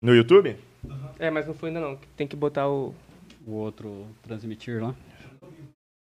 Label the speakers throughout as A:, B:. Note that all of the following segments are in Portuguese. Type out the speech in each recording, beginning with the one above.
A: No YouTube?
B: É, mas não foi ainda não. Tem que botar o.
C: O outro transmitir lá.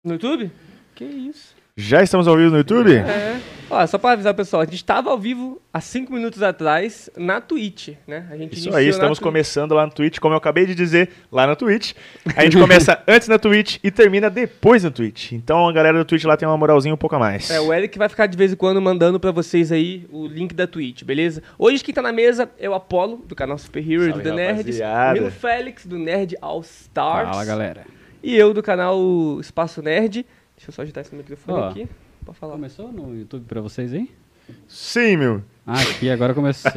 B: No YouTube? Que isso.
A: Já estamos ao vivo no YouTube?
B: É. Ó, só pra avisar o pessoal, a gente tava ao vivo há cinco minutos atrás na Twitch, né? A gente
A: Isso
B: iniciou
A: aí,
B: na
A: estamos
B: Twitch.
A: começando lá no Twitch, como eu acabei de dizer, lá na Twitch. A gente começa antes na Twitch e termina depois na Twitch. Então a galera do Twitch lá tem uma moralzinha um pouco a mais.
B: É, o Eric vai ficar de vez em quando mandando pra vocês aí o link da Twitch, beleza? Hoje quem tá na mesa é o Apollo, do canal Super Hero
C: Salve,
B: do The Nerds,
A: rapaziada.
B: Milo Félix, do Nerd All Stars,
C: Fala, galera.
B: e eu do canal Espaço Nerd. Deixa eu só agitar esse microfone
C: Ó.
B: aqui. Pode falar.
C: Começou no YouTube pra vocês aí?
A: Sim, meu.
C: Ah, aqui agora começou.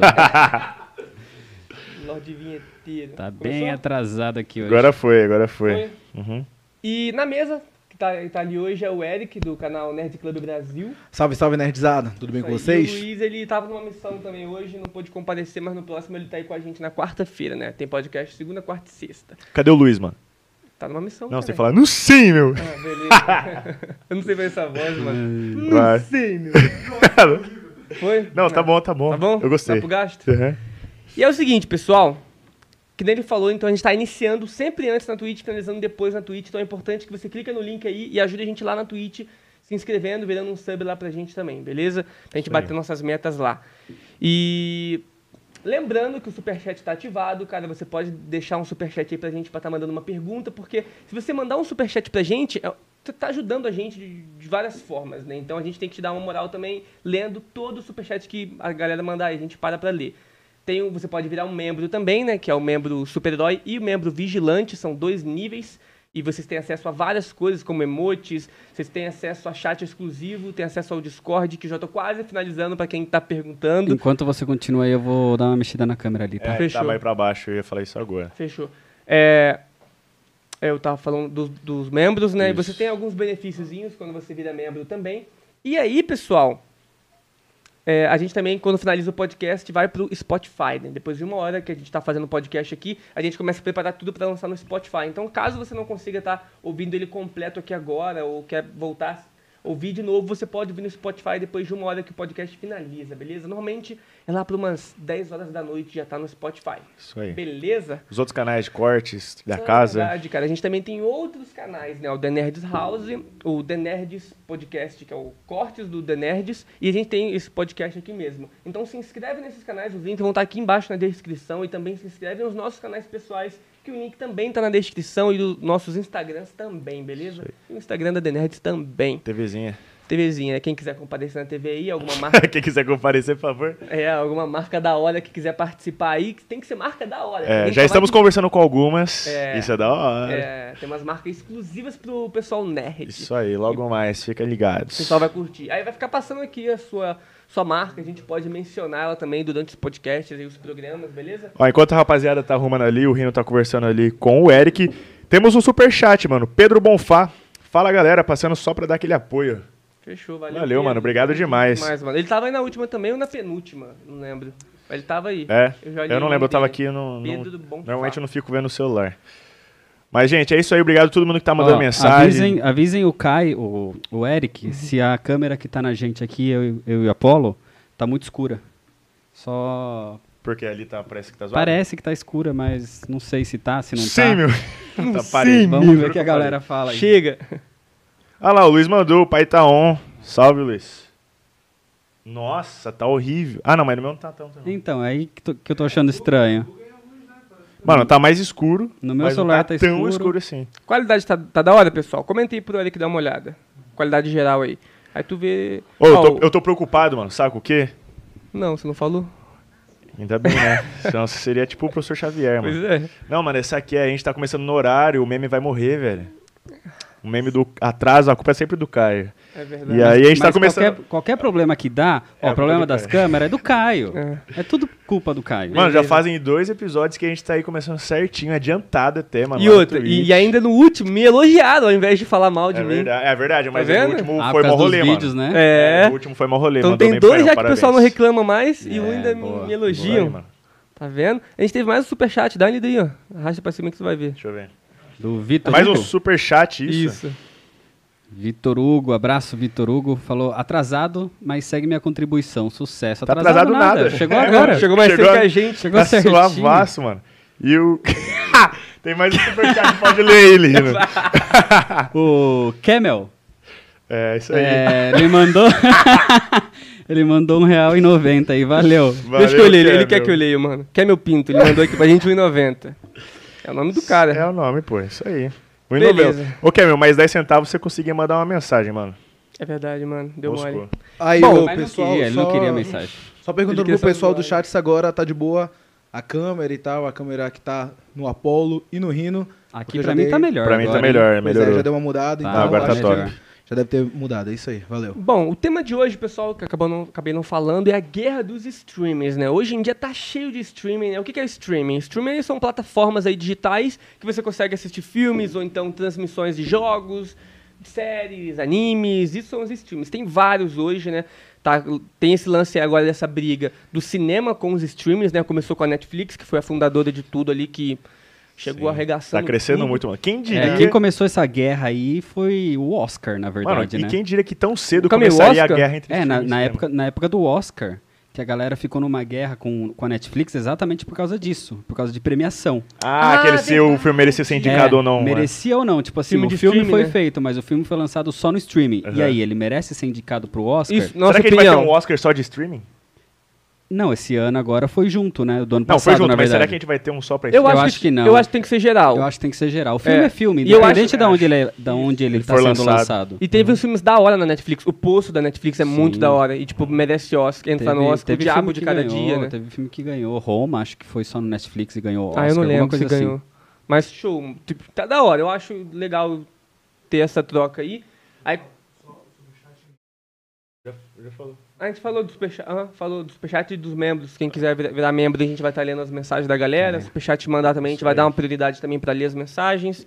B: Lorde Vinheteiro.
C: Tá
B: Começou?
C: bem atrasado aqui hoje.
A: Agora foi, agora foi.
B: Foi.
A: Uhum.
B: E na mesa, que tá, tá ali hoje, é o Eric, do canal Nerd Club Brasil.
D: Salve, salve, nerdzada. Tudo bem
B: Isso
D: com
B: aí. E o
D: vocês?
B: Luiz, ele tava numa missão também hoje, não pôde comparecer, mas no próximo ele tá aí com a gente na quarta-feira, né? Tem podcast segunda, quarta e sexta.
A: Cadê o Luiz, mano?
B: Tá numa missão
A: Não, você tem que
B: também.
A: falar, não sim, meu.
B: Ah, beleza. Eu não sei fazer essa voz, mano.
A: Vai.
B: sei, meu. Foi?
A: Não, tá bom, tá bom.
B: Tá bom?
A: Eu
B: Tá
A: gostei.
B: pro gasto?
A: Uhum.
B: E é o seguinte, pessoal. Que nem ele falou, então a gente tá iniciando sempre antes na Twitch, finalizando depois na Twitch. Então é importante que você clica no link aí e ajude a gente lá na Twitch, se inscrevendo, virando um sub lá pra gente também, beleza? Pra gente
A: Isso aí.
B: bater nossas metas lá. E lembrando que o superchat tá ativado, cara, você pode deixar um superchat aí pra gente pra estar mandando uma pergunta, porque se você mandar um superchat pra gente, é- você tá ajudando a gente de, de várias formas, né? Então a gente tem que te dar uma moral também, lendo todo o superchat que a galera mandar aí, a gente para pra ler. Tem um- você pode virar um membro também, né? Que é o membro super-herói e o membro vigilante, são dois níveis. E vocês têm acesso a várias coisas, como emotes, vocês têm acesso a chat exclusivo, têm acesso ao Discord, que eu já tô quase finalizando pra quem tá perguntando.
C: Enquanto você continua aí, eu vou dar uma mexida na câmera ali, tá?
A: É,
B: Fechou.
A: tá mais pra baixo, eu ia falar isso agora.
B: Fechou. É, eu tava falando dos, dos membros, né? E
C: Isso.
B: você tem alguns benefíciozinhos quando você vira membro também. E aí, pessoal, é, a gente também, quando finaliza o podcast, vai pro Spotify, né? Depois de uma hora que a gente tá fazendo o podcast aqui, a gente começa a preparar tudo pra lançar no Spotify. Então, caso você não consiga estar ouvindo ele completo aqui agora, ou quer voltar a ouvir de novo, você pode ouvir no Spotify depois de uma hora que o podcast finaliza, beleza? Normalmente é lá por umas 10 horas da noite já tá no Spotify.
A: Isso aí.
B: Beleza?
A: Os outros canais de cortes da
B: É
A: casa.
B: verdade, cara. A gente também tem outros canais, né? O The Nerds House, o The Nerds Podcast, que é o Cortes do The Nerds, e a gente tem esse podcast aqui mesmo. Então se inscreve nesses canais, os links vão estar aqui embaixo na descrição, e também se inscreve nos nossos canais pessoais, que o link também está na descrição, e dos nossos Instagrams também, beleza? E o Instagram da The Nerds também.
A: TVzinha.
B: TVzinha, né? Quem quiser comparecer na TV aí, alguma marca
A: Quem quiser comparecer, por favor.
B: É, alguma marca da hora que quiser participar aí, que tem que ser marca da hora.
A: É,
B: Ninguém
A: já
B: só vai
A: estamos conversando com algumas.
B: então, É.
A: Isso é da hora.
B: É, tem umas marcas exclusivas pro pessoal nerd.
A: Isso aí, logo mais, fiquem
B: O
A: ligados.
B: pessoal vai curtir. Aí vai ficar passando aqui a sua, sua marca, a gente pode mencionar ela também durante os podcasts e os programas, beleza?
A: Ó, enquanto a rapaziada tá arrumando ali, o Rino tá conversando ali com o Eric, temos um superchat, mano. Pedro Bonfá. Fala, galera, passando só pra dar aquele apoio.
B: Fechou, valeu.
A: Valeu, mano, obrigado demais.
B: demais, mano. Ele tava aí na última também ou na penúltima, não lembro. Mas Ele tava aí.
A: É,
B: já
A: eu,
B: li o
A: não
B: nome
A: lembro, eu tava
B: dele.
A: aqui, eu não, não-
B: Pedro Bonfá.
A: normalmente eu não fico vendo o celular. Mas, gente, é isso aí, obrigado a todo mundo que tá mandando
C: Ó,
A: mensagem.
C: Avisem, avisem o Kai, o, o Eric, se a câmera que tá na gente aqui, eu, eu e o Apollo, tá muito escura. Só.
A: Porque ali tá, parece que tá zoado.
C: Parece que tá escura, mas não sei se tá, se não tá.
A: Sim, meu. tá parede.
C: Vamos ver o que a galera fala aí.
B: Chega.
A: Ah lá, o Luiz mandou, o pai tá on. Salve, Luiz. Nossa, tá horrível. Ah, não, mas no meu não tá tanto, não.
C: Então, é aí que, tô- que eu tô achando estranho.
A: Mano, tá mais escuro.
C: No meu
A: mas não
C: celular tá
A: tão
C: escuro.
A: escuro assim.
B: Qualidade tá, tá da hora, pessoal? Comenta aí pro Eric dar uma olhada. Qualidade geral aí. Aí tu vê...
A: Ô, eu,
B: Ó,
A: tô, eu tô preocupado, mano. Sabe com o quê?
B: Não, você não falou?
A: Ainda bem, né? Senão você seria tipo o professor Xavier,
B: Pois
A: mano.
B: é.
A: Não, mano, essa aqui é. A gente tá começando no horário, o meme vai morrer, velho. O meme do atraso, a culpa é sempre do Caio.
B: É verdade.
A: E aí a gente tá
C: Mas
A: começando.
C: Qualquer, qualquer problema que dá,
A: É,
C: ó, o problema
A: culpa do
C: das
A: Caio.
C: câmeras é do Caio.
B: É.
C: É. tudo culpa do Caio.
A: Mano, já
B: Beleza.
A: fazem dois episódios que a gente tá aí começando certinho, adiantado até, mano.
B: E
A: lá no
B: outra, e,
A: Twitch.
B: e ainda no último, me elogiaram ao invés de falar mal de
A: É
B: mim. Tá
A: verdade, é verdade, mas o
B: vendo?
A: último
C: Ah, por
A: foi
C: causa
A: mó
C: dos
A: rolê, mano.
C: vídeos, né?
B: É.
A: O último foi mó rolê,
B: Então
A: mandou
B: tem
A: bem
B: dois
A: pra
B: já
A: ele,
B: que o pessoal não
A: parabéns.
B: reclama mais e
C: É,
B: um ainda me-
C: boa,
B: me
A: Boa aí,
B: elogiam.
A: mano.
B: Tá vendo? A gente teve mais um superchat, dá uma lida aí, ó. Arrasta pra cima que você vai ver.
A: Deixa eu ver.
C: Do Vitor.
A: Mais um
C: Hugo.
A: super chat, isso.
B: Isso.
C: Vitor Hugo, abraço Vitor Hugo, falou atrasado, mas segue minha contribuição, sucesso.
A: Tá atrasado nada.
C: Chegou
A: É,
C: agora.
B: Chegou mais
A: Chegou
B: cedo que
A: a-
B: a gente.
C: Chegou
A: Tá
C: certinho.
A: suavaço, mano. E o. Tem mais um superchat, pode ler ele. Lino.
C: O Camel
A: É, isso aí.
C: é, ele mandou ele mandou um real e noventa aí, valeu.
A: Valeu,
B: Deixa que eu leio, ele
A: Kevin.
B: quer que eu leia, mano. Quer meu pinto, ele mandou aqui pra gente 1,90. É o nome do cara.
A: É o nome, pô, é isso aí. O
B: Beleza.
A: Beleza. Ô, Camil, mais 10 centavos você conseguia mandar uma mensagem, mano.
B: É verdade, mano. Deu mole.
A: Moscou.
D: Aí
B: Bom,
D: o
C: Mas não
D: pessoal.
C: queria, ele não
D: só-
C: queria a mensagem.
D: Só
B: Ele
D: perguntando
B: queria
D: pro
B: só
D: pessoal do
B: zoar.
D: chat se agora tá de boa a câmera e tal, a câmera que tá no Apollo e no Rino. Porque
C: Aqui
D: eu
C: pra
D: já
C: mim
D: dei-
C: tá melhor.
A: Pra mim tá
C: agora, hein?
A: melhor,
D: Pois é,
A: melhorou.
D: já deu uma mudada,
C: Tá,
D: então
A: agora tá
D: acho
A: top.
D: que Já deve ter mudado, é isso aí, valeu.
B: Bom, o tema de hoje, pessoal, que acabou não, acabei não falando, é a guerra dos streamers, né? Hoje em dia tá cheio de streaming, né? O que que é streaming? Streaming são plataformas aí digitais que você consegue assistir filmes ou então transmissões de jogos, séries, animes, isso são os streams. Tem vários hoje, né? Tá, tem esse lance aí agora dessa briga do cinema com os streamers, né? Começou com a Netflix, que foi a fundadora de tudo ali, que chegou
A: Tá
B: arregaçando
A: crescendo
B: tudo.
A: muito, mano. Quem diria.
C: É, quem começou essa guerra aí foi o Oscar, na
A: Mano,
C: verdade,
A: e
C: né?
A: quem diria que tão cedo
B: Calma aí, o
A: começaria a
B: Oscar?
A: guerra entre
C: É, na,
A: filmes,
C: na
A: né,
C: época, na época do Oscar, que a galera ficou numa guerra com, com a Netflix exatamente por causa disso, por causa de premiação.
A: mano? Ah,
B: Ah,
D: é
A: aquele se o filme merecia ser indicado
C: É,
A: ou não. né?
C: Merecia ou não. Tipo assim,
B: Filme de
C: o filme
B: filme,
C: foi
B: né?
C: feito, mas o filme foi lançado só no streaming. E
A: Aham.
C: aí, ele merece ser indicado pro Oscar?
B: Isso, nossa
A: Será que a gente vai ter
B: opinião.
A: um Oscar só de streaming?
C: Não, esse ano agora foi junto, né? Do ano
A: Não,
C: passado,
A: foi junto,
C: na
A: mas
C: verdade.
A: será que a gente vai ter um só pra
B: Eu
A: streaming?
B: acho, que, não. Eu acho que tem que ser geral.
C: Eu acho que tem que ser geral. O filme é,
B: É.
C: filme,
B: E eu acho-
C: independente de onde ele, é- da onde ele
A: Ele
C: tá
A: for
C: sendo lançado.
A: lançado.
B: E teve uns filmes da hora na Netflix. O Poço da Netflix é
C: Uhum. Sim.
B: muito da hora. E, tipo, merece Oscar, entra no Oscar, o
C: filme
B: diabo de
C: que
B: cada
C: ganhou,
B: dia, né?
C: Teve filme que ganhou. Roma, acho que foi só no Netflix e ganhou Oscar.
B: ah, eu não
C: alguma
B: lembro se
C: coisa assim.
B: ganhou. Mas show, tipo, tá da hora. Eu acho legal ter essa troca aí. Aí a gente falou do superchat, ah, falou do superchat e dos membros. Quem quiser vir- virar membro, a gente vai estar lendo as mensagens da galera. Superchat mandar também, a gente vai dar uma prioridade também pra ler as mensagens.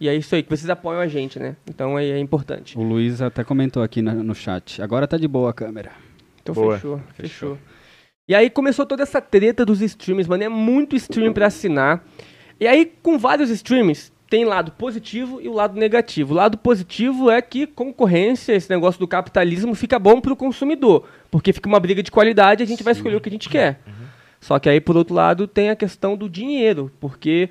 B: E é isso aí, que vocês apoiam a gente, né? Então aí é importante.
C: O Luiz até comentou aqui na- no chat. Agora tá de boa a câmera.
B: Então
A: Boa.
B: fechou, fechou, E aí começou toda essa treta dos streams, mano. É muito stream pra assinar. E aí, com vários streams, tem lado positivo e o lado negativo. O lado positivo é que concorrência, esse negócio do capitalismo, fica bom pro consumidor. Porque fica uma briga de qualidade e a gente vai escolher o que a gente quer. Só que aí, por outro lado, tem a questão do dinheiro, porque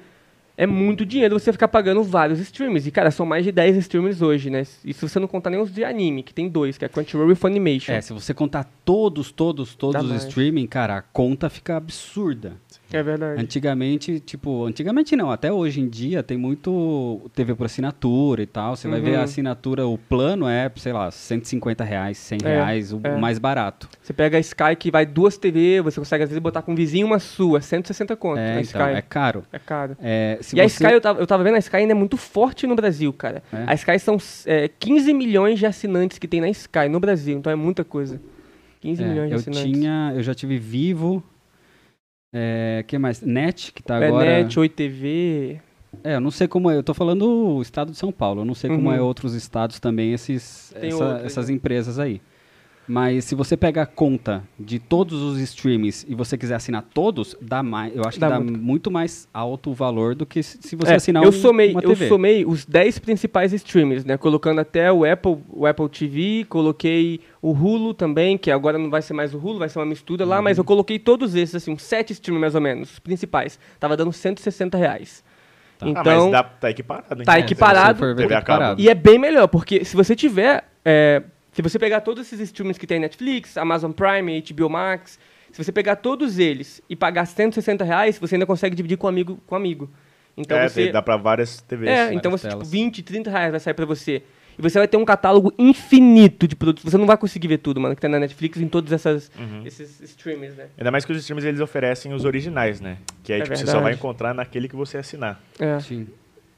B: é muito dinheiro você ficar pagando vários streams. E, cara, são mais de 10 streams hoje, né? Isso você não contar nem os de anime, que tem dois, que é Crunchyroll e Funimation.
C: É, se você contar todos, todos,
B: Dá
C: todos os
B: mais.
C: streaming, cara, a conta fica absurda.
B: é verdade.
C: Antigamente, tipo, antigamente não, até hoje em dia tem muito TV por assinatura e tal. Você vai ver
B: Uhum.
C: a assinatura, o plano é, sei lá, 150 reais, 100
B: É,
C: reais, o
B: é.
C: mais barato.
B: Você pega a Sky que vai duas TV, você consegue às vezes botar com um vizinho uma sua, 160 conto
C: É,
B: na
C: então, é
B: Sky.
C: caro.
B: É, caro.
C: É, se
B: e a
C: você-
B: Sky, eu tava, eu tava vendo, a Sky ainda é muito forte no Brasil, cara.
C: É.
B: A Sky são é, 15 milhões de assinantes que tem na Sky no Brasil, então é muita coisa. 15
C: É,
B: milhões de
C: eu
B: assinantes.
C: tinha, eu já tive Vivo, é, que mais? Net, que tá
B: É
C: agora...
B: Net, Oi TV.
C: É, eu não sei como é, eu tô falando o estado de São Paulo, eu não sei como
B: Uhum.
C: é outros estados também, esses,
B: Tem
C: essa-
B: outras,
C: essas
B: né?
C: empresas aí. Mas se você pega a conta de todos os streams e você quiser assinar todos, dá mais, eu acho
B: Dá
C: que dá
B: muito.
C: muito. mais alto o valor do que se se você
B: É,
C: assinar
B: eu
C: um-
B: somei,
C: uma
B: eu
C: TV.
B: somei os 10 principais streamers, né? Colocando até o Apple, o Apple TV, coloquei o Hulu também, que agora não vai ser mais o Hulu, vai ser uma mistura lá, mas eu
C: Uhum.
B: coloquei todos esses, assim, uns 7 streamers mais ou menos, os principais. Tava dando 160 reais.
A: Ah, mas
B: Então,
A: dá, tá equiparado, hein?
B: Tá
A: É,
B: equiparado.
C: Se você for ver,
A: TV
C: tá
A: a cabo.
C: parado.
B: e é bem melhor, porque se você tiver. é, se você pegar todos esses streamers que tem Netflix, Amazon Prime, HBO Max, se você pegar todos eles e pagar 160 reais, você ainda consegue dividir com um amigo. Com amigo. Então
A: é,
B: você.
A: dá pra várias TVs.
B: É, então
C: várias
B: você, tipo,
C: telas.
B: 20, 30 reais vai sair pra você. E você vai ter um catálogo infinito de produtos. Você não vai conseguir ver tudo, mano, que tá na Netflix em todos essas,
A: Uhum.
B: esses streamers, né?
A: Ainda mais que os streams eles oferecem os originais, né? Que aí
B: É
A: tipo, você só
B: verdade.
A: vai encontrar naquele que você assinar.
B: É,
C: Sim.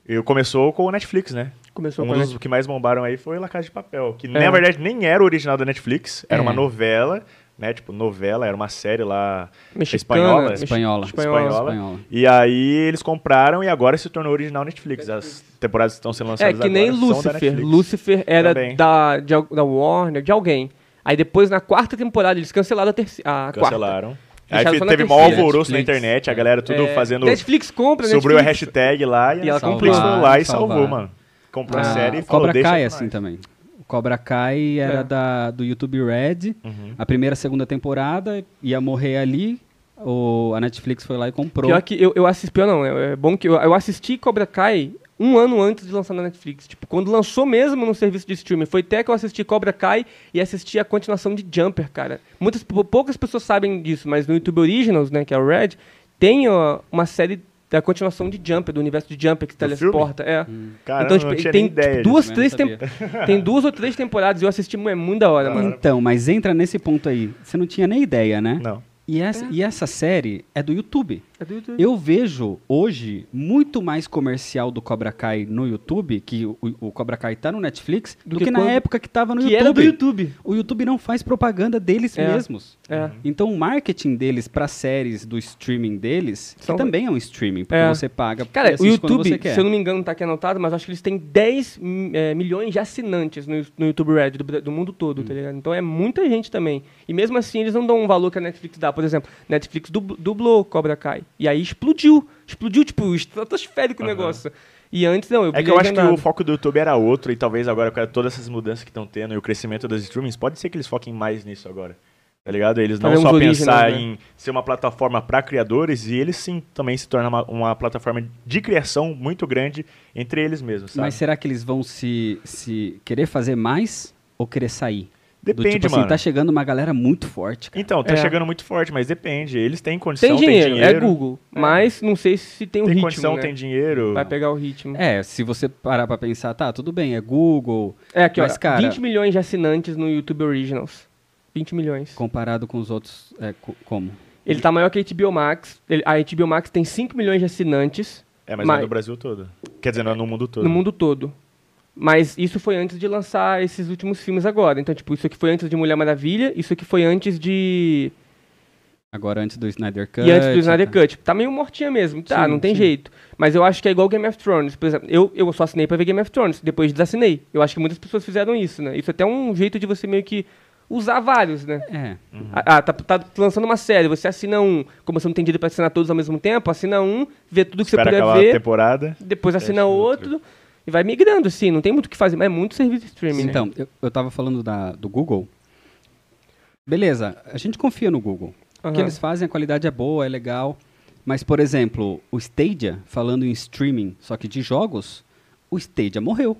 A: E começou com o Netflix, né?
B: começou
A: um
B: com a
A: dos
B: Netflix.
A: que mais bombaram aí foi La Casa de Papel, que
B: É.
A: na verdade nem era o original da Netflix, era
C: É.
A: uma novela, né? Tipo, novela, era uma série lá
B: Mexicana,
A: espanhola.
B: mexi-
C: Espanhola.
B: Espanhola.
A: espanhola.
C: Espanhola.
A: E aí eles compraram e agora se tornou original Netflix. As temporadas que estão sendo
B: É,
A: lançadas
B: que nem
A: agora são da
B: Lucifer.
A: Netflix.
B: Lucifer era
A: Também.
B: da, de al- da Warner, de alguém. Aí depois, na quarta temporada, eles cancelaram a, terci- a quarta.
A: Cancelaram. Aí
B: Deixaram
A: fi-
B: só na
A: teve mó
B: terceira.
A: alvoroço na
C: Netflix,
A: internet, a
C: é.
A: galera tudo
B: É,
A: fazendo...
B: Netflix compra,
A: Sobrou a
B: Netflix.
A: hashtag lá e,
B: E ela Ah,
A: ela
B: comprou.
A: comprou lá e
C: Salvar,
A: salvou,
C: salvar.
A: mano. comprou
C: A
A: a série e falou,
C: Ah, Cobra
A: deixa
C: Kai,
A: pra nós."
C: assim, também. O Cobra Kai era
B: É. Uhum.
C: da, do YouTube Red. A primeira, segunda temporada ia morrer ali. O, a Netflix foi lá e comprou.
B: Pior que eu, eu assisti, pior não, é é bom que eu, eu assisti Cobra Kai um ano antes de lançar na Netflix. Tipo, quando lançou mesmo no serviço de streaming, foi até que eu assisti Cobra Kai e assisti a continuação de Jumper, cara. Muitas, pou- poucas pessoas sabem disso, mas no YouTube Originals, né, que é o Red, tem ó, uma série da continuação de Jumper, do universo de Jumper que se
A: Do filme?
B: teleporta. É.
A: Caramba, não tinha
B: tem
A: nem ideia
B: tipo,
A: disso,
B: duas,
C: né?
B: três
C: Não sabia.
B: tem, tem duas ou três temporadas e eu assisti, é muito da hora, mano.
C: Então, mas entra nesse ponto aí. Você não tinha nem ideia, né?
A: Não.
C: E essa, e essa série é do YouTube.
B: É do YouTube.
C: Eu vejo hoje muito mais comercial do Cobra Kai no YouTube, que o, o Cobra Kai tá no Netflix, do,
B: que
C: que, na
B: quando-
C: época que tava no
B: que
C: YouTube.
B: era É do YouTube.
C: O YouTube não faz propaganda deles
B: É.
C: mesmos.
A: Uhum.
B: É.
C: Então o marketing deles para séries do streaming deles,
B: São-
C: que também é um streaming, porque
B: É.
C: você paga e
B: Cara, o
C: assiste quando
B: YouTube,
C: você quer.
B: se eu não me engano, tá aqui anotado, mas acho que eles têm 10 mi- eh, milhões de assinantes no, no YouTube Red do, Bra- do mundo todo,
C: Hum.
B: tá ligado? Então é muita gente também. E mesmo assim, eles não dão um valor que a Netflix dá. Por exemplo, Netflix dub- dublou Cobra Kai. E aí explodiu. Explodiu, tipo, estratosférico o negócio. E antes, não, eu
A: É que
B: peguei
A: eu acho que
B: agendado.
A: o foco do YouTube era outro, e talvez agora, com todas essas mudanças que estão tendo e o crescimento das streamings, pode ser que eles foquem mais nisso agora. Tá ligado? Eles não
B: Fazer
A: só
B: uns originals,
A: pensar
B: né?
A: em ser uma plataforma para criadores, e eles sim também se tornam uma, uma plataforma de criação muito grande entre eles mesmos, sabe?
C: Mas será que eles vão se, se querer fazer mais ou querer sair?
A: Depende,
C: do, tipo
A: mano.
C: assim, tá chegando uma galera muito forte, cara.
A: Então, tá
B: É.
A: chegando muito forte, mas depende. Eles têm condição,
B: Tem dinheiro,
A: tem dinheiro.
B: é Google. Mas não sei se tem o
A: Tem
B: ritmo,
A: condição,
B: né?
A: tem dinheiro.
B: Vai pegar o ritmo.
C: É, se você parar pra pensar, tá, tudo bem, é Google,
B: É, aqui,
C: Mas,
B: ó,
C: cara-
B: 20 milhões de assinantes no YouTube Originals. 20 milhões.
C: comparado com os outros, é, co- como?
B: Ele tá maior que a HBO Max. Ele- a HBO Max tem 5 milhões de assinantes
A: É, mas,
B: Mas-
A: é no Brasil todo. Quer dizer, não é no mundo todo.
B: no mundo todo. Mas isso foi antes de lançar esses últimos filmes agora. Então, tipo, isso aqui foi antes de Mulher Maravilha, isso aqui foi antes de.
C: Agora antes do Snyder Cut.
B: e antes do Snyder
C: tá.
B: Cut. Tá meio mortinha mesmo. Tá,
C: Sim,
B: não tem
C: sim.
B: jeito. Mas eu acho que é igual Game of Thrones. Por exemplo, eu, eu só assinei pra ver Game of Thrones, depois desassinei. Eu acho que muitas pessoas fizeram isso, né? Isso é até um jeito de você meio que usar vários, né?
C: É,
B: Ah, ah, tá, tá lançando uma série, você assina um, como você não tem dinheiro pra assinar todos ao mesmo tempo, assina um, vê tudo que
A: Espera
B: você
A: acabar
B: puder
A: a
B: ver,
A: temporada.
B: depois assina
A: Fecha no
B: outro, e vai migrando, assim, não tem muito o que fazer, mas é muito serviço de streaming. né?
C: Então, eu, eu tava falando da, do Google. Beleza, a gente confia no Google. O que
B: Aham.
C: eles fazem, a qualidade é boa, é legal. Mas, por exemplo, o Stadia, falando em streaming, só que de jogos, o Stadia morreu.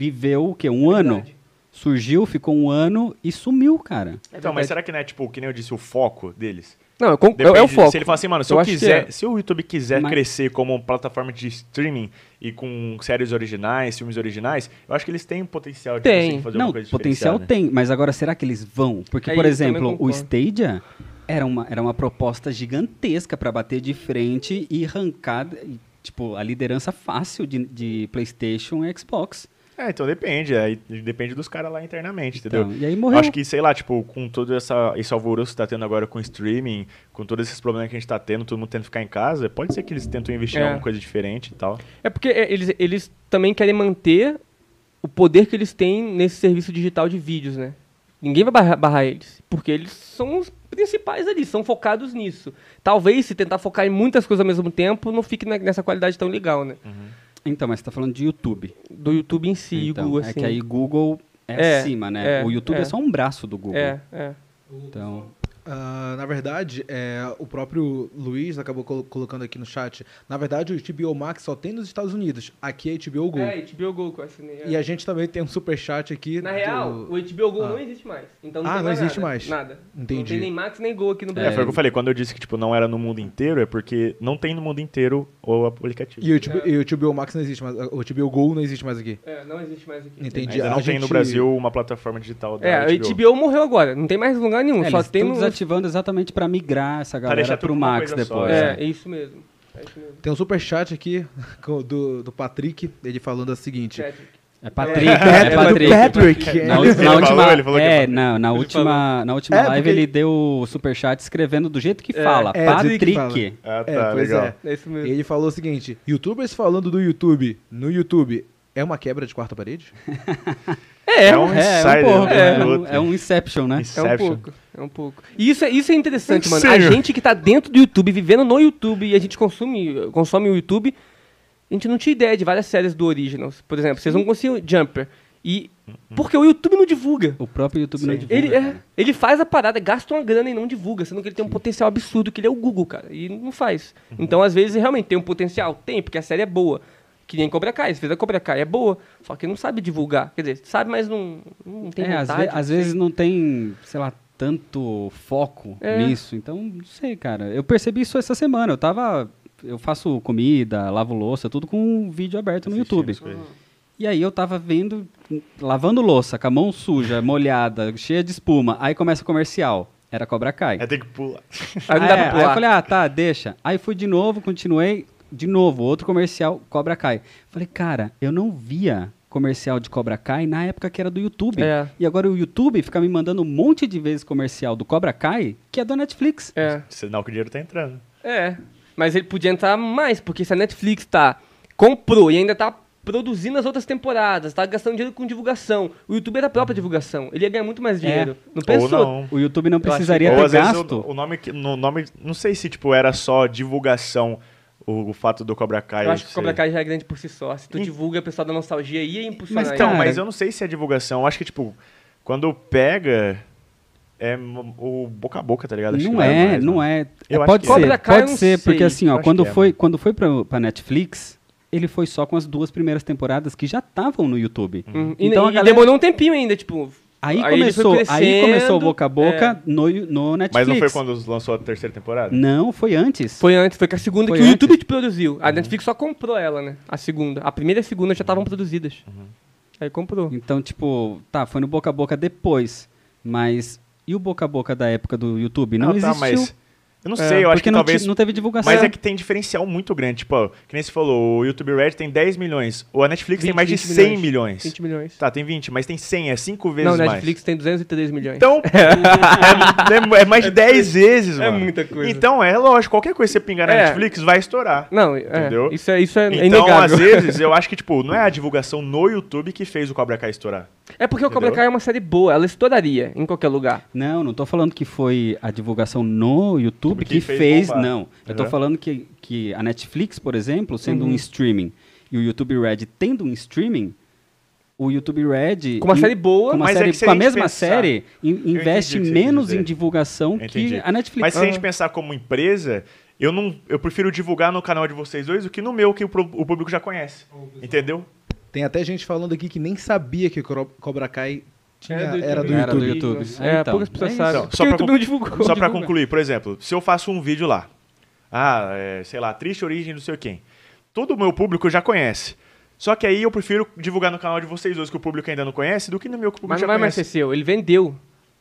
C: Viveu o quê? Um ano? Surgiu, ficou um ano e sumiu, cara.
A: Então, mas será que não é, tipo, que nem eu disse, o foco deles?
B: Não, eu con-
A: Depende,
B: é o foco.
A: Se ele fala assim, mano, se,
B: Eu
A: eu
B: acho que
A: quiser,
B: é.
A: se o YouTube quiser
C: Mas-
A: crescer como plataforma de streaming e com séries originais, filmes originais, eu acho que eles têm um potencial de
B: Tem.
A: conseguir fazer
C: Não,
A: alguma coisa
C: potencial
A: diferenciada.
C: tem, mas agora será que eles vão? Porque,
B: É
C: por
B: isso, também
C: exemplo, o
B: concordo.
C: Stadia era uma, era uma proposta gigantesca para bater de frente e arrancar, e, tipo, a liderança fácil de, de PlayStation e Xbox.
A: É, então depende. Aí depende dos caras lá internamente, entendeu?
C: Então, e aí morreu.
A: Eu acho que, sei lá, tipo, com todo essa, esse alvoroço que tá tendo agora com o streaming, com todos esses problemas que a gente tá tendo, todo mundo tendo que ficar em casa, pode ser que eles tentam investir
B: É.
A: em alguma coisa diferente e tal.
B: É porque é, eles, eles também querem manter o poder que eles têm nesse serviço digital de vídeos, né? Ninguém vai barrar, barrar eles, porque eles são os principais ali, são focados nisso. Talvez se tentar focar em muitas coisas ao mesmo tempo, não fique na- nessa qualidade tão legal, né?
A: Hum.
C: Então, mas você tá falando de YouTube.
B: Do YouTube em si,
C: Então,
B: o Google,
C: É
B: assim.
C: que aí Google é,
B: É,
C: acima, né?
B: é,
C: o YouTube é.
B: é.
C: só um braço do Google.
B: É, é.
C: Então,
D: Ah, na verdade, é, o próprio Luiz acabou colo- colocando aqui no chat. Na verdade, o HBO Max só tem nos Estados Unidos. Aqui é HBO Go.
B: É, HBO Go que eu assinei. é.
D: E a gente também tem um superchat aqui.
B: Na
D: do-
B: real, o HBO Go
D: Ah.
B: não existe mais. Então não
D: Ah,
B: tem
D: não
B: mais
D: existe
B: nada,
D: mais.
B: Nada. Não
D: Entendi.
B: tem nem Max nem Go aqui no
A: É,
B: Brasil.
A: foi o que eu falei. Quando eu disse que, tipo, não era no mundo inteiro, é porque não tem no mundo inteiro o aplicativo.
D: E o, HBO, e o HBO Max não existe mais. O HBO Go não existe mais aqui.
B: É, não existe mais aqui.
D: Entendi.
A: Ainda
D: A
A: não tem no
D: gente-
A: Brasil uma plataforma digital da
B: É, a
A: HBO.
B: HBO morreu agora. Não tem mais lugar nenhum.
C: é,
B: só
C: eles
B: tem
C: estão
B: no...
C: desativando exatamente para migrar essa galera
A: deixar
C: pro
A: tudo numa
C: Max
A: coisa só,
C: depois.
A: né?
B: É,
C: né?
B: é isso mesmo. É isso mesmo.
D: Tem um superchat aqui com- do, do Patrick, ele falando o seguinte.
B: Patrick.
C: É Patrick, é,
B: É,
C: Patrick.
D: Patrick.
C: Na,
A: Ele
C: na
A: falou,
C: última,
A: ele falou que
C: é,
A: é
C: na, na última, na última
D: É,
C: live
D: porque-
C: ele deu o superchat escrevendo do jeito que fala.
D: é, do jeito que
C: Patrick.
A: Ah, tá,
D: É, pois
A: legal.
D: é.
B: É isso mesmo.
D: Ele falou o seguinte: YouTubers falando do YouTube no YouTube é uma quebra de quarta parede?
B: É, é
A: É
B: um,
A: um- insider,
C: pouco,
A: né,
C: é,
A: do
C: um-
A: outro.
C: é um Inception, né?
A: Inception.
B: pouco. É um pouco. E isso é, isso é interessante, mano. A
A: Sério?
B: gente que tá dentro do YouTube, vivendo no YouTube, e a gente consome, consome o YouTube, a gente não tinha ideia de várias séries do Originals. Por exemplo, vocês não conseguiam Jumper. E. Porque o YouTube não divulga.
C: O próprio YouTube não divulga.
B: Ele, é,
C: cara.
B: ele faz a parada, gasta uma grana e não divulga, sendo que ele tem um potencial absurdo, que ele é o Google, cara, e não faz.
A: Uhum.
B: Então, às vezes, realmente tem um potencial, tem, porque a série é boa. Que nem Cobra Kai, se fez a Cobra Kai, é boa, só que não sabe divulgar. Quer dizer, sabe, mas não, não tem
C: É, às, ve-
B: vontade.
C: às vezes não tem, sei lá, tanto foco
B: É.
C: nisso. Então, não sei, cara. Eu percebi isso essa semana. Eu tava. Eu faço comida, lavo louça, tudo com um vídeo aberto no
A: Assistindo
C: YouTube.
A: as coisas.
C: E aí eu tava vendo, lavando louça, com a mão suja, molhada, cheia de espuma. Aí começa o comercial. Era Cobra Kai.
A: Aí É, tem que pular.
B: Aí não
C: Ah,
B: dá pra
C: é. Aí eu
B: pular.
C: falei, ah, tá, deixa. Aí fui de novo, continuei, de novo, outro comercial, Cobra Kai. Falei, cara, eu não via comercial de Cobra Kai na época que era do YouTube.
B: É.
C: E agora o YouTube fica me mandando um monte de vezes comercial do Cobra Kai, que é da Netflix.
B: É.
A: Sinal que o dinheiro tá entrando.
B: É, mas ele podia entrar mais, porque se a Netflix tá comprou e ainda tá produzindo as outras temporadas, tá gastando dinheiro com divulgação. O YouTube era a própria divulgação. Ele ia ganhar muito mais dinheiro.
A: Uhum.
B: Não
A: É. Ou
B: pensou?
A: não.
C: O YouTube não
B: acho que-
C: precisaria
A: Ou
C: ter
A: às vezes
C: gasto.
A: o, o nome que. No nome, não sei se tipo, era só divulgação o, o fato do Cobra Kai.
B: Eu acho que o
A: ser-
B: Cobra Kai já é grande por si só. Se tu
A: Ih.
B: divulga, o pessoal da nostalgia ia impulsionar.
C: Mas
A: Então,
C: Cara.
A: mas eu não sei se é divulgação. Eu acho que, tipo, quando pega. É m- o boca a boca, tá ligado? Acho que
C: Não é,
A: mais,
C: não
A: né?
C: é.
A: Eu acho
C: pode
A: que é.
C: ser,
B: Cobra Kai eu
C: pode
B: não
C: ser,
B: sei,
C: porque assim,
A: eu
C: ó,
A: acho
C: quando
A: que é,
C: foi,
A: mano.
C: quando foi pra, pra Netflix, ele foi só com as duas primeiras temporadas que já estavam no YouTube.
B: Hum, e,
C: Então
B: e
C: a galera-
B: demorou um tempinho ainda, tipo.
C: Aí,
B: ele foi
C: começou, aí
B: crescendo,
C: começou o boca a boca
B: é.
C: no, no Netflix.
A: Mas não foi quando lançou a terceira temporada?
C: Não, foi antes.
B: Foi antes, foi com a segunda
C: Foi
B: que
C: antes.
B: o YouTube te produziu. A Netflix só comprou ela, né? A segunda. A primeira e a segunda já estavam produzidas.
A: Uhum.
B: Aí comprou.
C: Então, tipo, tá, foi no boca a boca depois, mas e o boca a boca da época do YouTube? Não, existiu. É, Ah,
A: Tá, mas eu não sei, eu acho
C: porque
A: que
C: não,
A: talvez.
C: ti- não teve divulgação.
A: Mas é que tem diferencial muito grande. Tipo, ó, que nem você falou, o YouTube Red tem 10 milhões. Ou a Netflix tem
B: 20,
A: mais de
B: 20
A: 100 milhões.
B: milhões. 20 milhões.
A: Tá, tem 20, mas tem 100, é 5 vezes
B: Não,
A: mais.
B: Netflix tem 203 milhões.
A: Então, é, é mais de 10 vezes,
B: é
A: mano.
B: muita coisa.
A: Então, é lógico, qualquer coisa que você pingar na
B: É.
A: Netflix vai estourar.
B: não, é,
A: Entendeu?
B: isso é, isso é
A: Então,
B: inegável.
A: às vezes, eu acho que, tipo, não é a divulgação no YouTube que fez o Cobra Kai estourar.
B: É porque o Cobra
A: Entendeu?
B: Kai é uma série boa, ela estouraria em qualquer lugar.
C: Não, não tô falando que foi a divulgação no YouTube
A: Tudo
C: que,
A: que
C: fez,
A: fez bombar.
C: não. Eu tô
A: Uhum.
C: falando que, que a Netflix, por exemplo, sendo um streaming, e o YouTube Red tendo um streaming, o YouTube Red...
B: Com uma
C: em-
B: série boa,
C: com uma
A: mas é
C: série-
A: que se a
C: com a
A: gente
C: mesma
A: pensar-
C: série, in-
A: entendi
C: investe
A: o que você quis
C: menos
A: dizer.
C: em divulgação
A: Entendi.
C: que a Netflix.
A: Mas se a gente
C: Ah.
A: pensar como empresa, eu não, eu prefiro divulgar no canal de vocês dois do que no meu que o, pro- o público já conhece. Entendeu?
D: Tem até gente falando aqui que nem sabia que Cro- Cobra Kai tinha,
B: Era
D: era,
B: É do YouTube.
D: do
B: Era do
D: YouTube.
B: YouTube.
C: É,
B: É,
C: então,
B: poucas pessoas
C: é isso.
B: sabem.
A: Então,
B: Porque
A: só pra
B: o YouTube
A: con-
B: não divulgou.
A: Só pra
B: divulga.
A: concluir, por exemplo, se eu faço um vídeo lá, ah, é, sei lá, triste origem não sei quem, todo o meu público já conhece. Só que aí eu prefiro divulgar no canal de vocês dois que o público ainda não conhece do que no meu que o público
B: Mas
A: já
B: não vai mais
A: conhece.
B: ser seu, ele vendeu.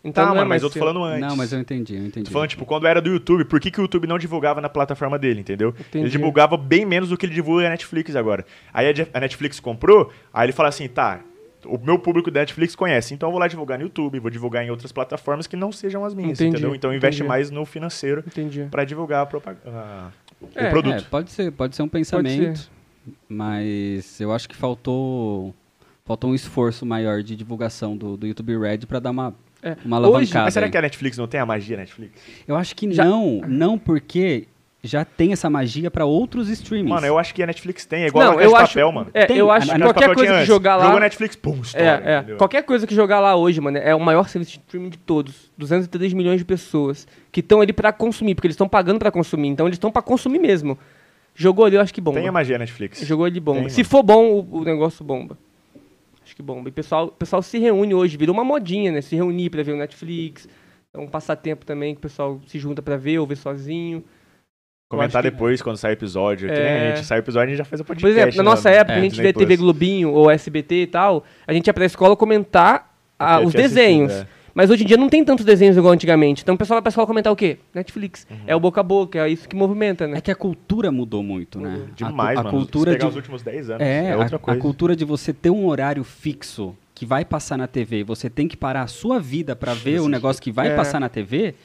B: Então
A: Tá,
B: não é
A: mano, mas
B: mais
A: eu tô
B: seu.
A: falando antes.
C: Não, mas eu entendi, eu entendi.
A: Tô falando, tipo, quando era do YouTube, por que, que o YouTube não divulgava na plataforma dele, entendeu?
B: Entendi.
A: Ele divulgava bem menos do que ele divulga na Netflix agora. Aí a de- a Netflix comprou, aí ele fala assim, tá, o meu público da Netflix conhece, então eu vou lá divulgar no YouTube, vou divulgar em outras plataformas que não sejam as minhas,
B: Entendi,
A: entendeu? Então investe
B: entendi.
A: mais no financeiro
B: Entendi.
A: pra divulgar a propag- a-
B: É,
A: o
C: É,
A: produto.
C: pode ser, pode ser um pensamento, mas eu acho que faltou faltou um esforço maior de divulgação do, do YouTube Red pra dar uma
B: É.
C: uma
B: Hoje-
C: alavancada.
A: Mas será
C: aí.
A: que a Netflix não tem a magia Netflix?
C: Eu acho que
B: Já-
C: não, não porque já tem essa magia pra outros streamings.
A: Mano, eu acho que a Netflix tem, é igual a
B: não,
A: Casa
B: eu
A: de
B: acho,
A: Papel, mano.
B: É,
C: Tem,
B: eu
C: a
B: acho
A: A
B: que
A: Casa de
B: qualquer
A: Papel
B: coisa
A: tinha
B: que
A: antes.
B: jogar lá...
A: Jogou Netflix, pum, estoura,
B: É, é.
A: entendeu?
B: Qualquer coisa que jogar lá hoje, mano, é o maior serviço de streaming de todos. 203 milhões de pessoas que estão ali pra consumir, porque eles estão pagando pra consumir, então eles estão pra consumir mesmo. Jogou ali, eu acho que bomba.
A: Tem a magia Netflix.
B: Jogou ali bomba.
A: Tem,
B: Se
A: mano.
B: for bom, o, o negócio bomba. Acho que bomba. E o pessoal, o pessoal se reúne hoje, virou uma modinha, né? Se reunir pra ver o Netflix. É um passatempo também que o pessoal se junta pra ver ou ver sozinho.
A: Comentar
B: acho que-
A: depois quando sair episódio. que
B: É.
A: nem a gente sai episódio, a gente já faz o podcast.
B: Por exemplo, na
A: né,
B: nossa
A: no
B: época,
C: É,
B: a gente
A: Disney
B: vê TV
A: Plus.
B: Globinho ou SBT e tal, a gente ia pra escola comentar ah,
A: que
B: os
A: tinha assistido,
B: desenhos.
A: é.
B: Mas hoje em dia não tem tantos desenhos igual antigamente. Então o pessoal vai pra escola comentar o quê? Netflix.
A: Uhum.
B: É o boca a boca, é isso que movimenta, né?
C: É que a cultura mudou muito, né?
A: Demais,
C: a, cu- a
A: mano.
C: cultura
A: Se pegar
C: de
A: os últimos 10 anos,
C: É,
A: é,
C: a-
A: outra
C: a,
A: coisa.
C: cultura de você ter um horário fixo que vai passar na TV, e você tem que parar a sua vida pra ver o negócio que vai
B: É.
C: passar na TV,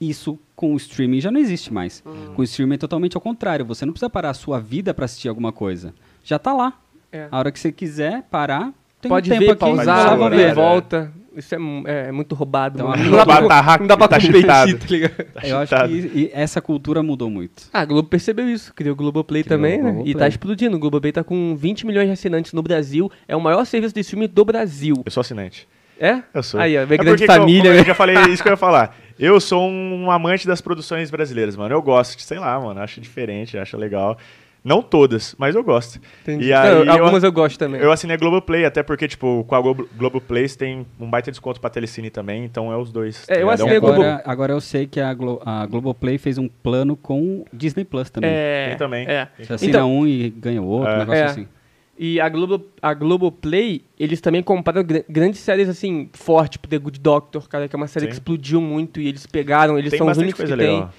C: isso com o streaming já não existe mais.
A: Hum.
C: Com o streaming é totalmente ao contrário, você não precisa parar a sua vida pra assistir alguma coisa. Já tá lá.
B: É.
C: A hora que você quiser parar, tem um
B: Pode
C: tempo
B: ver,
C: aqui,
B: pausar,
C: vai lá,
A: vai
C: vou
A: lá,
B: ver,
A: né?
C: ver.
B: volta. Isso é, mu- é muito roubado.
C: Então,
B: mano.
C: a
B: não, dá pra,
A: Globo tá
B: co-
A: hack-
B: não dá pra
A: tá
B: competir,
A: cheatado.
B: tá ligado?
C: Eu acho
A: Chutado.
C: que i- essa cultura mudou muito.
B: Ah, a Globo percebeu isso, criou o Globoplay
C: Criou
B: também,
C: o
B: né? E tá
C: Globoplay.
B: explodindo. O Globoplay tá com 20 milhões de assinantes no Brasil. É o maior serviço de streaming do Brasil.
A: Eu sou assinante.
B: É?
A: Eu sou.
B: Aí, ó, vem
A: É
B: grande
A: porque que eu-
B: família,
A: como eu
B: né?
A: já falei é isso que eu ia falar. Eu sou um amante das produções brasileiras, mano. Eu gosto, de- sei lá, mano. Acho diferente, acho legal. Não todas, mas eu gosto.
B: Entendi.
A: E aí
B: Não,
A: eu-
B: algumas eu, gosto também.
A: Eu assinei a Globoplay, até porque, tipo, com a Globo, Globoplay você tem um baita desconto pra Telecine também, então é os dois.
B: É, eu
A: ligado?
B: assinei
A: um
B: a Globo-
A: combo.
C: Agora, agora eu sei que a, Glo a Globoplay fez um plano com Disney Plus também.
B: É,
A: Tem também.
B: É.
C: Você assina
B: Então-
C: um e ganha o outro,
A: É.
C: um negócio
B: É.
C: assim.
B: E a, Globo, a Globoplay, eles também compraram gr- grandes séries, assim, fortes, tipo The Good Doctor, cara, que é uma série
A: Sim.
B: que explodiu muito e eles pegaram, eles
A: Tem
B: são os
A: bastante
B: únicos
A: coisa
B: que têm.
A: legal.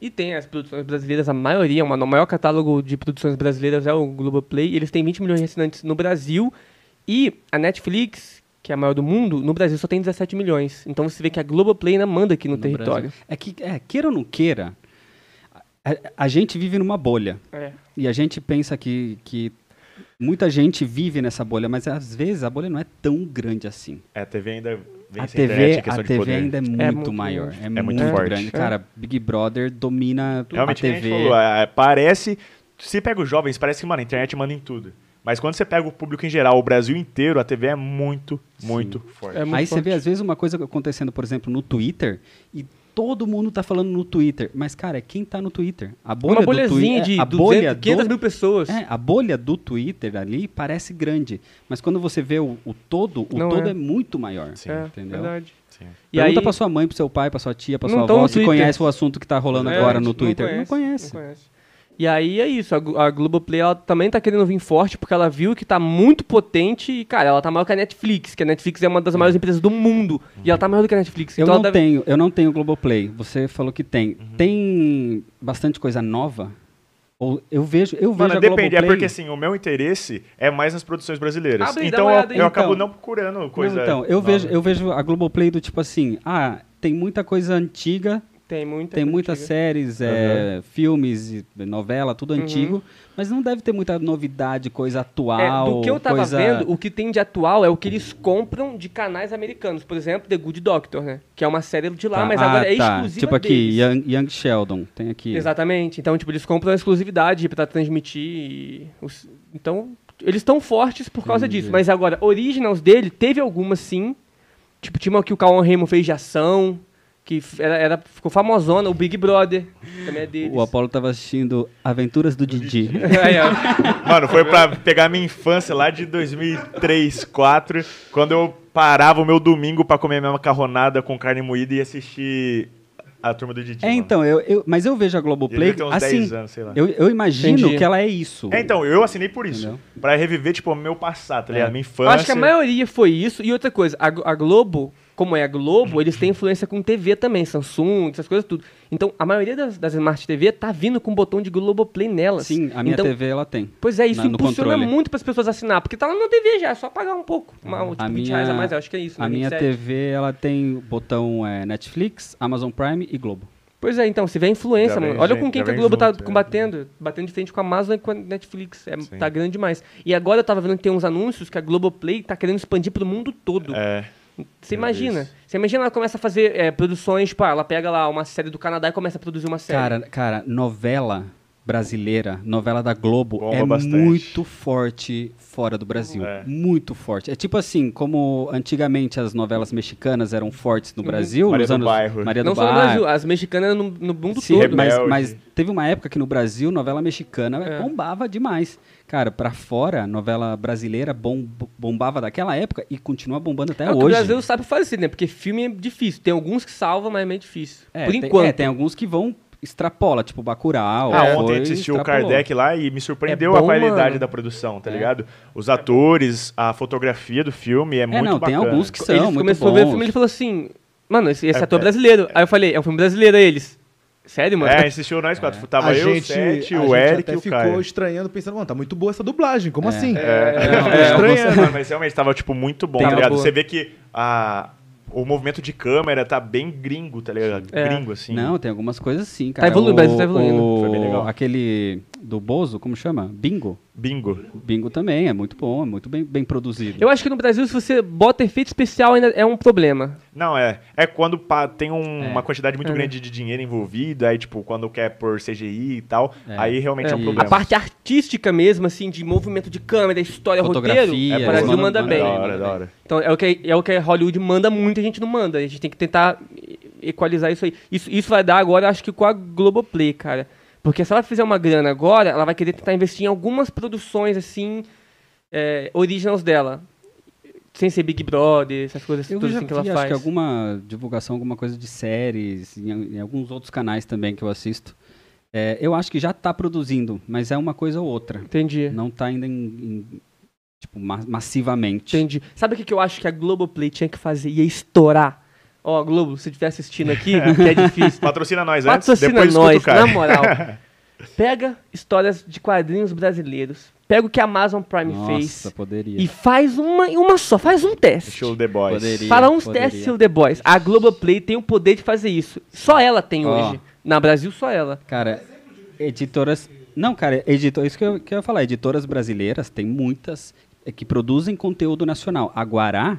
B: E tem as produções brasileiras, a maioria, mano, o maior catálogo de produções brasileiras é o Globoplay, e eles têm 20 milhões de assinantes no Brasil, e a Netflix, que é a maior do mundo, no Brasil só tem 17 milhões. Então você vê que a Globoplay ainda manda aqui no, território.
C: É que, é, queira ou não queira, a, a gente vive numa bolha.
B: É.
C: E a gente pensa que, que muita gente vive nessa bolha, mas às vezes a bolha não é tão grande assim.
A: É, a TV ainda vem
C: A
A: sem internet,
C: TV,
A: é questão
C: a
A: de
C: TV
A: poder.
C: ainda é muito,
B: muito
C: maior,
B: grande.
C: é,
A: muito
C: muito,
A: forte.
C: grande.
A: É.
C: Cara, Big Brother domina
A: Realmente,
C: a
A: que nem
C: TV.
A: a gente falou, é, parece. Se pega os jovens, parece que, mano, a internet manda em tudo. Mas quando você pega o público em geral, o Brasil inteiro, a TV é muito, muito forte.
B: É muito
C: Aí você
B: forte.
C: vê, às vezes, uma coisa acontecendo, por exemplo, no Twitter, e todo mundo tá falando no Twitter. Mas, cara, é quem tá no Twitter? A
B: É
C: bolha
B: uma
C: do Twitter.
B: bolhazinha de
C: a
B: 200,
C: bolha
B: 500
C: do...
B: mil pessoas.
C: É, a bolha do Twitter ali parece grande, mas quando você vê o, o todo, o
B: Não
C: todo
B: é.
C: é. muito maior,
A: Sim.
B: É,
C: entendeu?
B: verdade.
A: Sim.
B: E
C: Pergunta
B: aí-
C: pra sua mãe, pro seu pai, pra sua tia, pra
B: Não
C: sua
B: tão
C: avó,
B: no
C: se
B: Twitter.
C: conhece o assunto que tá rolando
B: É,
C: agora
B: não
C: no Twitter. Não
B: conhece,
C: conhece.
B: não conhece. E aí é isso, a, Glo- a Globoplay ela também tá querendo vir forte porque ela viu que tá muito potente e, cara, ela tá maior que a Netflix, que a Netflix é uma das maiores empresas do mundo e ela tá maior do que a Netflix.
C: Eu
B: então
C: não
B: ela deve- Uhum.
C: tenho, eu não tenho Globoplay. Você falou que tem. Tem bastante coisa nova? Ou eu vejo, eu vejo
A: Mano,
C: a
A: depende. É
C: Globoplay-
A: porque, assim, o meu interesse é mais nas produções brasileiras.
B: Abre e dá
A: então,
B: uma
A: eu,
B: olhada aí,
A: eu acabo
C: então.
A: não procurando coisa.
C: Não, então, eu
A: nova.
C: vejo, eu vejo a Globoplay do tipo assim, ah, tem muita coisa antiga,
B: Tem muita.
C: tem
B: coisa
C: muitas
B: antiga. Uhum.
C: séries, é, filmes, e novela, tudo antigo, mas não deve ter muita novidade, coisa
B: É,
C: atual,
B: do que eu tava
C: coisa...
B: vendo, o que tem de atual é o que eles compram de canais americanos. Por exemplo, The Good Doctor, né? Que é uma série de lá,
C: Tá,
B: mas
C: ah,
B: agora é
C: tá,
B: exclusiva
C: Tipo aqui,
B: deles.
C: Young, Young Sheldon, tem aqui.
B: Exatamente. Então, tipo, eles compram a exclusividade pra transmitir. e os- Então, eles estão fortes por causa
C: Entendi.
B: disso. Mas agora, originals dele, teve algumas sim. Tipo, tinha uma que o Cauan Raymond fez de ação, que f- era, era- ficou famosona, o Big Brother, também é deles.
C: O Apollo tava assistindo Aventuras do Didi.
A: né?
B: Aí, ó.
A: Mano, foi pra pegar minha infância lá de 2003, 2004, quando eu parava o meu domingo pra comer minha macarronada com carne moída e assistir a turma do Didi.
C: É,
A: mano.
C: então, eu, eu- mas eu vejo a Globoplay
A: Devia ter uns
C: assim.
A: 10 anos, sei lá.
C: Eu, eu imagino
B: Entendi.
C: que ela é isso.
A: É, então, eu assinei por isso.
C: Entendeu?
A: Pra reviver, tipo, o meu passado, tá ligado? Minha
B: Eu
A: infância.
B: acho que é a maioria foi isso. E outra coisa, a, Glo- a Globo, como é a Globo, eles têm influência com TV também, Samsung, essas coisas tudo. Então, a maioria das, das Smart TV tá vindo com o botão de Globoplay nelas.
C: Sim, a minha
B: então,
C: TV ela tem.
B: Pois é, isso
C: Na- no
B: impulsiona
C: controle. Uhum.
B: muito para as pessoas assinar, porque tá lá na TV já, é só pagar um pouco. Uma, tipo,
C: a
B: 20
C: minha,
B: reais a mais, eu acho que é isso.
C: a
B: né,
C: minha
B: 27.
C: TV ela tem o botão é, Netflix, Amazon Prime e Globo.
B: Pois é, então, se vê a influência,
A: Já
B: mano.
A: vem
B: Olha
A: gente,
B: com quem
A: já
B: que a
A: vem
B: Globo tá
A: junto, é.
B: combatendo. Batendo de frente com a Amazon e com a Netflix. É,
A: Sim.
B: tá grande demais. E agora eu tava vendo que tem uns anúncios que a Globoplay tá querendo expandir pro mundo todo.
A: É.
B: Você
A: eu vi
B: imagina.
A: isso.
B: Você imagina ela começa a fazer é, produções, tipo, ah, ela pega lá uma série do Canadá e começa a produzir uma série.
C: Cara, cara, novela brasileira, novela da Globo
A: Bomba
C: é
A: bastante.
C: muito forte fora do Brasil,
A: É.
C: muito forte. É tipo assim, como antigamente as novelas mexicanas eram fortes no Brasil,
A: Maria
C: nos
A: do
C: anos
A: Bairro.
C: Maria
B: Uhum. não
C: do
B: só no
C: Bairro.
B: Brasil, as mexicanas no, no mundo
C: Sim,
B: todo. né?
C: mas,
A: Rebelde.
C: mas teve uma época que no Brasil novela mexicana
B: É.
C: bombava demais. Cara, pra fora, novela brasileira bom- bombava daquela época e continua bombando até
B: É o que
C: hoje.
B: o brasileiro sabe fazer, né? Porque filme é difícil. Tem alguns que salvam, mas é meio difícil.
C: É,
B: Por
C: tem,
B: enquanto.
C: é, tem alguns que vão extrapola, tipo Bacurau.
A: Ah,
C: é,
A: ontem a
C: foi,
A: gente assistiu o
C: extrapolou.
A: Kardec lá e me surpreendeu
B: É
A: a
B: bom,
A: qualidade
B: mano.
A: da produção, tá ligado? Os atores, a fotografia do filme é,
C: É,
A: muito
C: não,
A: bacana.
C: tem alguns que são
B: eles
C: muito
B: começou a
C: bons.
B: ver o filme e ele falou assim: Mano, esse, esse
A: É,
B: ator
A: é,
B: é brasileiro. Aí eu falei: É um filme brasileiro, aí eles. Sério, mano?
A: É, assistiu nós quatro. Tava
D: a
A: eu,
D: gente,
A: o Sete,
D: a
A: o
D: gente
A: Eric
D: até
A: e o
D: ficou
A: Caio.
D: estranhando, pensando, mano, tá muito boa essa dublagem, como assim?
C: Não,
A: É,
C: é,
A: estranho, mano, mas realmente tava, tipo, muito bom,
B: Tava
A: tá ligado?
B: boa.
A: Você vê que a, o movimento de câmera tá bem gringo, tá ligado?
B: É.
A: Gringo, assim.
C: Não, tem algumas coisas sim, cara.
B: evoluindo, o
C: o
B: Brasil tá evoluindo.
C: o-
A: Foi bem legal.
C: Aquele do Bozo, como chama? Bingo.
A: Bingo.
C: Bingo também, é muito bom, é muito bem, bem produzido.
B: Eu acho que no Brasil, se você bota efeito especial, ainda é um problema.
A: Não, é. É quando pá, tem um-
C: É.
A: uma quantidade muito grande de dinheiro envolvida, aí, tipo, quando quer por CGI e tal,
C: É.
A: aí realmente é, um
C: E-
A: problema.
B: A parte artística mesmo, assim, de movimento de câmera, história, roteiro,
C: Fotografia,
B: o Brasil manda,
C: manda- manda
A: É
B: bem.
A: da hora, é da hora.
B: Então é o, que, é o que Hollywood manda muito, a gente não manda. A gente tem que tentar equalizar isso aí. Isso, isso vai dar agora, acho que com a Globoplay, cara. Porque se ela fizer uma grana agora, ela vai querer tentar investir em algumas produções, assim, é, originals dela. Sem ser Big Brother, essas coisas
C: Eu
B: todas
C: já
B: assim que
C: vi,
B: ela
C: acho
B: faz.
C: que alguma divulgação, alguma coisa de séries, em, em alguns outros canais também que eu assisto. É, eu acho que já está produzindo, mas é uma coisa ou outra.
B: Entendi.
A: É.
C: Não está ainda em, em, tipo, ma- massivamente.
B: Entendi. Sabe o que, que eu acho que a Globoplay tinha que fazer? Ia estourar. Ó, Globo, se estiver assistindo aqui, que é difícil.
A: Patrocina nós antes,
B: Patrocina
A: depois
B: nós,
A: escuta o cara.
B: na moral. Pega histórias de quadrinhos brasileiros. Pega o que a Amazon Prime
C: Nossa,
B: fez.
C: poderia.
B: E faz uma, uma só, faz um teste.
A: Show The Boys.
C: Poderia.
B: Fala uns
C: Poderia.
B: testes do The Boys. A Globoplay tem o poder de fazer isso. Só ela tem
C: Ó.
B: hoje. Na Brasil, só ela.
C: Cara, editoras. Não, cara, editor, isso que eu, que eu ia falar. Editoras brasileiras, tem muitas eh, que produzem conteúdo nacional. A Guará,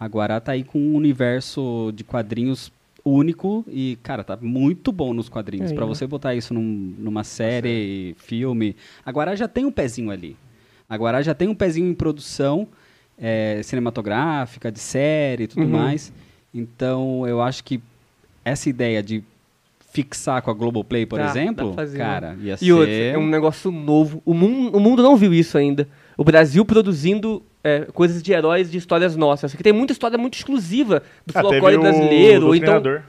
C: a Guará tá aí com um universo de quadrinhos único e, cara, tá muito bom nos quadrinhos.
B: Aí,
C: Pra
B: ó.
C: você botar isso num-
B: Tá
C: numa série, filme. A Guará já tem um pezinho ali. A Guará já tem um pezinho em produção eh, cinematográfica, de série e tudo
B: Uhum.
C: mais. Então, eu acho que essa ideia de fixar com a Globoplay, por
B: Dá, dá
C: exemplo,
B: pra fazer, né?
C: cara, ia
B: E outro,
C: ser...
B: é um negócio novo. O mundo, o mundo não viu isso ainda. O Brasil produzindo é, coisas de heróis de histórias nossas. Porque tem muita história muito exclusiva do
A: Ah, teve
B: folclore
A: o
B: brasileiro. ou então,
A: Doutrinador.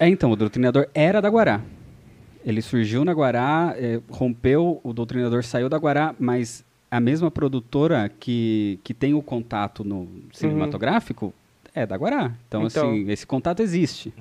C: É, então, o Doutrinador era da Guará. Ele surgiu na Guará, eh, rompeu, o Doutrinador saiu da Guará, mas a mesma produtora que, que tem o contato no cinematográfico é da Guará. Então,
B: Então.
C: assim, esse contato existe.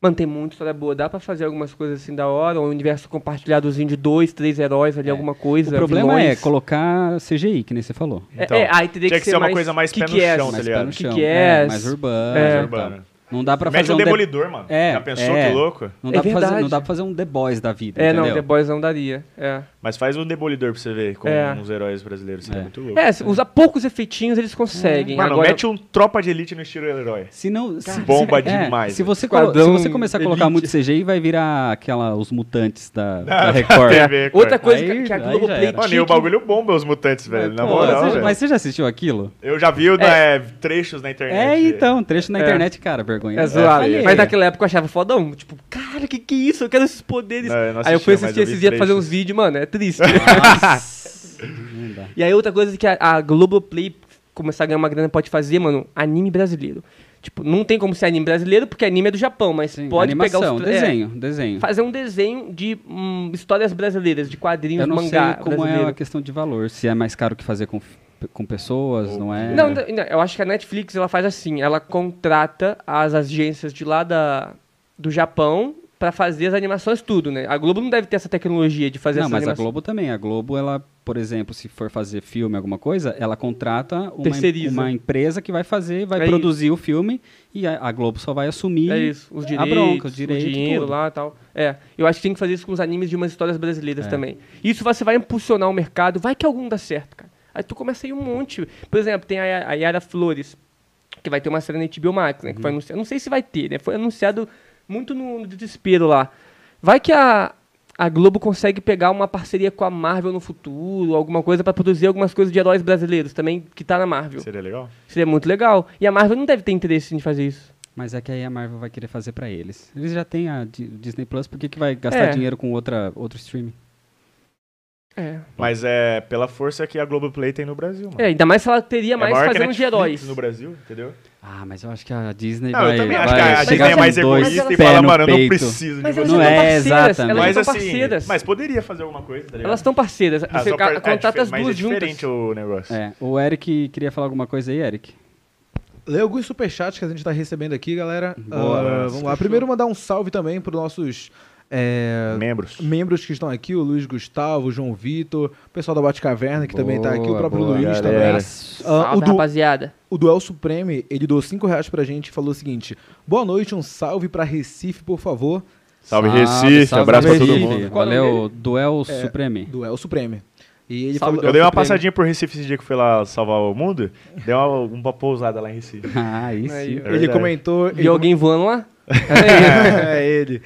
B: Mano, tem muita história boa. Dá pra fazer algumas coisas assim da hora. Um universo compartilhadozinho de dois, três heróis
A: É.
B: ali, alguma coisa.
C: o problema
B: vilões.
C: é colocar CGI, que nem você falou.
B: É,
A: Então,
B: é, aí teria
A: tinha
B: que,
A: que ser uma coisa mais
B: que
A: pé
B: que
A: no
B: é,
A: chão,
B: assim?
A: tá
C: mais
A: ligado?
C: pé no
B: Que
C: chão,
B: que é?
C: é, mais urbano.
B: É.
C: tal.
A: Urbano.
C: Não dá pra
A: Mete
C: fazer
A: o
C: um The-
A: Demolidor, mano.
C: É,
A: Já pensou
C: é.
A: que louco?
C: Não
B: É
C: dá, pra fazer,
B: verdade.
C: não dá pra fazer um The Boys da vida,
B: É, não,
C: entendeu?
B: The Boys não daria. É.
A: Mas faz um Demolidor pra você ver com
B: É.
A: uns heróis brasileiros. Seria
C: É.
A: muito louco.
B: É, se usar poucos efeitinhos eles conseguem.
A: Mano,
B: Agora,
A: mete um tropa de elite no estilo herói.
C: Se não, se,
A: Bomba
C: se, é,
A: demais,
C: se,
A: né?
C: você, colo- se
B: Esquadrão
C: você começar a colocar
B: Elite.
C: muito CGI, vai virar aquela, os mutantes da, da Record.
A: TV, cara.
B: outra coisa
C: Aí-
B: que- que a
C: aí já
B: Globoplay tinha
C: era.
A: Mano, e o
B: que-
A: bagulho bomba os mutantes,
B: É,
A: velho. Na
C: Pô,
A: moral,
C: você-
A: velho.
C: mas você já assistiu aquilo?
A: Eu já vi né, trechos na internet.
C: É, então, trecho na
B: É.
C: internet, cara, vergonha.
B: É zoado.
A: feio.
B: mas naquela época eu achava fodão. Tipo, cara, que que é isso? Eu quero esses poderes.
A: Não, eu não
B: aí eu
A: assistia,
B: fui
A: mas
B: assistir
A: eu vi
B: esses dias pra fazer
A: trechos.
B: uns vídeos, mano, é triste.
C: Nossa. Não dá.
B: e aí outra coisa que a, a Globoplay começar a ganhar uma grana pode fazer, mano, anime brasileiro. Tipo, não tem como ser anime brasileiro porque anime é do Japão, mas
C: Sim,
B: pode
C: animação,
B: pegar os... tra- é,
C: desenho, desenho.
B: fazer um desenho de hum, histórias brasileiras, de quadrinhos,
C: Eu não
B: mangá
C: sei como
B: brasileiro.
C: é a questão de valor, se é mais caro que fazer com, com pessoas, não é?
B: Não, não, não, eu acho que a Netflix ela faz assim, ela contrata as agências de lá da, do Japão pra fazer as animações tudo, né? A Globo não deve ter essa tecnologia de fazer
C: Não,
B: essas
C: mas a
B: animações.
C: Globo também. A Globo, ela, por exemplo, se for fazer filme, alguma coisa, ela contrata uma,
B: Terceiriza.
C: uma empresa que vai fazer, vai
B: É isso.
C: produzir o filme e a, a Globo só vai assumir
B: É isso, os direitos,
C: a bronca, o
B: o
C: direito,
B: dinheiro
C: tudo.
B: lá e tal. É, eu acho que tem que fazer isso com os animes de umas histórias brasileiras
C: É.
B: também. Isso você vai impulsionar o mercado, vai que algum dá certo, cara. Aí tu começa aí um monte. Por exemplo, tem a, a Yara Flores, que vai ter uma série na HBO Max, né? Que
C: Uhum.
B: foi anunciada. Não sei se vai ter, né? Foi anunciado muito no, no desespero lá. Vai que a, a Globo consegue pegar uma parceria com a Marvel no futuro, alguma coisa pra produzir algumas coisas de heróis brasileiros também, que tá na Marvel.
A: Seria legal?
B: Seria muito legal. E a Marvel não deve ter interesse em fazer isso.
C: Mas é que aí a Marvel vai querer fazer pra eles. Eles já têm a Di- Disney Plus, por que, que vai gastar
B: É.
C: dinheiro com outra, outro streaming?
B: É.
A: Mas é pela força que a Globoplay tem no Brasil, mano.
B: É, ainda mais se ela teria mais
A: maior que a
B: fazendo um de
A: Netflix
B: heróis.
A: no Brasil, entendeu?
C: Ah, mas eu acho que a Disney
A: Não,
C: vai.
A: eu também acho
C: vai
A: que a
C: chegar
A: Disney é
C: com
A: mais
C: dois
A: egoísta e
C: pé
A: fala,
C: no
A: mano, eu não
C: peito."
A: preciso de
B: Mas
A: você.
B: elas
C: Não
B: já
C: é,
B: estão parceiras.
C: exatamente.
B: Elas
A: Mas
B: já estão
A: assim,
B: parceiras.
A: mas poderia fazer alguma coisa, tá ligado?
B: Elas estão parceiras.
A: Ah,
B: Você
A: só
B: ca-
A: per- é
B: contrata
A: dife-
B: as duas
A: Mas é
B: juntas.
A: diferente o negócio.
C: É, o Eric queria falar alguma coisa aí, Eric?
D: Lê alguns superchats que a gente tá recebendo aqui, galera.
A: Boa.
D: Ah, vamos lá. Primeiro mandar um salve também pros nossos é,
A: Membros.
D: membros que estão aqui, o Luiz Gustavo, o João Vitor, o pessoal da Bate-Caverna que também tá aqui, o
C: Boa,
D: próprio
C: boa,
D: Luiz também.
A: galera.
D: Ah,
B: Salve,
D: o Du-
B: rapaziada.
D: O Duel Supreme, ele deu 5 reais pra gente e falou o seguinte: Boa noite, um salve pra Recife, por favor.
A: Salve, Recife, abraço pra todo
C: Recife.
A: mundo.
B: Qual é o nome
C: Valeu, Duel
D: É,
C: Supreme.
D: Duel Supreme. E ele
B: Salve,
A: Eu
D: falou.
A: dei uma
B: Supremo.
A: passadinha por Recife esse dia que eu fui lá salvar o mundo. Dei uma, uma pousada lá em Recife.
C: Ah, aí
B: Aí,
C: sim.
A: ó.
D: É, ele
A: verdade.
D: comentou. ele
B: Viu alguém voando lá?
D: é ele.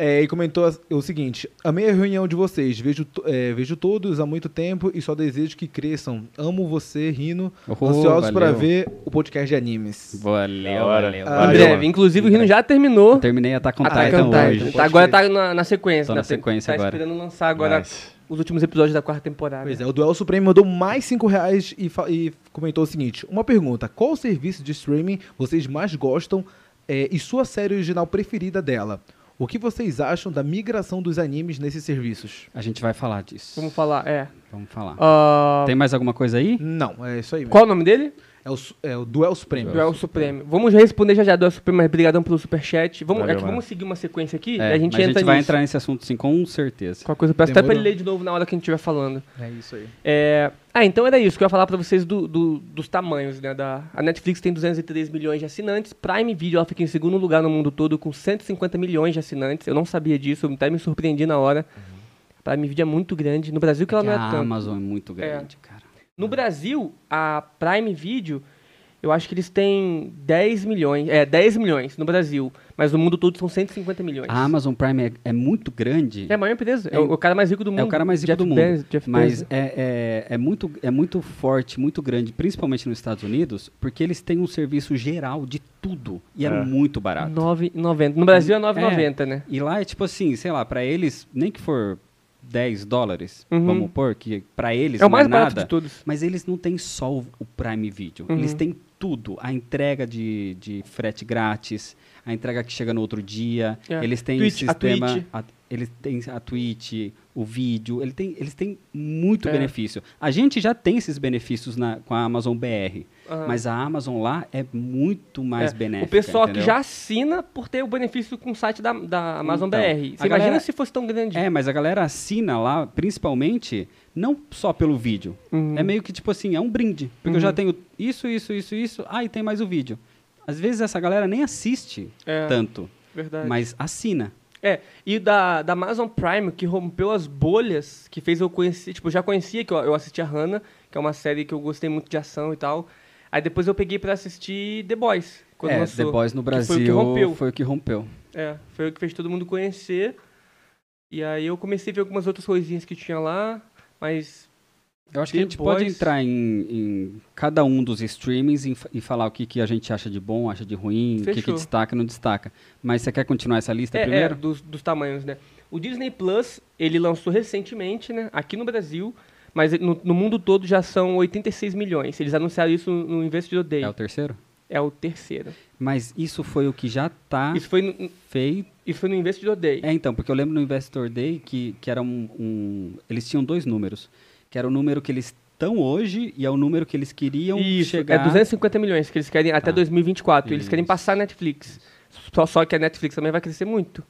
D: É, ele comentou as- o seguinte: Amei a reunião de vocês. Vejo, to- é, vejo todos há muito tempo e só desejo que cresçam. Amo você, Rino.
C: Oh,
D: ansiosos para
C: valeu.
D: ver o podcast de animes.
A: Da
C: Valeu,
A: hora.
C: valeu.
D: Ah,
B: Em
A: Valeu,
B: breve.
A: mano.
B: Inclusive o Rino já terminou.
C: Terminei a Attack on
B: Ah. Attack
C: Titan
B: on Titan.
C: então, hoje.
B: Tá, agora tá na, na sequência.
C: Tô na sequência
B: tá
C: agora.
B: esperando lançar agora
A: Nice.
B: os últimos episódios da quarta temporada.
D: Pois é, o Duel Supremo mandou mais 5 reais e, fa- e comentou o seguinte: Uma pergunta: qual serviço de streaming vocês mais gostam é, e sua série original preferida dela? O que vocês acham da migração dos animes nesses serviços?
C: A gente vai falar disso.
B: Vamos falar, é.
C: Vamos falar.
B: Ah,
C: Tem mais alguma coisa aí?
D: Não, é isso aí mesmo.
B: Qual o nome dele?
D: É, o, su- é o Duel Supremo.
B: Duel Supremo. Vamos responder já já Duel Supremo, mas brigadão pelo superchat. Vamos,
A: Valeu,
B: é que
A: mano.
B: vamos seguir uma sequência aqui
C: É,
B: e a gente
C: mas
B: entra
C: a gente vai
B: nisso.
C: entrar nesse assunto sim, com certeza.
B: Qualquer coisa, eu peço até pra
D: Demorou.
B: ele ler de novo na hora que a gente estiver falando.
D: É isso aí.
B: É, Ah, então era isso que eu ia falar pra vocês do- do- dos tamanhos, né? Da... A Netflix tem 203 milhões de assinantes, Prime Video ela fica em segundo lugar no mundo todo com 150 milhões de assinantes. Eu não sabia disso, eu até me surpreendi na hora. A Prime Video é muito grande. No Brasil que ela
C: Porque
B: não é
C: a
B: tanto.
C: Amazon é muito grande, cara.
B: No Brasil, a Prime Video, eu acho que eles têm 10 milhões. É, 10 milhões no Brasil. Mas no mundo todo são 150 milhões.
C: A Amazon Prime é, é muito grande.
B: É a maior empresa. É o, o cara mais rico do mundo.
C: É o cara mais rico
B: Jeff
C: do mundo.
B: Bezos, Jeff
C: mas
B: Bezos.
C: é, é, é muito, é muito forte, muito grande, principalmente nos Estados Unidos, porque eles têm um serviço geral de tudo. E é,
A: É.
C: muito barato.
B: 9,90. No Brasil é
C: É.
B: 9,90, né?
C: E lá é tipo assim, sei lá, pra eles, nem que for 10 dólares,
B: Uhum.
C: vamos pôr, que pra eles
B: É o
C: não
B: mais
C: é
B: barato
C: nada.
B: de todos.
C: Mas eles não têm só o o Prime Video.
B: Uhum.
C: Eles têm tudo. A entrega de, de frete grátis, a entrega que chega no outro dia.
B: É.
C: Eles têm
B: Twitch, a
C: sistema.
B: Twitch.
C: a- eles têm a Twitch, o vídeo. Ele tem, eles têm muito
B: É.
C: benefício. A gente já tem esses benefícios na- com a Amazon BR.
B: Aham.
C: Mas a Amazon lá é muito mais
B: É,
C: benéfica.
B: o pessoal
C: entendeu?
B: que já assina por ter o benefício com o site da, da Amazon
C: Então,
B: BR. Você
C: a
B: imagina
C: galera-
B: se fosse tão grande.
C: É, mas a galera assina lá, principalmente, não só pelo vídeo.
B: Uhum.
C: É meio que tipo assim, é um brinde. Porque eu já tenho isso, isso, isso, isso, ah, e tem mais o vídeo. Às vezes essa galera nem assiste
B: É.
C: tanto,
B: verdade.
C: mas assina.
B: É, e da, da Amazon Prime, que rompeu as bolhas, que fez eu conhecer, tipo, eu já conhecia, que eu, eu assisti a Hannah, que é uma série que eu gostei muito de ação e tal. Aí depois eu peguei pra assistir The Boys, quando
C: é,
B: lançou.
C: The Boys no
B: que foi o que
C: Brasil
B: rompeu.
C: foi o que rompeu.
B: É, foi o que fez todo mundo conhecer. E aí eu comecei a ver algumas outras coisinhas que tinha lá, mas
C: Eu acho
B: The
C: que a gente pode
B: Boys.
C: entrar em, em cada um dos streamings e, fa- e falar o que, que a gente acha de bom, acha de ruim, o que, que
B: Fechou.
C: destaca e não destaca. Mas você quer continuar essa lista
B: é, é,
C: primeiro?
B: dos, dos tamanhos, né? O Disney Plus, ele lançou recentemente, né, aqui no Brasil, mas no, no mundo todo já são 86 milhões. Eles anunciaram isso no Investor Day.
C: É o terceiro?
B: É o terceiro.
C: Mas isso foi o que já tá
B: Isso foi no,
C: feito.
B: isso foi no Investor Day.
C: É, então, porque eu lembro no Investor Day que, que era um, um- Eles tinham dois números. Que era o número que eles estão hoje e é o número que eles queriam
B: Isso,
C: chegar.
B: é 250 milhões que eles querem até
C: Tá.
B: 2024. Eles querem
C: Isso.
B: passar a Netflix. Só, só que a Netflix também vai crescer muito.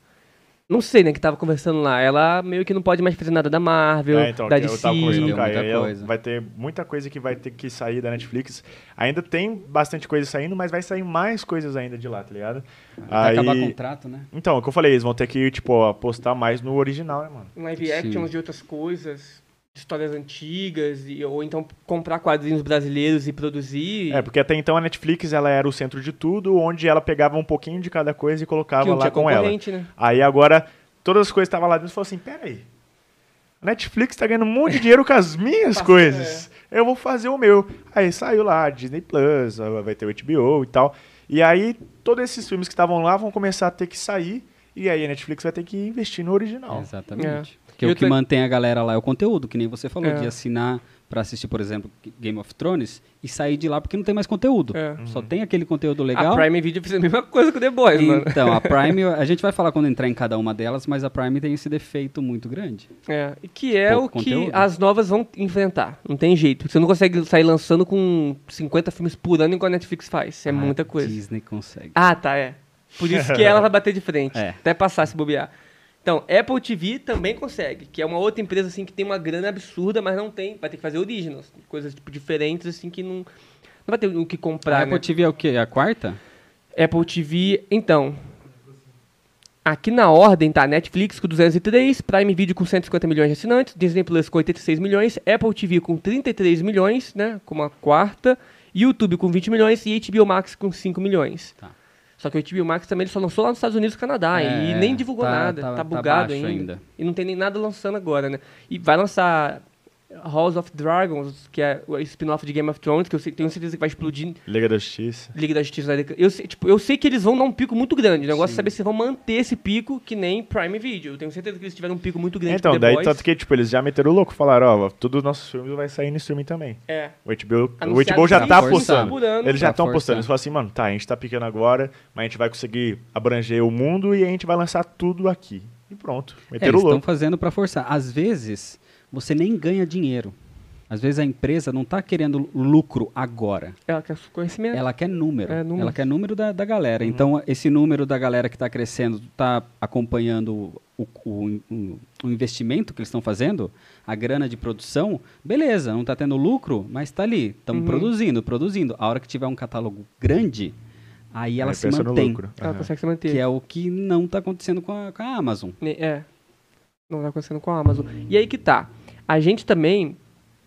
B: Não sei, né, que tava conversando lá. Ela meio que não pode mais fazer nada da Marvel,
A: É, então,
B: da
A: que eu
B: DC.
A: tava conversando com o
C: Muita
A: Caio, aí ela-
C: coisa.
A: Vai ter muita coisa que vai ter que sair da Netflix. Ainda tem bastante coisa saindo, mas vai sair mais coisas ainda de lá, tá ligado?
C: Vai acabar
A: Aí-
C: contrato, né?
A: Então, é o que eu falei, eles vão ter que, tipo, apostar mais no original, né, mano?
B: um Live
C: Sim.
B: actions de outras coisas, de histórias antigas, e- ou então comprar quadrinhos brasileiros e produzir.
A: É, porque até então a Netflix, ela era o centro de tudo, onde ela pegava um pouquinho de cada coisa e colocava
B: não
A: lá
B: tinha
A: com ela.
B: concorrente, né?
A: Aí agora, todas as coisas que estavam lá dentro, falou assim, peraí, a Netflix tá ganhando um monte de dinheiro com as minhas coisas. Eu vou fazer o meu. Aí saiu lá, Disney Plus, ah, vai ter o HBO e tal. E aí, todos esses filmes que estavam lá vão começar a ter que sair. E aí a Netflix vai ter que investir no original.
C: Exatamente.
B: É.
C: Porque
B: E
C: o
B: outra-
C: que mantém a galera lá é o conteúdo, que nem você falou,
B: É.
C: de assinar pra assistir, por exemplo, Game of Thrones e sair de lá porque não tem mais conteúdo.
B: É.
C: Só tem aquele conteúdo
B: A
C: legal.
B: Prime Video fez a mesma coisa que o The Boys, mano.
C: Então, a Prime, a gente vai falar quando entrar em cada uma delas, mas a Prime tem esse defeito muito grande.
B: É, e que é
C: Pouco
B: o que
C: conteúdo.
B: as novas vão enfrentar. Não tem jeito. Você não consegue sair lançando com 50 filmes por ano igual a Netflix faz.
A: Ah,
B: É
C: A
B: muita coisa.
C: Disney consegue.
B: Ah, tá, é. Por isso que ela vai bater de frente.
C: É.
B: Até passar se bobear. Então, Apple TV também consegue, que é uma outra empresa assim que tem uma grana absurda, mas não tem. Vai ter que fazer originals. Coisas tipo, diferentes, assim, que não. Não vai ter o que comprar.
C: É a Apple
B: né?
C: TV é o quê? A quarta?
B: Apple TV, então. Aqui na ordem tá Netflix com 203, Prime Video com 150 milhões de assinantes, Disney Plus com 86 milhões, Apple TV com 33 milhões, né, como a quarta, YouTube com 20 milhões e HBO Max com 5 milhões.
C: Tá.
B: Só que o HBO Max também ele só lançou lá nos Estados Unidos e Canadá
C: É,
B: e nem divulgou
C: tá-
B: nada,
C: tá-
B: tá,
C: tá
B: bugado
C: baixo
B: ainda.
C: ainda.
B: E não tem nem nada lançando agora, né? E vai lançar House of Dragons, que é o spin-off de Game of Thrones, que eu sei- tenho certeza que vai explodir
A: Liga da Justiça.
B: Liga da Justiça. né? Eu sei, tipo, eu sei que eles vão dar um pico muito grande. O negócio é saber se vão manter esse pico que nem Prime Video. Eu tenho certeza que eles tiveram um pico muito grande
A: Então,
B: com The
A: daí
B: Boys.
A: tanto que, tipo, eles já meteram o louco, falaram, ó, todos os nossos filmes vai sair no streaming também.
B: É.
A: O HBO, o
B: Anunciaram
A: HBO já
B: que
A: tá
B: isso
A: apostando.
B: por ano.
A: Eles já
C: Tá
A: estão
C: forçando.
A: apostando. Eles falam assim, mano, tá, a gente tá picando agora, mas a gente vai conseguir abranger o mundo e a gente vai lançar tudo aqui. E pronto.
C: É,
A: Meteram
C: eles
A: o
C: estão
A: louco.
C: fazendo para forçar. Às vezes, você nem ganha dinheiro. Às vezes a empresa não tá querendo lucro agora.
B: Ela quer conhecimento.
C: Ela quer número.
B: É, número.
C: Ela quer número da, da galera.
A: Uhum.
C: Então, esse número da galera que está crescendo, está acompanhando o, o- o- o investimento que eles estão fazendo, a grana de produção, beleza, não está tendo lucro, mas está ali. Estamos produzindo, produzindo. A hora que tiver um catálogo grande, aí ela
A: Aí
C: se
A: pensa É, no
C: mantém.
A: lucro.
B: Ela
A: Aham.
B: consegue se manter.
C: Que é o que não está acontecendo com a, com a Amazon.
B: Ne- É. Não tá acontecendo com a Amazon. E aí que tá. A gente também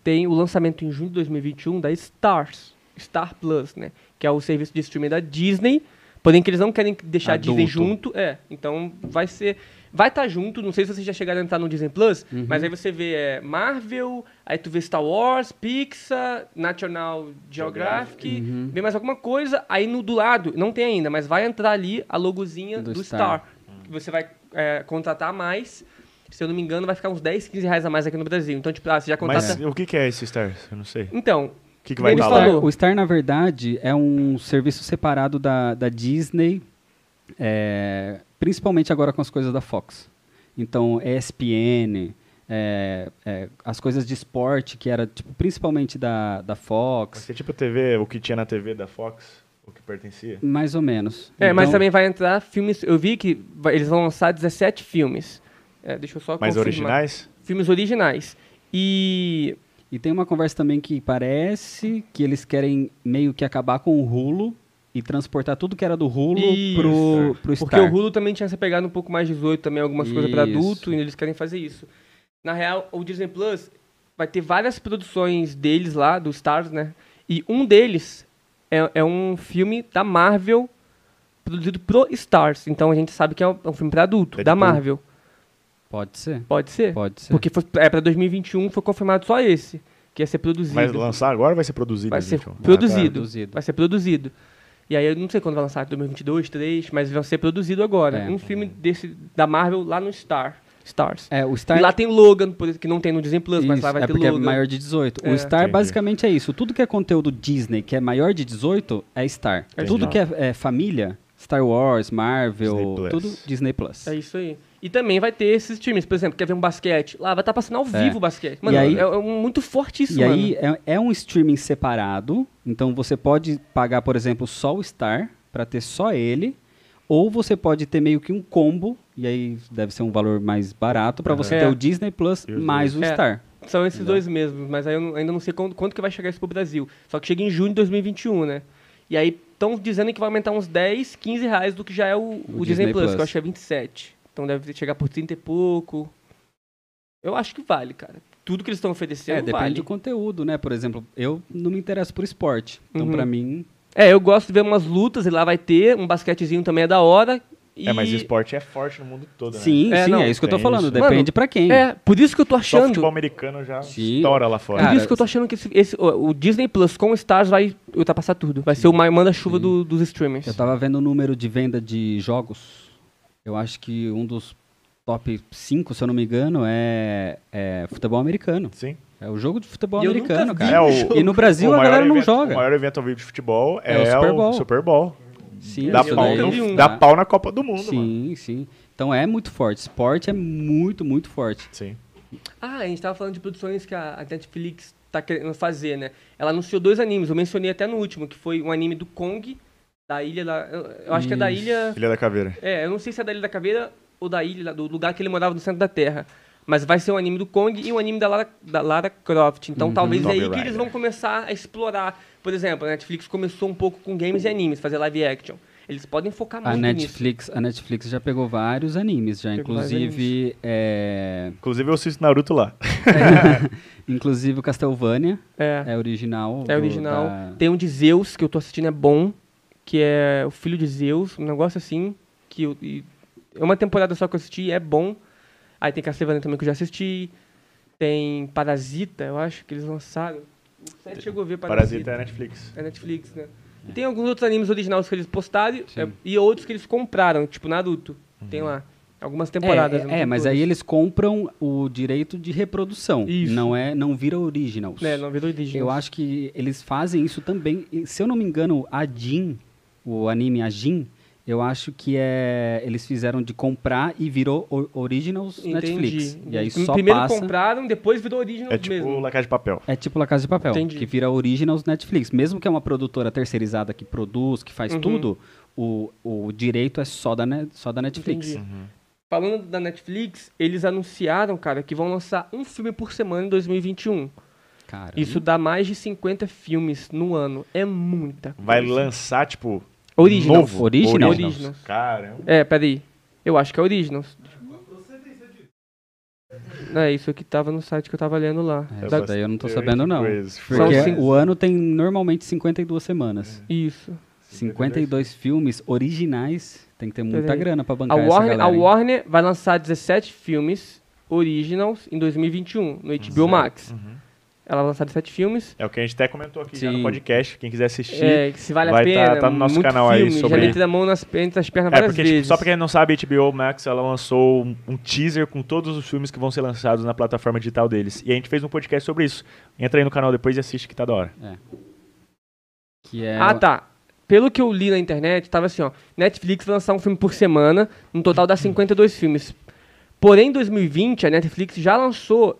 B: tem o lançamento em junho de 2021 da Stars. Star Plus, né? Que é o serviço de streaming da Disney. Porém que eles não querem deixar a Disney
C: Adulto.
B: junto. É. Então vai ser... Vai estar junto, não sei se vocês já chegaram a entrar no Disney Plus, mas aí você vê é, Marvel, aí tu vê Star Wars, Pixar, National Geographic, Uhum. vê mais alguma coisa, aí no do lado, não tem ainda, mas vai entrar ali a logozinha do,
C: Do
B: Star
C: Star.
B: que você vai é, contratar mais. Se eu não me engano, vai ficar uns 10, 15 reais a mais aqui no Brasil. Então, tipo, ah, você já contrata.
A: Mas o que que é esse Stars? Eu não sei. O
B: Então,
A: que, que vai
B: Ele
A: dar
B: falou-
A: lá?
C: O Star, na verdade, é um serviço separado da, da Disney, é, principalmente agora com as coisas da Fox. Então, ESPN, é, é, as coisas de esporte, que era tipo, principalmente da, da
A: Vai
C: Fox,
A: ser tipo TV, o que tinha na TV da Fox, o que pertencia.
C: mais ou menos.
B: é, mas
C: Então,
B: também vai entrar filmes. Eu vi que vai- eles vão lançar 17 filmes. É, deixa eu só
A: Mas
B: confirmar.
A: originais?
B: Filmes originais. E.
C: E tem uma conversa também que parece que eles querem meio que acabar com o Hulu e transportar tudo que era do Hulu
B: Isso.
C: pro, pro Star.
B: Porque o Hulu também tinha se pegado um pouco mais 18 também, algumas coisas para
C: Isso.
B: adulto, e eles querem fazer isso. Na real, o Disney Plus vai ter várias produções deles lá, do Stars, né? E um deles é, é um filme da Marvel, produzido pro Stars. Então a gente sabe que é um, é um filme para adulto, da
A: Deadpool.
B: Marvel.
C: Pode ser?
B: Pode ser?
C: Pode ser.
B: Porque foi, é para 2021, foi confirmado só esse, que ia ser produzido.
A: Vai lançar agora ou vai ser produzido? então?
B: Vai ser
A: gente?
B: produzido.
C: produzido.
B: Vai ser produzido. E aí eu não sei quando vai lançar, 2022, 3, mas vai ser produzido agora.
C: É.
B: Um filme desse da Marvel lá no Star, Stars.
C: É, o Star
B: E lá tem Logan, por exemplo, que não tem no Disney Plus, mas
C: Isso,
B: lá vai
C: é
B: ter
C: porque
B: Logan.
C: é maior de 18.
B: É.
C: O Star
A: Entendi.
C: basicamente é isso. Tudo que é conteúdo Disney que é maior de 18 é Star.
B: É
C: Tudo
A: Star.
C: que é, é família, Star Wars, Marvel,
A: Disney Plus.
C: tudo Disney Plus.
B: É isso aí. E também vai ter esses times, por exemplo, quer ver um basquete? Lá vai estar passando ao
C: É.
B: vivo o basquete. Mano,
C: E aí-
B: é, é um- muito forte isso,
C: E
B: mano.
C: aí é, é um streaming separado, então você pode pagar, por exemplo, só o Star pra ter só ele, ou você pode ter meio que um combo, e aí deve ser um valor mais barato pra você
B: É.
C: ter o Disney Plus
A: E os
C: mais o
B: É.
C: Star.
B: São esses dois mesmos, mas aí eu não- ainda não sei quando, quando que vai chegar isso pro Brasil. Só que chega em junho de 2021, né? E aí estão dizendo que vai aumentar uns 10, 15 reais do que já é o, o Disney, Plus, que eu acho que é 27. Então deve chegar por 30 e pouco. Eu acho que vale, cara. Tudo que eles estão oferecendo
C: É, depende
B: vale.
C: do conteúdo, né? Por exemplo, eu não me interesso por esporte, então
B: Uhum.
C: pra mim
B: É, eu gosto de ver umas lutas e lá vai ter, um basquetezinho também é da hora. E...
A: É, mas esporte é forte no mundo todo, né?
C: Sim,
B: É,
C: sim,
B: não,
C: é isso que eu tô
A: tem
C: falando.
A: isso.
C: Depende
B: Mano,
C: pra quem.
B: É, por isso que eu tô
A: Só o
B: achando.
A: futebol é americano já
C: Sim.
A: estoura lá
B: Por
A: fora.
C: Cara,
B: isso que eu tô achando que esse, esse- o o Disney Plus com o Stars vai ultrapassar tudo. Vai ser o ma- manda-chuva do- dos streamers.
C: Eu tava vendo o número de venda de jogos. Eu acho que um dos top 5, se eu não me engano, é, é futebol americano.
A: Sim.
C: É o jogo de futebol
B: E eu nunca
C: americano,
B: vi
C: cara.
A: É, o-
C: E no Brasil
A: O
C: a
A: maior
C: galera não
A: evento- O
C: joga.
A: maior evento ao vivo de futebol
C: É o
A: é,
C: Super
A: o
C: Bowl.
A: Super Bowl.
C: Sim,
A: Dá
C: isso
A: pau,
C: daí-
B: eu
A: no-
B: vi um,
A: dá
C: tá?
A: pau na Copa do né? Mundo, mano.
C: Sim, sim. Então é muito forte. Esporte é muito, muito forte.
A: Sim.
B: Ah, a gente tava falando de produções que a a Netflix tá querendo fazer, né? Ela anunciou dois animes, eu mencionei até no último, que foi um anime do Kong, da ilha da. Eu eu acho que é da
C: Isso.
B: ilha.
A: Filha da Caveira.
B: É, eu não sei se é da Ilha da Caveira ou da ilha, da- do lugar que ele morava no centro da Terra. Mas vai ser um anime do Kong e um anime da Lara, da Lara Croft. Então
C: Uhum.
B: talvez
A: Tomb
B: aí que
C: né?
B: eles
A: Raider.
B: vão começar a explorar. Por exemplo, a Netflix começou um pouco com games e animes, fazer live action. Eles podem focar
A: Tá
C: A
B: mais nisso.
C: Netflix, a Netflix já pegou vários animes, já.
A: Pegou vários
C: Inclusive, é,
A: Inclusive eu assisto Naruto lá.
C: inclusive o Castlevania
B: É,
C: é
B: é
C: original. do-
B: original.
C: da-
B: Tem um de Zeus que eu tô assistindo, é bom. Que é o filho de Zeus, um negócio assim. Que eu- e- é uma temporada só que eu assisti, é bom. Aí tem Castlevania também que eu já assisti. Tem Parasita, eu acho que eles lançaram. O Seth chegou a ver
A: Parasita é Netflix.
B: É Netflix, né? E tem alguns outros animes originais que eles postaram
C: Sim. Uhum.
B: é, e outros que eles compraram, tipo Naruto. Tem lá. Algumas temporadas. né?
C: É,
B: não
C: É,
B: tem
C: mas
B: todas.
C: aí eles compram o direito de reprodução.
B: Isso.
C: Não é, não vira originals.
B: É, não virou original.
C: Eu acho que eles fazem isso também. E, Se eu não me engano, a Jin, o anime a Jin, eu acho que é eles fizeram de comprar e virou o- originals Netflix. E aí só
B: Então, Primeiro
C: passa.
B: compraram, depois virou original
A: É tipo
B: mesmo.
A: La Casa de Papel.
C: É tipo La Casa de Papel,
B: Entendi.
C: que vira originals Netflix. Mesmo que é uma produtora terceirizada que produz, que faz
B: Uhum.
C: tudo, o, o direito é só da, ne- só da Netflix.
B: Entendi.
A: Uhum.
B: Falando da Netflix, eles anunciaram, cara, que vão lançar um filme por semana em
A: Uhum.
B: 2021.
C: Cara,
B: Isso dá mais de 50 filmes no ano. É muita coisa.
A: Vai lançar, tipo,
B: Originals.
A: novo.
C: Original.
A: Originals.
B: Originals.
A: Caramba.
B: É, peraí. Eu acho que é Originals. É, isso aqui tava no site que eu tava lendo lá.
C: É,
B: Da-
C: isso daí eu não tô sabendo, não.
B: São
C: Porque é
A: assim,
B: cinco-
C: o ano tem normalmente 52
A: É,
C: semanas.
B: Isso.
C: 52 filmes originais, tem que ter muita
B: Peraí.
C: grana pra bancar
B: A
C: essa
B: Warner,
C: galera.
B: a
C: hein?
B: Warner vai lançar 17 filmes Originals em 2021, no HBO Max.
A: Uhum.
B: Ela vai lançar 17 filmes.
A: É o que a gente até comentou aqui já
C: Sim.
A: no podcast. Quem quiser assistir.
B: É, que se vale a
A: Vai
B: pena.
A: tá- tá no nosso
B: muito
A: canal aí
B: filme,
A: sobre-
B: Já meti a mão nas, entre as pernas
A: É,
B: várias
A: porque, tipo,
B: vezes.
A: só pra quem não sabe, a HBO Max ela lançou um, um teaser com todos os filmes que vão ser lançados na plataforma digital deles. E a gente fez um podcast sobre isso. Entra aí no canal depois e assiste que tá da hora.
C: Que é
B: Ah, tá. Pelo que eu li na internet, tava assim, ó. Netflix vai lançar um filme por semana, no total dá 52 filmes. Porém, em 2020, a Netflix já lançou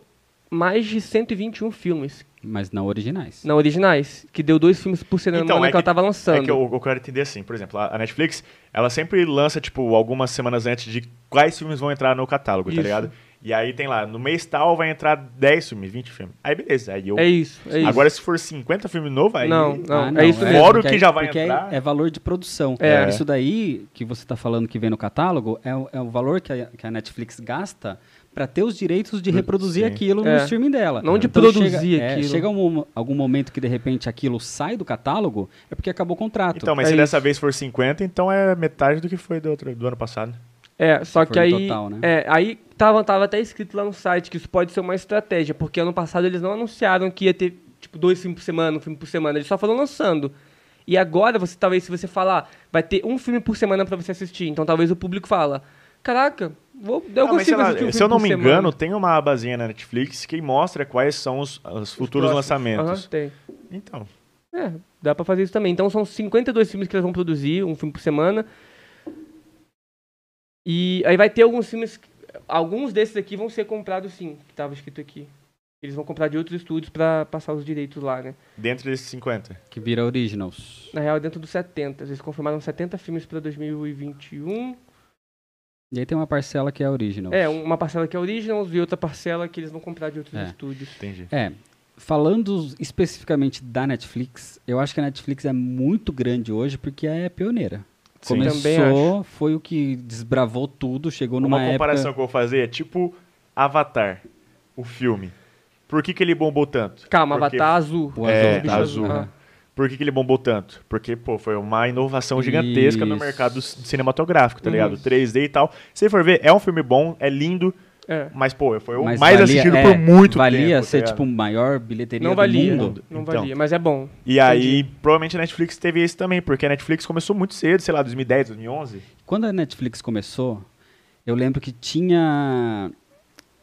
B: mais de 121 filmes
C: Mas não originais.
B: não originais, que deu dois filmes por semana
A: Então, é
B: que, ela
A: que-
B: tava lançando.
A: É que eu, eu quero entender assim, por exemplo, a a Netflix, ela sempre lança, tipo, algumas semanas antes de quais filmes vão entrar no catálogo,
B: Isso.
A: tá ligado? E aí tem lá, no mês tal vai entrar 10 filmes, 20 filmes. Aí beleza, aí eu.
B: É isso, é isso.
A: Agora, se for 50 filmes novos, aí.
B: Não, não.
C: Ah,
B: é isso
A: é.
B: mesmo.
A: Fora o
C: porque
A: que
C: aí-
A: já vai
C: porque aí
A: entrar.
C: É valor de produção.
B: É.
C: Isso daí que você tá falando que vem no catálogo é, o- é o valor que a, que a Netflix gasta pra ter os direitos de reproduzir
A: sim.
C: aquilo
B: É.
C: no streaming dela.
B: Não de produzir
C: chega, é,
B: aquilo.
C: chega um- algum momento que de repente aquilo sai do catálogo, é porque acabou o contrato.
A: Então, mas
B: É
A: se dessa
B: isso.
A: vez for 50, então é metade do que foi do, outro- do ano passado.
B: É, só
C: Se for
B: que aí.
C: total, né?
B: É, aí tava, tava até escrito lá no site que isso pode ser uma estratégia, porque ano passado eles não anunciaram que ia ter, tipo, dois filmes por semana, um filme por semana, eles só foram lançando. E agora, você talvez, se você falar, vai ter um filme por semana pra você assistir, então talvez o público fala, caraca, vou, eu
A: Ah, mas
B: consigo
A: sei lá,
B: assistir um filme
A: se eu não
B: por
A: me
B: semana."
A: engano, tem uma abazinha na Netflix que mostra quais são os, os
B: Os
A: futuros
B: próximos.
A: lançamentos.
B: Aham, tem.
A: Então,
B: É, dá pra fazer isso também. Então são 52 filmes que eles vão produzir, um filme por semana. E aí vai ter alguns filmes. que- Alguns desses aqui vão ser comprados sim, que tava escrito aqui. Eles vão comprar de outros estúdios pra passar os direitos lá, né?
A: dentro desses 50.
C: Que vira originals.
B: Na real, é dentro dos 70. Eles confirmaram 70 filmes pra 2021.
C: E aí tem uma parcela que é original.
B: É,
A: um-
B: uma parcela que é Originals e outra parcela que eles vão comprar de outros
C: É.
B: estúdios.
A: Entendi.
C: É, falando especificamente da Netflix, eu acho que a Netflix é muito grande hoje porque é pioneira.
A: Sim.
B: Também acho.
C: Começou, foi o que desbravou tudo, chegou numa
A: Uma comparação que eu vou fazer é tipo Avatar, o filme. Por que, que ele bombou tanto?
B: Calma,
A: Porque-
B: Avatar Azul.
C: época... O
A: É,
B: bicho
A: tá
B: azul.
A: azul.
B: Ah.
A: Por que, que ele bombou tanto? Porque, pô, foi uma inovação gigantesca no
C: Isso. Uhum.
A: mercado c- cinematográfico, tá ligado? 3D e tal. Se for ver, é um filme bom, é lindo,
B: É.
A: mas, pô, foi o
C: Mas
A: mais
C: valia-
A: assistido
C: é,
A: por muito
C: valia
A: tempo. tá
C: ser,
A: ligado?
C: tipo, maior bilheteria
B: Não valia.
C: do mundo.
B: Não
A: Então.
B: valia, mas é bom.
A: E aí, provavelmente a Netflix teve esse também, porque a Netflix começou muito cedo, sei lá, 2010, 2011.
C: Quando a Netflix começou, eu lembro que tinha...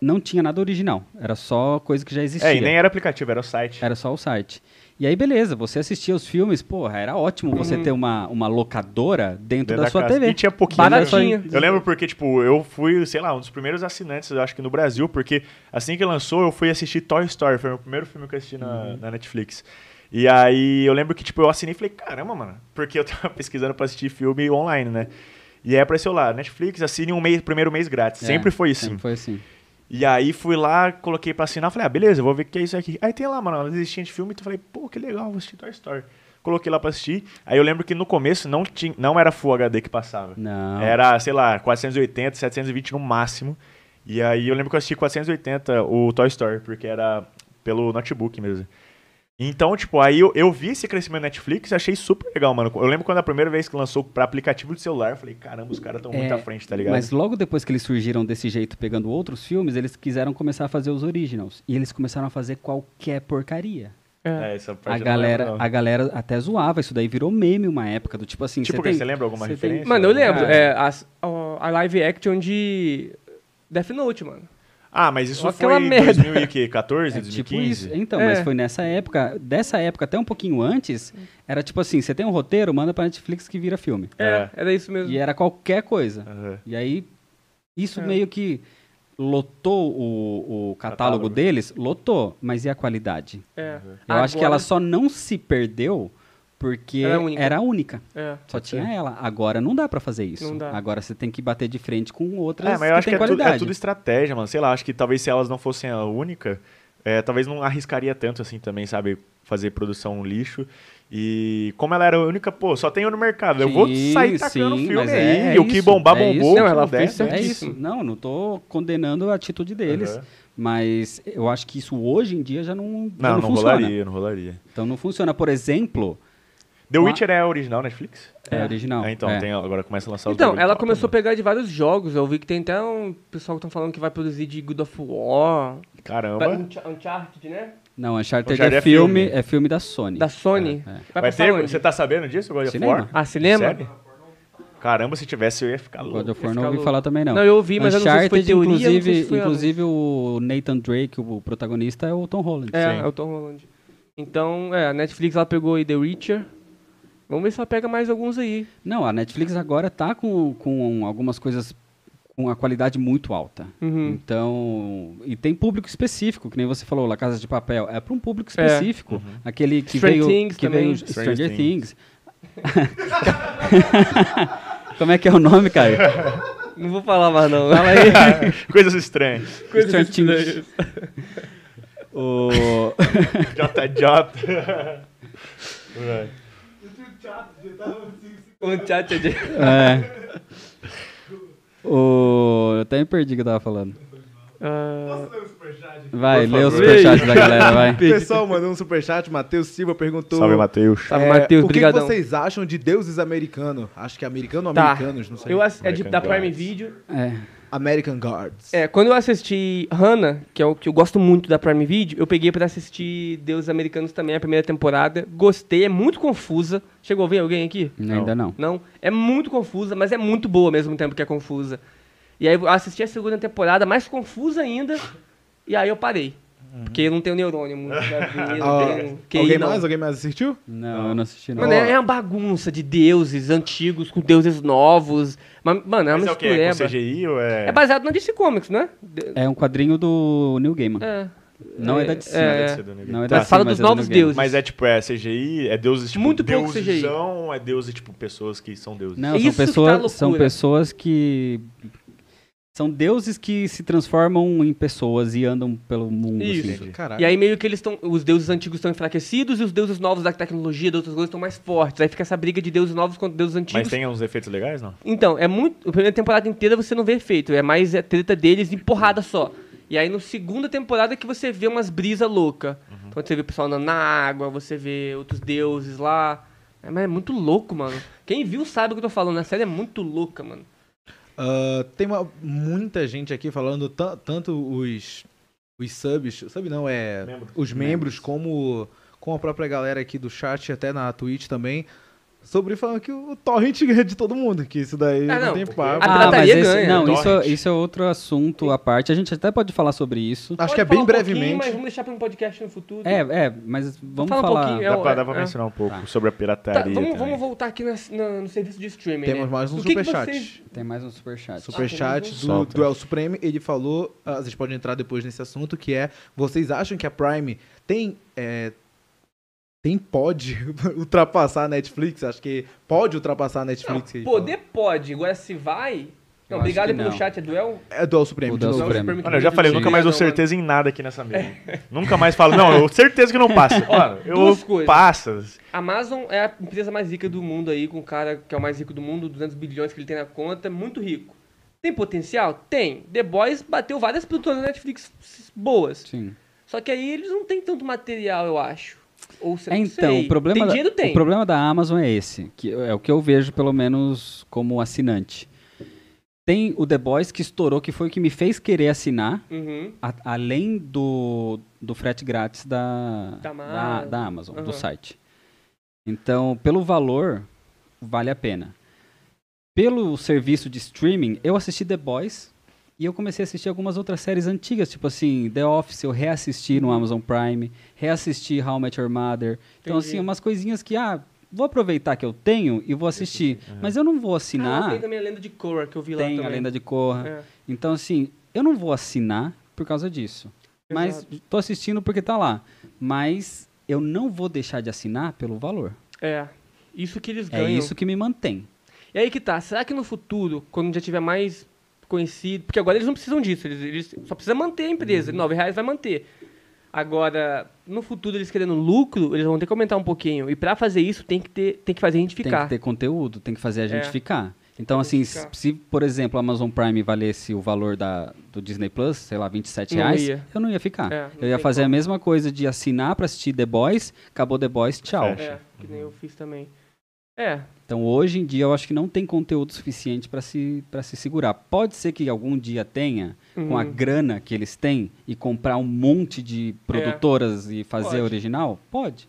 C: Não tinha nada original, era só coisa que já existia. É,
A: É, e nem era aplicativo, era o site.
C: Era só o site. E aí, beleza, você assistia os filmes, porra, era ótimo você ter uma, uma locadora dentro, da, sua
A: Uhum. casa.
C: TV.
A: E tinha pouquinho. né?
B: Baratinho.
A: Eu lembro porque, tipo, eu fui, sei lá, um dos primeiros assinantes, eu acho que no Brasil, porque assim que lançou, eu fui assistir Toy Story, foi o meu primeiro filme que eu assisti na,
C: Uhum.
A: na Netflix. E aí eu lembro que, tipo, eu assinei e falei, caramba, mano, porque eu tava pesquisando pra assistir filme online, né? E aí apareceu lá, Netflix, assine um mês, primeiro mês grátis.
C: É,
A: sempre foi isso.
C: Sempre foi assim.
A: E aí fui lá, então coloquei pra assinar, falei, ah, beleza, eu vou ver o que é isso aqui. Aí tem lá, mano, uma listinha de filme, tu falei, pô, que legal, vou assistir Toy Story. coloquei lá pra assistir. Aí eu lembro que no começo não, tinha, não era Full HD que passava.
C: Não.
A: Era, sei lá, 480, 720 no máximo. E aí eu lembro que eu assisti 480 o Toy Story, porque era pelo notebook mesmo. Então, tipo, aí eu, eu vi esse crescimento na Netflix e achei super legal, mano. Eu lembro quando a primeira vez que lançou pra aplicativo de celular, eu falei, caramba, os caras estão muito
C: É,
A: à frente, tá ligado?
C: Mas logo depois que eles surgiram desse jeito, pegando outros filmes, eles quiseram começar a fazer os originals. E eles começaram a fazer qualquer porcaria.
A: É, essa parte
C: A
A: eu não
C: galera,
A: lembro, não.
C: a galera até zoava. Isso daí virou meme uma época. Do tipo assim.
A: Tipo
C: você
A: o quê?
C: tem-
A: Você lembra alguma
C: você
A: referência?
B: Mano, eu lembro.
A: Ah.
B: É, as- ó, a, live action de Death Note, mano.
A: Ah, mas isso
B: Aquela
A: foi em
B: merda.
A: 2014,
C: É, tipo
A: 2015?
C: isso. Então,
B: É.
C: mas foi nessa época. Dessa época até um pouquinho antes, era tipo assim: você tem um roteiro, manda pra Netflix que vira filme.
B: É,
A: É.
B: era isso mesmo.
C: E era qualquer coisa.
A: Aham.
C: E aí,
A: É.
C: isso meio que lotou o, o catálogo,
A: Catálogo.
C: deles, lotou, mas e a qualidade?
B: É.
C: Eu acho que
B: Agora-
C: ela só não se perdeu porque
B: Era
C: era
B: a única.
C: única.
B: É.
C: Só tinha ela. Agora não dá pra fazer isso.
B: Não dá.
C: Agora você tem que bater de frente com outras
A: É, mas
C: que
A: eu acho que
C: têm
A: é tudo,
C: qualidade.
A: é tudo estratégia, mano. Sei lá, acho que talvez se elas não fossem a única, é, talvez não arriscaria tanto assim também, sabe? Fazer produção lixo. E como ela era a única, pô, só tem eu no mercado. eu vou
C: Sim,
A: sair tacando
C: sim,
A: filme
C: mas
A: aí.
C: é
A: e o que
C: isso,
A: bombar,
C: é
A: bombou.
C: isso.
A: o
B: Não,
A: que
B: ela
A: der, né? tá
B: fez certo.
C: É
B: Certíssimo.
C: isso. Não, não tô condenando a atitude deles.
A: Aham.
C: Mas eu acho que isso hoje em dia já não, já
A: Não, não,
C: funciona.
A: rolaria, não rolaria.
C: Então não funciona. Por exemplo,
A: The
C: Ah.
A: Witcher é original Netflix?
C: é, original.
A: Ah, então,
C: é.
A: tem, agora começa a lançar os
B: Então,
A: bagulho
B: ela
A: top,
B: começou a
A: mano.
B: pegar de vários jogos. Eu vi que tem até um pessoal que estão falando que vai produzir de God of War.
A: Então né? Caramba.
B: Unch- Uncharted, né?
C: Não, Uncharted,
A: Uncharted
C: é,
A: é
C: filme,
A: filme.
C: é filme da Sony.
B: Da Sony.
C: É, é.
B: Vai
A: Mas
B: passar
A: tem-
B: onde?
A: você tá sabendo disso, God of
C: Cinema.
A: War?
B: Ah, cinema?
A: Sério? Caramba, se tivesse eu ia ficar louco.
C: God of
B: Ia
C: War
B: ficar
C: não ouvi
B: louco.
C: falar também, não.
B: Não, eu ouvi, mas eu não sei se foi
C: Uncharted,
B: teoria, eu não sei se
C: inclusive,
B: foi anúncio.
C: inclusive o Nathan Drake, o protagonista, é o Tom Holland.
B: É,
A: Sim.
B: é o Tom Holland. Então, é, a Netflix ela pegou aí The Witcher. Vamos ver se ela pega mais alguns aí.
C: Não, a Netflix agora tá com, com algumas coisas com a qualidade muito alta.
B: Uhum.
C: Então, e tem público específico, que nem você falou, La Casa de Papel, é para um público específico, aquele que
B: Stranger
C: veio
B: Things
C: que
B: também.
C: veio
A: Stranger
C: Stranger, Things. Como é que é o nome, Caio?
B: Não vou falar mais, não.
C: Fala aí.
A: Coisas estranhas.
C: Stranger Things. O
A: JJ. Vai.
B: Uncharted.
C: É. O... Eu até me perdi o que eu tava falando.
B: Ah,
C: Vai,
A: Por
C: lê o
A: favor.
C: superchat da galera, vai.
D: Pessoal mandou um superchat, Matheus Silva perguntou... é,
A: Salve, Matheus.
C: Tá
B: Salve, Matheus,
D: o que,
B: brigadão.
D: vocês acham de deuses americanos? Acho que é americano ou
B: tá.
D: americanos, não sei.
B: Eu ass- é de- da
A: American
B: Prime
A: Gods.
B: Video.
C: É.
D: American Guards.
B: É, quando eu assisti Hannah, que é o que eu gosto muito da Prime Video, eu peguei pra assistir Deuses Americanos também, a primeira temporada. Gostei, é muito confusa. Chegou a ver alguém aqui?
C: Ainda não.
B: Não? É muito confusa, mas é muito boa ao mesmo tempo que é confusa. E aí eu assisti a segunda temporada, mais confusa ainda, e aí eu parei. Porque eu não tenho neurônio muito. pra ver, eu
D: Ah,
B: não tenho QI,
D: alguém
B: não.
D: mais? Alguém mais assistiu?
C: Não, eu não assisti não.
B: Mano, é é uma bagunça de deuses antigos com deuses novos. Mas, mano, é uma
A: Mas é o quê? É com
B: mistureba.
A: CGI ou é...
B: É baseado na DC Comics, né? De-
C: É um quadrinho do New Gaiman.
B: É.
C: Não é da DC,
A: Não
B: é.
A: deve ser do Negan.
C: Não é
B: Mas
C: da DC,
B: fala
C: mas
B: dos
C: é do
B: novos
C: New Gaiman.
B: deuses.
A: Mas é tipo, é CGI? É deuses, tipo,
B: Muito pouco
A: deuses
B: CGI.
A: são, é deuses, tipo, pessoas que são deuses.
C: Não,
B: Isso
C: são
B: que tá
C: pessoas,
B: loucura.
C: são pessoas que são deuses que se transformam em pessoas e andam pelo mundo
B: Isso.
C: assim.
A: Entendi.
D: Caralho.
B: E aí meio que eles estão. Os deuses antigos estão enfraquecidos e os deuses novos da tecnologia, de outras coisas, estão mais fortes. Aí fica essa briga de deuses novos contra deuses antigos.
A: Mas tem uns efeitos legais, não?
B: Então, é muito. A primeira temporada inteira você não vê efeito. É mais a treta deles em porrada só. E aí, na segunda temporada, que você vê umas brisa louca.
D: Uhum.
B: Então, você vê o pessoal andando na água, você vê outros deuses lá. É, mas é muito louco, mano. Quem viu sabe o que eu tô falando. A série é muito louca, mano.
D: Ah, tem uma- muita gente aqui falando ta- tanto os, os subs, sub não, é
A: Membros.
D: os membros, como, como a própria galera aqui do chat, até na Twitch também, sobre falando que o torrent é de todo mundo, que isso daí
B: Ah,
D: não,
B: não,
D: tem
A: porque-
D: papo.
B: Ah,
C: mas
B: pirataria
C: esse,
B: ganha.
C: não,
A: Torrent.
C: isso, isso é outro assunto à parte. A gente até pode falar sobre isso.
D: Acho
B: Pode
D: que é
B: falar
D: bem
B: um pouquinho, Mas
D: brevemente.
B: vamos deixar pra um podcast no futuro.
C: É, é, mas vamos
B: Fala um
C: falar.
B: pouquinho, É,
A: Dá
B: o-
A: pra, dá pra
B: é.
A: mencionar um pouco
C: Tá.
A: sobre a
B: Tá,
A: pirataria
B: vamos,
A: também.
B: vamos voltar aqui nas- na- no serviço de streaming.
D: Temos
B: né?
D: mais um
B: O que que
D: superchat.
B: vocês-
C: Tem mais um superchat.
D: Superchat
B: Ah,
D: do,
A: Solta.
D: do El Supreme, ele falou, ah, vocês podem entrar depois nesse assunto, que é, vocês acham que a Prime tem, é, tem pode ultrapassar a Netflix? Acho que pode ultrapassar a Netflix. que ele
B: Poder pode, agora se vai, Não,
C: Eu
B: obrigado
C: acho que
B: pelo
C: não.
B: chat, é duel?
D: É duelo supremo.
C: O
D: de
C: duelo
D: novo.
C: supremo.
B: Superman
A: Mano, eu já falei, eu
B: Sim.
A: nunca mais dou
B: Não,
A: certeza em nada aqui nessa mesa. Nunca mais falo, não, eu certeza que não passa. Mano, eu
B: Duas coisas.
A: passa.
B: Amazon é a empresa mais rica do mundo aí, com o cara que é o mais rico do mundo, 200 bilhões que ele tem na conta, muito rico. Tem potencial? Tem. The Boys bateu várias produtoras da Netflix boas.
C: Sim.
B: Só que aí eles não têm tanto material, eu acho. Ou se
C: É, então, o
B: tem
C: problema, da,
B: dinheiro, tem.
C: o problema da Amazon é esse, que é o que eu vejo, pelo menos, como assinante. Tem o The Boys que estourou, que foi o que me fez querer assinar,
B: Uhum.
C: a- além do, do frete grátis da,
B: Da
C: da,
B: Amazon.
C: da Amazon,
B: Aham.
C: do site. Então, pelo valor, vale a pena. Pelo serviço de streaming, eu assisti The Boys e eu comecei a assistir algumas outras séries antigas, tipo assim, The Office, eu reassisti no Amazon Prime, reassisti How I Met Your Mother. Então,
B: Entendi.
C: assim, umas coisinhas que, ah, vou aproveitar que eu tenho e vou assistir. Mas eu não vou
B: Ah,
C: assinar.
B: tem também a lenda de Korra que eu vi lá
C: tem
B: também.
C: a lenda de Corra.
B: É.
C: Então, assim, eu não vou assinar por causa disso. Mas tô assistindo porque tá lá. Mas eu não vou deixar de assinar pelo valor.
B: É. Isso que eles
C: É
B: ganham.
C: isso que me mantém.
B: E aí que tá, será que no futuro, quando já tiver mais conhecido, porque agora eles não precisam disso, eles, eles só precisam manter a
C: Uhum.
B: empresa, R$ 9 reais vai manter. Agora, no futuro eles querendo lucro, eles vão ter que aumentar um pouquinho. E pra fazer isso tem que ter, tem que fazer a gente
C: Tem
B: ficar.
C: que ter conteúdo, tem que fazer a gente
B: É.
C: ficar. Então,
B: Tem
C: assim,
B: que
C: se,
B: ficar.
C: se, por exemplo, a Amazon Prime valesse o valor da, do Disney Plus, sei lá, 27
B: Não
C: reais,
B: ia.
C: eu não ia ficar.
B: É, não
C: eu ia
B: tem
C: fazer a
B: como.
C: mesma coisa de assinar pra assistir The Boys, acabou The Boys, tchau.
A: Fecha.
B: É, que nem eu fiz também. É,
C: Então, hoje em dia, eu acho que não tem conteúdo suficiente pra se, pra se segurar. Pode ser que algum dia tenha, com a
A: Hum.
B: Uhum.
C: grana que eles têm, e comprar um monte de
A: É.
C: produtoras e fazer
B: Pode.
C: original? Pode.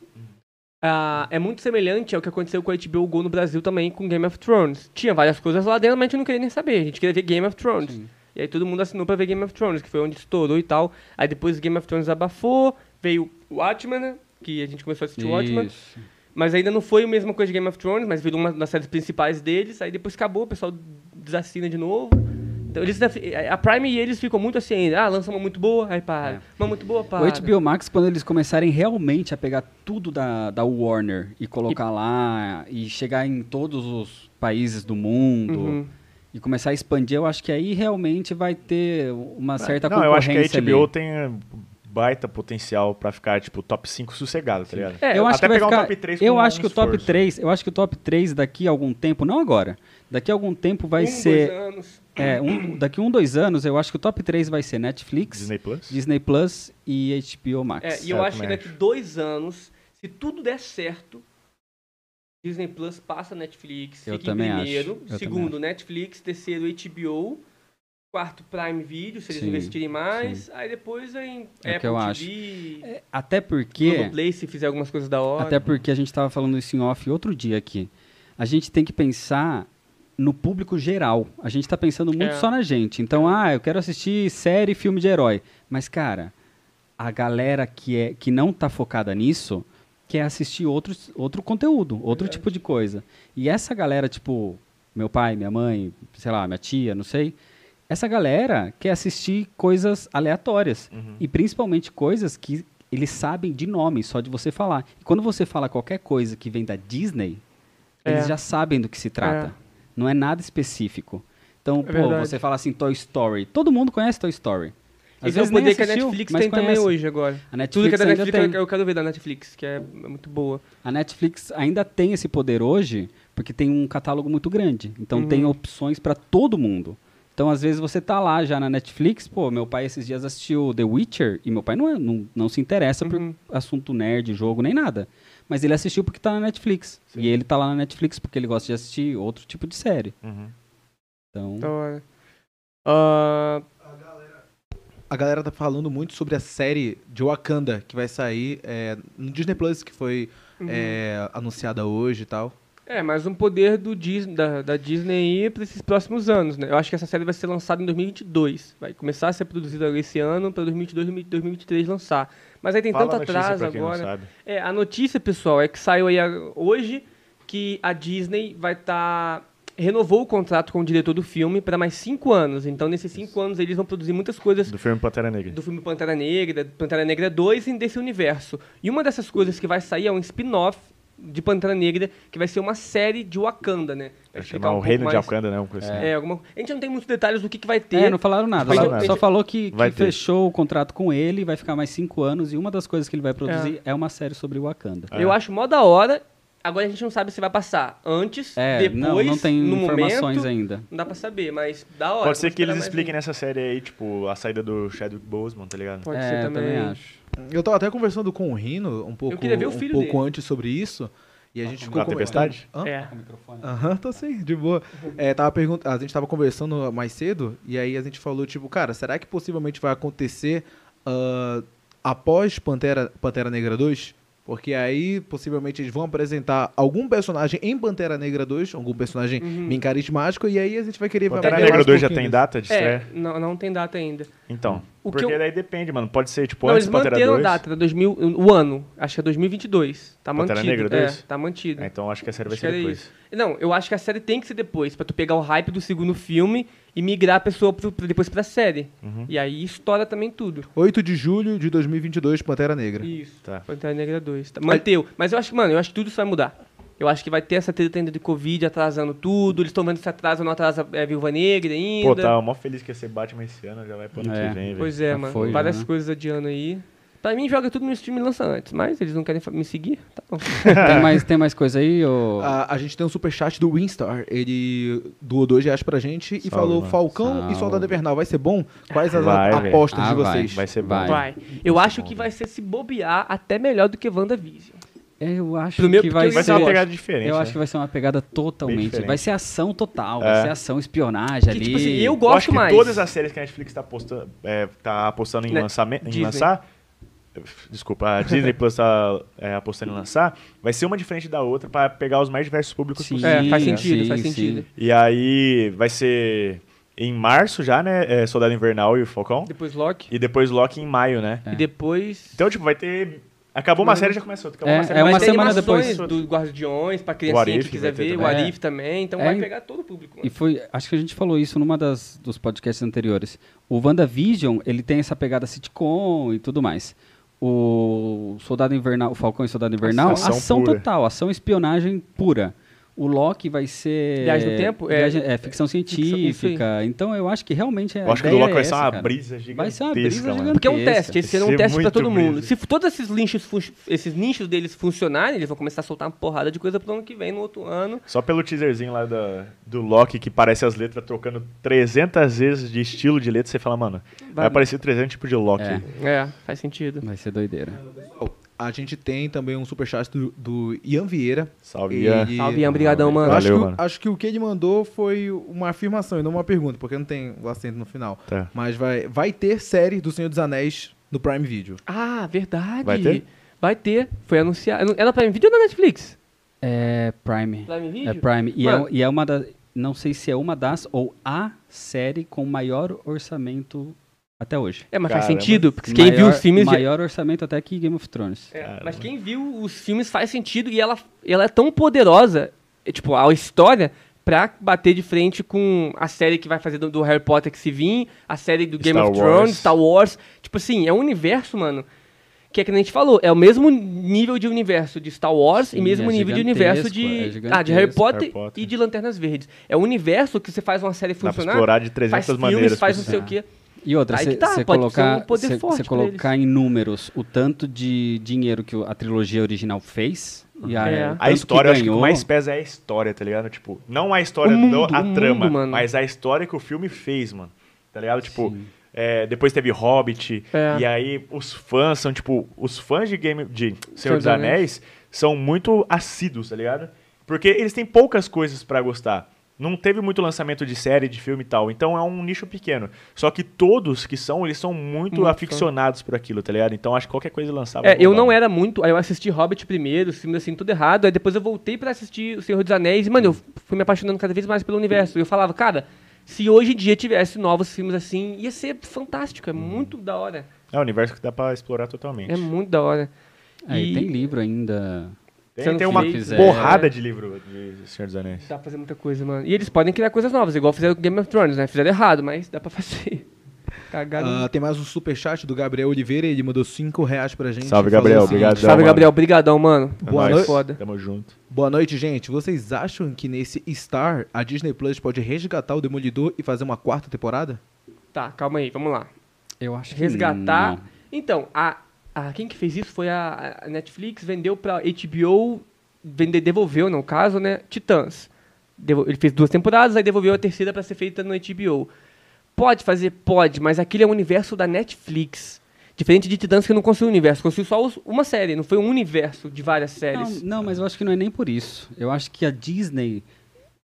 B: Ah, é muito semelhante ao que aconteceu com a HBO Go no Brasil também com Game of Thrones. Tinha várias coisas lá dentro, mas a gente não queria nem saber. A gente queria ver Game of Thrones.
C: Sim.
B: E aí todo mundo assinou pra ver Game of Thrones, que foi onde estourou e tal. Aí depois Game of Thrones abafou, veio Watchmen, né? que a gente começou a assistir Watchmen.
C: Isso.
B: Mas ainda não foi a mesma coisa de Game of Thrones, mas virou uma das séries principais deles. Aí depois acabou, o pessoal desassina de novo. Então, eles, ainda fi- a Prime e eles ficam muito assim ainda. Ah, lança uma muito boa, aí para.
C: É.
B: Uma muito boa, para.
C: O HBO Max, quando eles começarem realmente a pegar tudo da, da Warner e colocar lá e chegar em todos os países do mundo
B: Uhum.
C: e começar a expandir, eu acho que aí realmente vai ter uma certa
A: não, eu acho
C: concorrência
A: que a
C: ali.
A: HBO tem eh, baita potencial pra ficar, tipo, top 5 sossegado, tá ligado?
B: É,
C: eu acho
A: até
C: que vai
A: pegar um
C: ficar,
A: top 3
C: eu
A: com
C: acho que o
A: algum
C: top
A: esforço.
C: 3, eu acho que o top 3 daqui a algum tempo, não agora. Daqui a algum tempo vai
B: Um,
C: ser,
B: dois anos.
C: é, um- daqui um dois anos, eu acho que o top 3 vai ser Netflix, Disney,
A: Disney Plus?
C: Plus e HBO Max.
B: É, e eu
A: Certo,
B: acho que
A: Max.
B: daqui dois anos, se tudo der certo, Disney Plus passa Netflix,
C: Eu
B: fica
C: também
B: em
C: acho,
B: primeiro.
C: eu também
B: segundo, Netflix. Terceiro, HBO. Quarto, Prime Video, se eles
C: Sim,
B: investirem mais. Aí depois em
C: É o
B: Apple
C: que eu acho.
B: TV,
C: Até porque
B: Play, se fizer algumas coisas da hora.
C: Até porque a gente estava falando isso em off outro dia aqui. A gente tem que pensar no público geral. A gente está pensando muito
B: É.
C: só na gente. Então, ah, eu quero assistir série e filme de herói. Mas, cara, a galera que, é, que não tá focada nisso quer assistir outros, outro conteúdo, outro tipo de coisa. E essa galera, tipo, meu pai, minha mãe, sei lá, minha tia, não sei. Essa galera quer assistir coisas aleatórias.
B: Uhum.
C: E principalmente coisas que eles sabem de nome, só de você falar. E quando você fala qualquer coisa que vem da Disney,
B: É.
C: eles já sabem do que se trata.
B: É.
C: Não é nada específico. Então, pô,
B: verdade.
C: você fala assim Toy Story. Todo mundo conhece Toy Story.
B: Esse é o
C: nem
B: poder que a
C: assistiu,
B: Netflix
C: mas
B: tem também
C: conhece.
B: hoje agora.
C: A
B: Tudo
C: Netflix,
B: que é da
C: ainda
B: Netflix, eu-
C: tem.
B: eu quero ver da Netflix, que é muito boa.
C: a Netflix ainda tem esse poder hoje, porque tem um catálogo muito grande. Então
B: Uhum.
C: tem opções para todo mundo. Então, às vezes, você tá lá já na Netflix, pô, meu pai esses dias assistiu The Witcher, e meu pai não, é- não, não se interessa por
B: Uhum.
C: assunto nerd, jogo, nem nada. Mas ele assistiu porque tá na Netflix.
A: Sim.
C: E ele tá lá na Netflix porque ele gosta de assistir outro tipo de série.
A: Uhum.
C: Então,
B: Da hora. Ah,
D: A galera tá falando muito sobre a série de Wakanda que vai sair é, no Disney Plus, que foi
B: Uhum.
D: é, anunciada hoje e tal.
B: É, mais um poder do Dis- da, da Disney aí para esses próximos anos, né? Eu acho que essa série vai ser lançada em 2022. Vai começar a ser produzida esse ano para 2022, 2023 lançar. Mas aí tem
A: Fala a
B: tanto
A: notícia
B: atraso
A: pra quem
B: agora.
A: Não sabe.
B: É, a notícia, pessoal, é que saiu aí a- hoje que a Disney vai estar. renovou o contrato com o diretor do filme para mais cinco anos. Então, nesses cinco anos, eles vão produzir muitas coisas
A: Do filme Pantera Negra.
B: do filme Pantera Negra, Pantera Negra 2 e desse universo. E uma dessas coisas que vai sair é um spin-off de Pantera Negra, que vai ser uma série de Wakanda, né? Vai
A: Vai
B: explicar
A: chamar o
B: pouco
A: reino de
B: mais-
A: Wakanda, né? Alguma coisa assim.
B: É, alguma... A gente não tem muitos detalhes do que, que Então, vai ter.
C: É, não falaram nada.
B: Mas
C: só-
A: eu-
C: só falou que, que
A: Vai ter.
C: fechou o contrato com ele, vai ficar mais cinco anos, e uma das coisas que ele vai produzir é, uma série sobre Wakanda.
A: É.
B: Eu acho mó da hora. Agora a gente não sabe se vai passar antes,
C: É,
B: depois,
C: não, não tem
B: no
C: informações
B: momento.
C: ainda.
B: Não dá pra saber, mas da hora.
A: Pode ser
B: vamos
A: que eles
B: esperar mais
A: expliquem né?
B: um-
A: nessa série aí, tipo, a saída do Chadwick Boseman, tá ligado?
B: Pode
C: é,
B: ser
C: eu
B: também.
C: também acho.
D: Eu tava até conversando com o Rino um pouco,
B: queria ver o
D: um
B: filho
D: pouco
B: dele. Ah,
D: antes sobre isso. E a gente ficou.
A: Na
D: com-
A: tempestade?
D: Hã?
B: É.
D: Aham, tô sim, de boa. É, tava pergunt... A gente tava conversando mais cedo, e aí a gente falou, tipo, cara, será que possivelmente vai acontecer ah, após Pantera, Pantera Negra 2? Porque aí, possivelmente, eles vão apresentar algum personagem em Pantera Negra 2, algum personagem bem carismático, e aí a gente vai querer... ver
A: Pantera
D: mais
A: Negra
D: um
A: 2 já tem
D: pouquinho desse.
A: data de
B: É,
A: estreia?
B: não, não tem data ainda.
A: Então.
B: O que
A: porque
B: eu-
A: daí depende, mano. Pode ser, tipo,
B: não,
A: antes
B: eles
A: do Pantera
B: manteram
A: 2.
B: a data, né, 2000, o ano. Acho que é 2022. Tá
A: Pantera
B: mantido.
A: Negra
B: é,
A: 2?
B: tá mantido.
A: É, então acho que a série vai
B: Acho que
A: ser
B: era
A: depois.
B: isso. Não, eu acho que a série tem que ser depois, pra tu pegar o hype do segundo filme e migrar a pessoa pro- pro- depois pra série.
A: Uhum.
B: E aí estoura também tudo.
D: 8 de julho de 2022, Pantera Negra.
B: Isso.
A: Tá.
B: Pantera Negra 2. Tá. Manteu. Mas eu acho que, mano, eu acho que tudo isso vai mudar. Eu acho que vai ter essa treta ainda de Covid atrasando tudo. Eles estão vendo se atrasa ou não atrasa é, Viúva Negra ainda.
A: Pô, tá mó feliz que ia ser Batman esse ano, já vai pro ano
C: É.
A: que vem, velho.
B: Pois é,
C: Já
B: mano.
C: foi,
B: Várias
C: já, né?
B: coisas adiando aí. Pra mim, joga tudo no stream e lança antes. Mas eles não querem fa- me seguir? Tá bom.
C: Tem mais, tem mais coisa aí? ô?
D: A, a gente tem um superchat do Winstar. Ele doou dois reais pra gente e
A: Salve,
D: falou:
A: mano.
D: Falcão e
C: Salve.
D: Soldado Invernal vai ser bom? Quais as
A: Vai, velho.
D: apostas de
C: Ah, vai.
D: vocês?
A: é Vai ser bom.
C: Vai.
B: Vai. Eu acho que vai ser se bobear até melhor do que WandaVision.
C: É, eu acho
B: Pro meu-
C: que vai,
B: porque
A: Vai ser
B: Eu
A: uma
B: acho-
A: pegada diferente.
C: Eu
A: né?
C: acho que vai ser uma pegada totalmente.
A: diferente.
C: Vai ser ação total,
A: É.
C: vai ser ação, espionagem
B: Que,
C: ali.
B: tipo assim, eu
A: Eu
B: gosto
A: acho que
B: mais.
A: todas as séries que a Netflix tá apostando, é, tá apostando em,
B: Né,
A: lançamento, em
B: Disney.
A: lançar. Desculpa, a Disney Plus tá é, apostando em lançar. Vai ser uma diferente da outra pra pegar os mais diversos públicos
C: Sim.
A: possíveis.
B: É, faz sentido,
C: sim,
B: faz
C: sim.
B: sentido.
A: E aí vai ser em março já, né? é, Soldado Invernal e o Falcão.
B: Depois Loki.
A: E depois Loki em maio, né?
B: E depois.
A: Então, tipo, vai ter. Acabou uma
B: Mano.
A: série já começa outra. Acabou
C: É,
A: uma série
C: é
A: vai
C: uma
B: Vai ter
A: ter
C: semana
B: animações
A: depois.
B: do Guardiões, pra
A: O What
B: criancinha
A: If
B: que
A: vai
B: quiser
A: ter
B: ver, o
A: também.
B: Arif também. Então
C: É,
B: vai
C: e-
B: pegar todo o público. mano.
C: E foi, acho que a gente falou isso numa das dos podcasts anteriores. O WandaVision, ele tem essa pegada sitcom e tudo mais. O Soldado Invernal, o Falcão e Soldado Invernal,
A: Ação
C: ação,
A: pura.
C: total, ação espionagem pura. O Loki vai ser
B: Viagem no tempo? É.
C: viagem- é, ficção
B: isso aí.
C: científica. Então eu acho que realmente a
A: Eu acho que o do
C: ideia
A: Loki
C: é
A: vai ser
C: essa,
A: uma
C: cara.
A: brisa gigantesca.
C: Vai ser uma brisa
A: mano.
C: gigantesca.
B: Porque é um
C: Essa.
B: teste, esse ano é
A: Esse
B: um
A: é
B: teste pra
A: muito
B: todo mundo.
A: brisa.
B: Se todos esses nichos, fun- esses nichos deles funcionarem, eles vão começar a soltar uma porrada de coisa pro ano que vem, no outro ano.
A: Só pelo teaserzinho lá da- do Loki, que parece as letras trocando 300 vezes de estilo de letra, você fala, mano, vai,
B: Vai-
A: aparecer 300 tipos de Loki.
C: É.
B: É, faz sentido.
C: Vai ser doideira.
D: A gente tem também um superchat do, do Ian Vieira.
A: Salve, Ian.
D: Ele-
B: Salve, Ian, brigadão,
D: Eu
B: mano.
D: acho,
A: Valeu,
D: que, o-
A: mano.
D: acho que o que ele mandou foi uma afirmação e não uma pergunta, porque não tem o acento no final.
A: Tá.
D: Mas vai, vai ter série do Senhor dos Anéis no Prime Video.
B: Ah, verdade.
A: Vai ter?
B: Vai ter. Foi anunciado. É na Prime Video ou na Netflix?
C: É Prime.
B: Prime Video?
C: É Prime. E é,
B: Mano.
C: e é uma das. Não sei se é uma das ou a série com maior orçamento até hoje.
B: É, mas faz
A: Caramba.
B: sentido, porque quem viu os filmes...
C: Maior orçamento até que Game of Thrones.
B: É,
A: Caramba.
B: mas quem viu os filmes faz sentido e ela, ela é tão poderosa, é, tipo, a história, pra bater de frente com a série que vai fazer do, do Harry Potter que se vir, a série do Game
A: Star
B: of Thrones,
A: Wars.
B: Star Wars. Tipo assim, é um universo, mano, que é que nem a gente falou, é o mesmo nível de universo de Star Wars e
C: Sim,
B: mesmo
C: é
B: nível de universo
C: gigantesco, é
B: de, ah, de
C: gigantesco.
B: Harry Potter,
A: Harry Potter.
B: e de Lanternas Verdes. É um universo que você faz uma série
A: Dá pra
B: funcionar,
A: explorar de 300
B: faz filmes,
A: maneiras.
B: faz não
A: possíveis.
B: sei o quê.
C: E outra,
B: Aí
C: você
B: que tá, pode ser
C: colocar,
B: um poder
C: cê- cê
B: forte pra
C: colocar em números o tanto de dinheiro que o- a trilogia original fez. E a,
B: É.
C: o tanto
A: A história, eu
C: que
A: acho que o
C: ganhou,
A: que mais pesa é a história, tá ligado? Tipo, não a história,
B: O mundo,
A: do- a
B: o mundo,
A: trama,
B: mano.
A: mas a história que o filme fez, mano. Tá ligado? Tipo, é, depois teve Hobbit,
B: É.
A: e aí os fãs são, tipo, os fãs de Game de Senhor dos
B: dos Anéis.
A: Anéis são muito assíduos, tá ligado? Porque eles têm poucas coisas pra gostar. Não teve muito lançamento de série, de filme e tal. Então é um nicho pequeno. Só que todos que são, eles são muito,
B: Muito fã.
A: aficionados por aquilo, tá ligado? Então acho que qualquer coisa lançava.
B: É, eu não era muito. Aí eu assisti Hobbit primeiro, os filmes assim, tudo errado. Aí depois eu voltei pra assistir O Senhor dos Anéis. E, mano, eu fui me apaixonando cada vez mais pelo universo. E eu falava, cara, se hoje em dia tivesse novos filmes assim, ia ser fantástico.
A: Uhum.
B: É muito da hora.
A: É um universo que dá pra explorar totalmente.
B: É muito da hora.
C: Aí
B: E-
C: É, tem livro ainda.
A: Tem,
B: Sendo
A: tem uma
B: que
D: é.
B: fizer-
A: porrada de livro de Senhor dos Anéis.
B: Dá pra fazer muita coisa, mano. E eles podem criar coisas novas, igual fizeram com Game of Thrones, né? Fizeram errado, mas dá pra fazer. Cagado.
D: Ah, tem mais um superchat do Gabriel Oliveira, ele mandou 5 reais pra gente. assim.
A: Salve,
D: e falou
A: Gabriel,
D: o seguinte,
A: obrigado.
B: Salve,
A: mano.
B: Gabriel. Obrigadão, mano.
A: É
D: Boa
A: nóis.
D: noite.
B: Foda.
A: Tamo junto.
D: Boa noite, gente. Vocês acham que nesse Star a Disney Plus pode resgatar o Demolidor e fazer uma quarta temporada?
B: Tá, calma aí, vamos lá.
C: Eu acho que
B: Resgatar.
C: não.
B: Então, a, a, quem que fez isso foi a, a Netflix, vendeu pra HBO, vende, devolveu, no caso, né? Titãs. Devo- ele fez duas temporadas, aí devolveu a terceira pra ser feita no HBO. Pode fazer? Pode, mas aquele é o universo da Netflix. Diferente de Titãs que não construiu um universo, construiu só os- uma série, não foi um universo de várias séries.
C: Não, não, mas eu acho que não é nem por isso. Eu acho que a Disney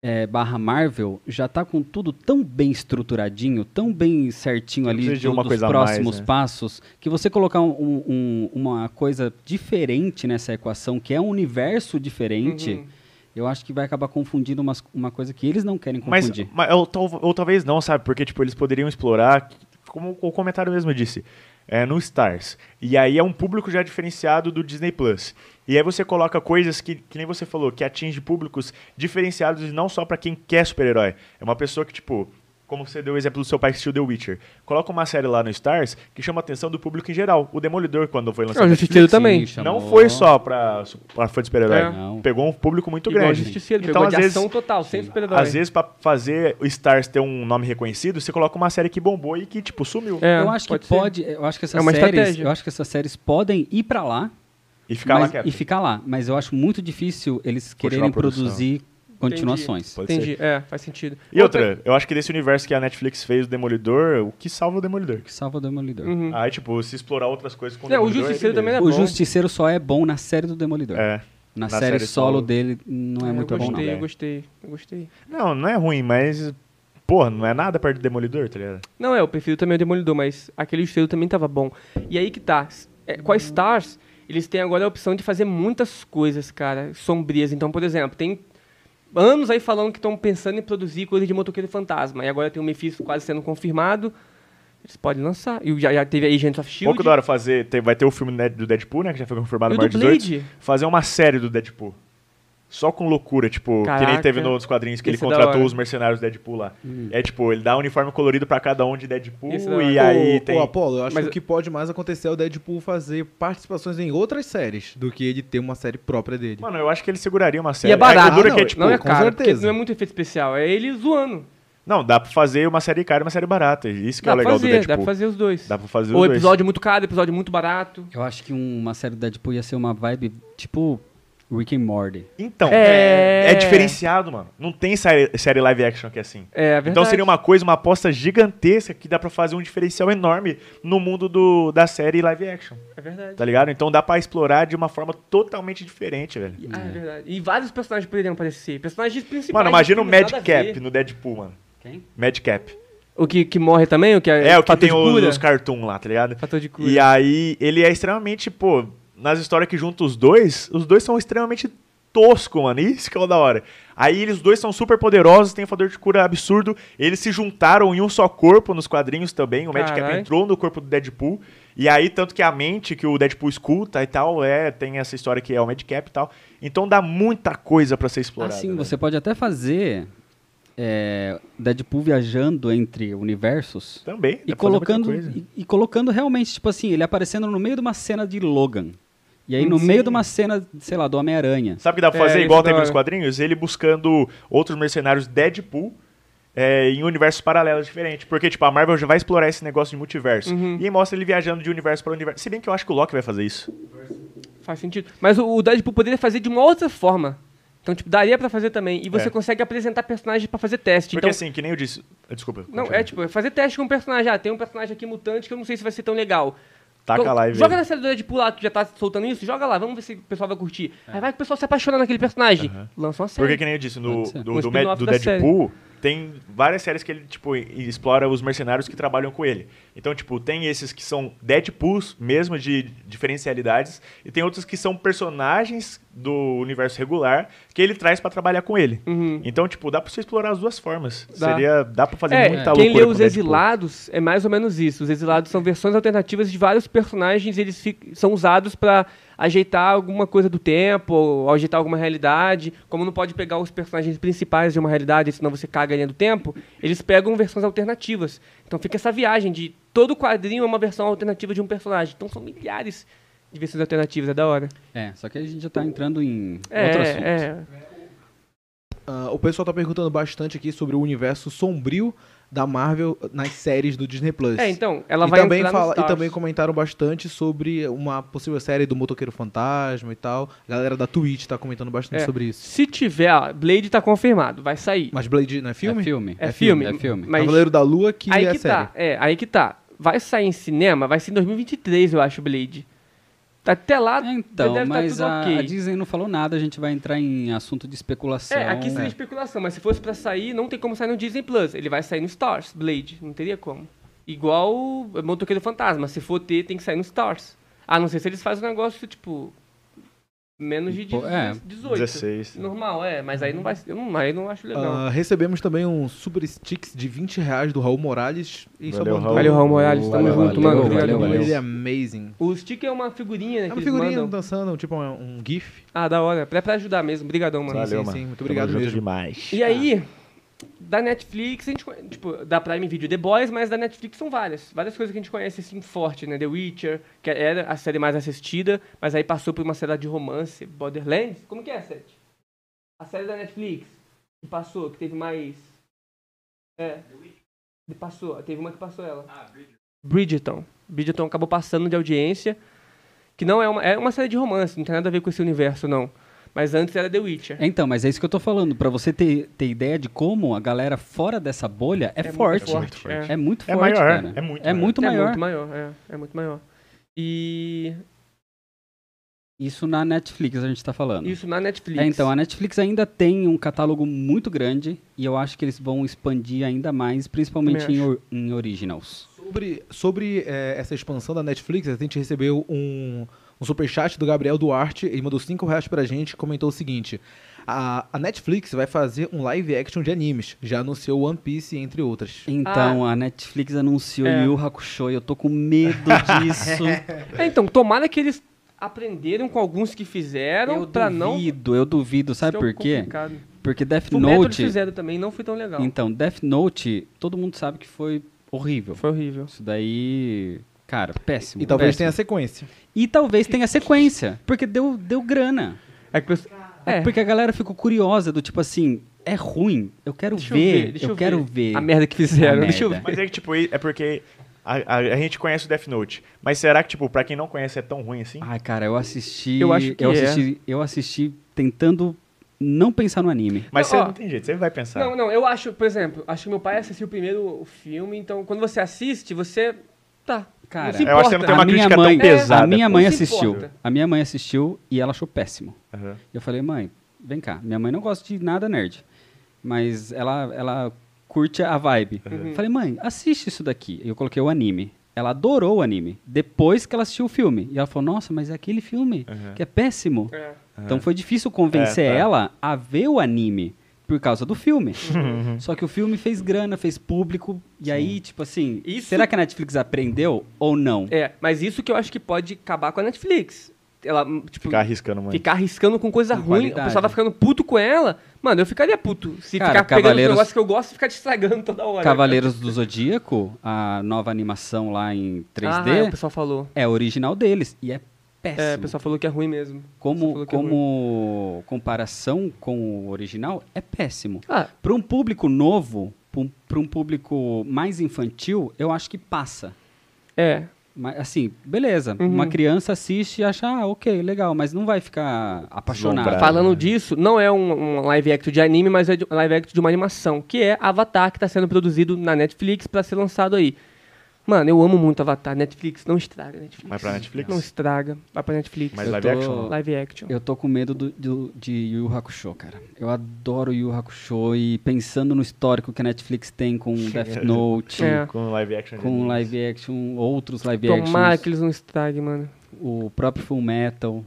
C: é, barra Marvel já tá com tudo tão bem estruturadinho, tão bem certinho
A: Não
C: ali
A: precisa de uma
C: dos
A: coisa a mais,
C: próximos
A: né?
C: passos, que você colocar um- um- uma coisa diferente nessa equação, que é um universo diferente,
B: Uhum.
C: eu acho que vai acabar confundindo umas- uma coisa que eles não querem
A: Mas,
C: confundir.
A: mas ou, tal- ou talvez não, sabe? Porque, tipo, eles poderiam explorar, como o comentário mesmo disse, é, no Stars. E aí é um público já diferenciado do Disney Plus. E aí você coloca coisas que, que nem você falou, que atinge públicos diferenciados e não só pra quem quer super-herói. É uma pessoa que, tipo, como você deu o exemplo do seu pai que assistiu The Witcher, coloca uma série lá no Stars que chama a atenção do público em geral. O Demolidor, quando foi lançado.
B: É, o Justiceiro também.
C: Sim,
A: Não
C: chamou-
A: foi só pra, pra fã de super-herói.
B: É.
C: Não.
A: Pegou um público muito
B: Igual
A: grande.
B: o Justiceiro,
A: então,
B: pegou
A: às
B: é um de
A: vezes,
B: ação total, sem super-herói.
A: às vezes, pra fazer o Stars ter um nome reconhecido, você coloca uma série que bombou e que, tipo, sumiu.
B: É,
C: eu acho que
B: ser.
C: pode, eu acho que essas
B: É uma
C: séries,
B: estratégia.
C: eu acho que essas séries podem ir pra lá
A: E ficar lá
C: mas-
A: quieto.
C: e ficar lá, mas eu acho muito difícil eles
A: Continuar a
C: quererem
A: produção.
C: produzir continuações.
A: Pode
B: Entendi,
A: ser.
B: é, faz sentido.
A: E outra, eu acho que desse universo que a Netflix fez, o Demolidor, o que salva o Demolidor?
C: Que salva é o Demolidor.
B: Uhum.
A: Aí, tipo, se explorar outras coisas com
B: É, o
A: Demolidor, beleza.
B: Justiceiro também é
C: o
B: bom.
C: Justiceiro só é bom na série do Demolidor.
A: É.
C: Na, série, solo, dele não é
B: eu
C: muito bom,
B: gostei,
C: não.
A: não.
B: eu gostei, eu gostei.
A: Não, não é ruim, mas. Porra, não é nada perto do Demolidor, tá ligado?
B: Não, é, eu prefiro também o Demolidor, mas aquele Justiceiro também tava bom. E aí que tá. s- é, com a Stars, eles têm agora a opção de fazer muitas coisas, cara, sombrias. Então, por exemplo, tem anos aí falando que estão pensando em produzir coisa de motoqueiro fantasma. E agora tem o Mephisto quase sendo confirmado. Eles podem lançar. E o- já, já teve a Agents of Shield.
A: Pouco da hora fazer. tem- vai ter o filme né, do Deadpool, né? Que já foi confirmado
B: E o
A: no
B: do
A: 18.
B: Blade?
A: Fazer uma série do Deadpool. Só com loucura, tipo, que nem
B: Caraca.
A: teve nos quadrinhos que ele
B: Esse é da
A: contratou
B: hora.
A: os mercenários do Deadpool lá. É tipo, ele dá um uniforme colorido pra cada um de Deadpool
B: Esse é da hora.
A: e aí
D: o,
A: tem.
D: o Apollo, eu acho
B: Mas-
D: que o que pode mais acontecer é o Deadpool fazer participações em outras séries do que ele ter uma série própria dele.
A: Mano, eu acho que ele seguraria uma
B: E
A: série.
B: é barato.
A: A gordura
D: Ah,
A: que é,
B: não,
A: tipo,
B: não é
D: com
B: caro, porque
D: certeza.
B: não é muito efeito especial. É ele zoando.
A: não, dá pra fazer uma série cara e uma série barata. Isso que
B: Dá
A: é o
B: pra
A: legal do
B: fazer,
A: Deadpool.
B: dá pra fazer os dois.
A: Dá pra fazer
B: Ou
A: os dois.
B: episódio muito caro, episódio muito barato.
C: Eu acho que um- uma série do Deadpool ia ser uma vibe tipo Rick and Morty.
A: Então,
B: É.
A: é diferenciado, mano. Não tem série, série live action que é assim.
B: É, verdade.
A: Então seria uma coisa, uma aposta gigantesca que dá pra fazer um diferencial enorme no mundo do, da série live action.
B: É verdade.
A: Tá ligado? Então dá pra explorar de uma forma totalmente diferente, velho.
B: E- Ah, é verdade. E vários personagens poderiam aparecer. Personagens principais.
A: Mano, imagina o
B: de filmes, nada a
A: Madcap
B: ver.
A: no Deadpool, mano.
C: Quem?
A: Madcap.
B: O que, que morre também? O que
A: É, o que
B: fator
A: tem
B: de cura?
A: os, os cartoon lá, tá ligado?
B: Fator de cura.
A: E aí, ele é extremamente, pô, nas histórias que juntam os dois, os dois são extremamente tosco, mano. Isso que é o da hora. Aí eles dois são super poderosos, tem um poder de cura absurdo. Eles se juntaram em um só corpo nos quadrinhos também. O Madcap
B: Caralho.
A: entrou no corpo do Deadpool. E aí, tanto que a mente que o Deadpool escuta e tal, é, tem essa história que é o Madcap e tal. Então dá muita coisa pra ser explorada. né?
C: Assim,
A: velho.
C: você pode até fazer é, Deadpool viajando entre universos
A: também dá pra
C: e
A: fazer muita
C: colocando,
A: coisa.
C: e, e colocando realmente, tipo assim, ele aparecendo no meio de uma cena de Logan. E aí
B: Hum,
C: no meio
B: sim.
C: de uma cena, sei lá, do Homem-Aranha.
A: Sabe o que dá pra
B: É,
A: fazer
B: isso
A: igual
B: da
A: teve nos
B: hora.
A: quadrinhos? Ele buscando outros mercenários Deadpool é, em universos paralelos diferentes. Porque, tipo, a Marvel já vai explorar esse negócio de multiverso.
B: Uhum.
A: E aí mostra ele viajando de universo pra universo. Se bem que eu acho que o Loki vai fazer isso.
B: Faz sentido. Mas o, o Deadpool poderia fazer de uma outra forma. Então, tipo, daria pra fazer também. E você
A: É.
B: consegue apresentar personagens pra fazer teste.
A: Porque
B: Então,
A: assim, que nem eu disse. Desculpa.
B: não,
A: continua.
B: é tipo, é fazer teste com um personagem. Ah, tem um personagem aqui mutante que eu não sei se vai ser tão legal.
A: Taca
B: Então,
A: lá e vê.
B: Joga na série do Deadpool lá, tu já tá soltando isso? Joga lá, vamos ver se o pessoal vai curtir. Aí vai que o pessoal se apaixona naquele personagem. Lança uma série.
A: É. Porque que nem eu disse, no,
C: Pode ser.
A: do,
B: Um
A: do,
B: É. spin-off
A: Mad- do
B: da série.
A: Deadpool, tem várias séries que ele, tipo, e- explora os mercenários que trabalham com ele. Então, tipo, tem esses que são Deadpools mesmo, de diferencialidades, e tem outros que são personagens do universo regular que ele traz pra trabalhar com ele. Então, tipo, dá pra você explorar as duas formas.
B: Uhum. Dá.
A: Seria, dá pra fazer
B: é,
A: muita loucura
B: quem lê
A: com
B: Os
A: Deadpool.
B: Exilados é mais ou menos isso. Os Exilados são versões alternativas de vários personagens, eles fi- são usados pra ajeitar alguma coisa do tempo, ou ajeitar alguma realidade. Como não pode pegar os personagens principais de uma realidade, senão você caga a linha do tempo, eles pegam versões alternativas. Então fica essa viagem de todo quadrinho é uma versão alternativa de um personagem. Então são milhares de versões alternativas, é da hora.
C: É, só que a gente já tá entrando em
B: É,
C: outro assunto.
B: é.
D: Ah, o pessoal tá perguntando bastante aqui sobre o universo sombrio da Marvel nas séries do Disney Plus.
B: É, então, ela
D: e
B: vai
D: também
B: entrar
D: fala-
B: no
D: e também
B: Stars.
D: comentaram bastante sobre uma possível série do Motoqueiro Fantasma e tal. A galera da Twitch tá comentando bastante
B: É.
D: sobre isso.
B: Se tiver, ó, Blade tá confirmado, vai sair.
D: Mas Blade não é filme?
C: É filme.
B: É filme.
C: É filme.
B: Mas-
D: Cavaleiro da Lua que
B: aí
D: é
B: que
D: série.
B: tá, é, aí que tá. Vai sair em cinema, vai ser em 2023, eu acho, Blade. Tá até lá,
C: Então,
B: deve
C: mas
B: tá tudo
C: a,
B: ok.
C: a Disney não falou nada, a gente vai entrar em assunto de especulação.
B: É, aqui seria especulação, mas se fosse pra sair, não tem como sair no Disney Plus. Ele vai sair no Stars, Blade, não teria como. Igual o Motoqueiro Fantasma, se for ter, tem que sair no Stars. A não ser se eles fazem um negócio, tipo, menos de
C: Pô, é,
B: 18.
A: 16.
B: Normal, é, mas aí não vai, eu não, aí eu não acho legal.
D: Ah, recebemos também um super sticks de 20 reais do Raul Morales. E só
A: Valeu,
D: mandou-
B: valeu, Raul Morales, tamo
C: Valeu,
B: junto,
C: valeu,
B: mano. Obrigado
C: valeu,
B: demais.
C: valeu.
D: Ele é amazing.
B: O stick é uma figurinha, né,
D: É
B: que
D: uma
B: eles
D: figurinha
B: mandam.
D: dançando, tipo um, um gif.
B: Ah, da hora. Pra, pra ajudar mesmo. Obrigadão, mano.
A: Valeu,
D: sim,
A: mano.
D: sim, muito
A: Tamo
D: obrigado
A: junto
D: mesmo.
A: demais.
B: E é-
C: É.
B: aí, da Netflix, a gente, conhe- tipo, da Prime Video The Boys, mas da Netflix são várias. Várias coisas que a gente conhece, assim, forte, né? The Witcher, que era a série mais assistida, mas aí passou por uma série de romance, Borderlands. Como que é, Seth? A série da Netflix que passou, que teve mais... É. Que Passou, teve uma que passou ela. Ah, Bridgerton. Bridgerton acabou passando de audiência, que não é uma... É uma série de romance, não tem nada a ver com esse universo, não. Mas antes era The Witcher.
C: Então, mas é isso que eu tô falando. Pra você ter, ter ideia de como a galera fora dessa bolha é,
B: muito
C: forte.
A: forte, é.
C: É muito
A: É
C: forte,
A: maior,
C: cara.
A: é muito
C: é
A: maior.
C: muito
B: É
C: maior.
B: muito maior, é. É muito maior. E
C: Isso na Netflix a gente tá falando.
B: isso na Netflix.
C: É, então, a Netflix ainda tem um catálogo muito grande e eu acho que eles vão expandir ainda mais, principalmente
B: Também
C: em, or- em originals.
D: Sobre, sobre eh, essa expansão da Netflix, a gente recebeu um, um superchat do Gabriel Duarte, ele mandou 5 reais pra gente e comentou o seguinte: a, a Netflix vai fazer um live action de animes, já anunciou One Piece, entre outras.
C: Então, a Netflix anunciou
B: Ah. É.
C: Yu Yu Hakusho e eu tô com medo disso.
B: É, então, tomara que eles aprenderam com alguns que fizeram
C: eu
B: um pra não.
C: duvido, eu duvido. Sabe
B: Isso é
C: por quê? Tipo,
B: complicado.
C: Porque Death
B: O método eles
C: Note...
B: fizeram também, não foi tão legal.
C: Então, Death Note, todo mundo sabe que foi horrível.
B: Foi horrível.
C: Isso daí, cara, péssimo.
D: E talvez tenha
C: péssimo.
D: sequência.
C: E talvez tenha sequência, porque deu, deu grana.
B: É que você- É.
C: Porque a galera ficou curiosa do tipo assim, é ruim, eu quero
B: Deixa eu
C: ver,
B: ver, deixa
C: eu,
B: eu
C: quero
B: ver.
C: ver.
B: A merda que fizeram,
C: A
B: deixa eu
C: merda.
A: Mas é que, tipo, é porque a, a, a gente conhece o Death Note. Mas será que, tipo, pra quem não conhece é tão ruim assim?
C: Ai, cara, eu assisti,
B: Eu acho que é.
C: assisti, eu assisti tentando não pensar no anime.
A: Mas
B: Não,
A: você
B: ó.
A: não tem jeito, você vai pensar.
B: Não, não, eu acho, por exemplo, acho que meu pai assistiu primeiro o filme, então quando você assiste, você. Tá.
C: Cara,
B: não se
A: É, Eu acho que você não
B: importa.
A: tem uma
C: a minha
A: crítica tão
C: mãe,
A: pesada,
C: a minha
A: pô.
C: mãe
B: Não se
C: assistiu.
B: importa.
C: A minha mãe assistiu e ela achou péssimo.
A: Aham.
C: Eu falei, mãe, vem cá. Minha mãe não gosta de nada nerd. Mas ela, ela curte a vibe.
A: Uhum.
B: Uhum.
C: Falei, mãe, assiste isso daqui. Eu coloquei o anime. Ela adorou o anime. Depois que ela assistiu o filme. E ela falou, nossa, mas é aquele filme
A: Uhum.
C: que é péssimo.
B: É.
C: Então foi difícil convencer
A: É, tá.
C: ela a ver o anime por causa do filme.
A: Uhum.
C: Só que o filme fez grana, fez público. E aí, tipo assim,
B: Isso-
C: será que a Netflix aprendeu ou não?
B: É, mas isso que eu acho que pode acabar com a Netflix. Ela, tipo,
A: Ficar arriscando muito.
B: Ficar arriscando com coisa
C: Com
B: ruim, o
C: qualidade.
B: pessoal vai ficando puto com ela. Mano, eu ficaria puto se
C: Cara,
B: ficar pegando
C: Cavaleiros-
B: um negócio que eu gosto e ficar te estragando toda hora. Ah,
C: Cavaleiros do Zodíaco, a nova animação lá em
B: Ah, o
C: 3D,
B: pessoal falou.
C: é original deles e é péssimo.
B: É, o pessoal falou que é ruim mesmo. O pessoal
C: como
B: falou que é ruim.
C: como comparação com o original, é péssimo.
B: Ah,
C: Para um público novo, para um público mais infantil, eu acho que passa.
B: é.
C: Mas, assim, beleza.
B: Uhum.
C: Uma criança assiste e acha, ah, ok, legal, mas não vai ficar apaixonado.
A: Deslumbrado.
B: Falando disso, não é um, um live act de anime, mas é de- um live act de uma animação, que é Avatar, que tá sendo produzido na Netflix pra ser lançado aí. Mano, eu amo muito Avatar. Netflix, não estraga, Netflix.
A: Vai pra Netflix?
B: Não estraga. Vai pra Netflix.
A: Mas
C: Eu
A: live
C: tô-
A: action? não.
B: Live action.
C: Eu tô com medo do, do- de Yu Yu Hakusho, cara. Eu adoro Yu Yu Hakusho e pensando no histórico que a Netflix tem com Death Note,
B: É.
A: Com live action. de
C: com
A: animes.
C: live action, outros live
B: Tomara
C: actions,
B: que eles não estraguem, mano.
C: o próprio Full Metal.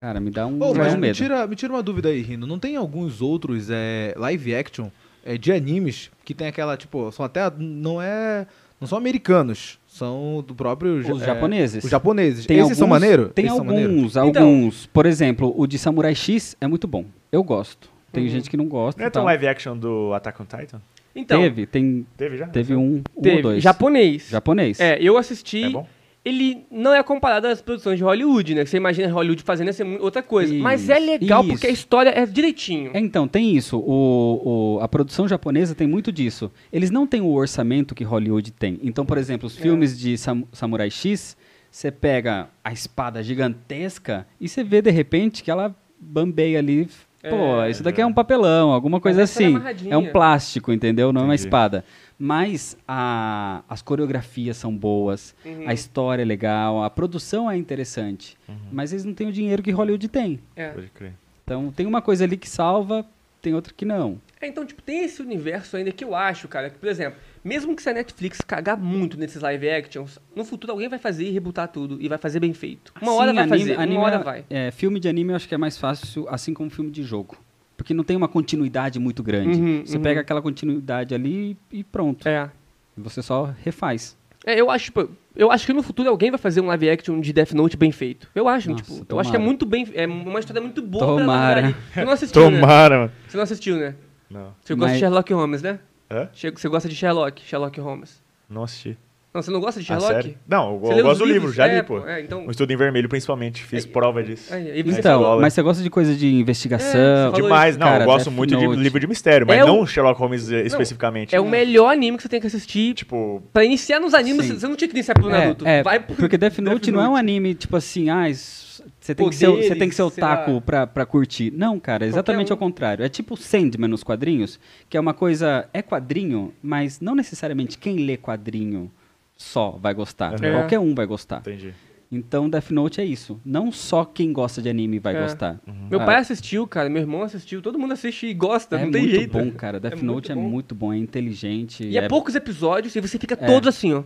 C: Cara, me dá um,
D: Ô,
C: me
D: mas é
C: dá um
D: me
C: medo.
D: tira, me tira uma dúvida aí, Rino. Não tem alguns outros eh, live action eh, de animes que tem aquela, tipo, são até. Não é. Não são americanos, são do próprio. ja-
C: Os
D: eh,
C: japoneses.
D: Os japoneses. Esses são
C: alguns-
D: maneiros?
C: Tem
D: Esses são
C: alguns,
D: maneiros?
B: Então-
C: alguns. Por exemplo, o de
B: Uhum.
C: Samurai X é muito bom. Eu gosto. Tem gente que não gosta.
A: Não é
C: e
A: tão
C: tal.
A: live action do Attack on Titan?
B: Então,
C: teve, tem,
A: Teve já?
C: teve um, um
B: teve.
C: ou dois.
B: Japonês.
C: Japonês.
B: É, eu assisti.
A: É bom?
B: Ele não é comparado às produções de Hollywood, né? Que você imagina Hollywood fazendo essa outra coisa. Mas é
C: Isso,
B: legal
C: isso.
B: porque a história é direitinho.
C: É, Então, tem isso. O, o- a produção japonesa tem muito disso. Eles não têm o orçamento que Hollywood tem. Então, por exemplo,
B: É.
C: os filmes de Sam- Samurai X, você pega a espada gigantesca e você vê, de repente, que ela bambeia ali. Pô, isso daqui é um papelão, alguma coisa
B: a história é
C: assim.
B: amarradinha.
C: É um plástico, entendeu? Não é uma
A: Entendi.
C: espada. Mas a- as coreografias são boas,
B: Uhum.
C: a história é legal, a produção é interessante. Mas eles não têm o dinheiro que Hollywood tem.
B: É.
A: Pode crer.
C: Então tem uma coisa ali que salva, tem outra que não.
B: É, então, tipo, tem esse universo ainda que eu acho, cara, que, por exemplo, mesmo que se a Netflix cagar muito nesses live actions, no futuro alguém vai fazer e rebutar tudo e vai fazer bem feito. Uma hora
C: Sim,
B: vai
C: anime-
B: fazer,
C: anime
B: uma hora
C: é-
B: vai.
C: é, filme de anime eu acho que é mais fácil, assim como filme de jogo. Porque não tem uma continuidade muito grande.
B: Uhum,
C: você
B: uhum.
C: pega aquela continuidade ali e pronto.
B: É.
C: Você só refaz.
B: É, eu acho, tipo, eu acho que no futuro alguém vai fazer um live action de Death Note bem feito. Eu acho,
C: Nossa,
B: tipo, eu
C: tomara.
B: acho que é muito bem, é uma história muito boa pra
C: Tomara.
B: ela ali. Você não assistiu, né?
A: Tomara, mano.
B: Você não assistiu, né?
A: Não.
B: Você gosta
C: Mas-
B: de Sherlock Holmes, né?
A: Hã?
B: Che- Você gosta de Sherlock, Sherlock Holmes.
A: Não assisti.
B: Não, você não gosta de
A: Ah,
B: Sherlock?
A: sério? Não, eu,
B: Você
A: eu
B: leu os
A: gosto do livro,
B: livros?
A: já
B: É,
A: li, pô.
B: pô, é, então-
A: Um estudo em vermelho, principalmente. Fiz prova disso.
B: Aí, aí você
C: Então,
A: escola.
C: mas você gosta de coisa de
B: É, você
C: investigação.
B: falou
A: né? Demais, não,
C: Cara,
A: eu gosto
C: Death
A: muito de
C: Note.
A: livro de mistério, mas
B: né? É o-
A: não Sherlock Holmes eh, especificamente.
B: É o melhor anime que você tem que assistir.
A: Tipo,
B: Pra iniciar nos animes,
C: Sim.
B: você não tinha que iniciar pro Naruto.
C: É, é,
B: Vai pro...
C: Porque Death Note não é um anime tipo assim, ah, isso- você tem, que ser, o- você tem que ser
B: Poderes, sei lá.
C: otaku pra, pra curtir. Não, cara, é exatamente
B: um.
C: ao contrário. É tipo Sandman nos quadrinhos, que é uma coisa. É quadrinho, mas não necessariamente quem lê quadrinho só vai gostar.
A: É.
C: Qualquer um vai gostar.
A: entendi.
C: Então Death Note é isso. Não só quem gosta de anime vai
B: É.
C: gostar.
B: Meu
C: Ah,
B: pai assistiu, cara. Meu irmão assistiu. Todo mundo assiste e gosta.
C: é
B: não tem
C: muito
B: jeito.
C: bom, cara. Death
B: muito
C: Note é
B: bom.
C: muito bom, é inteligente.
B: E é, poucos episódios e você fica
C: É.
B: todo assim, ó.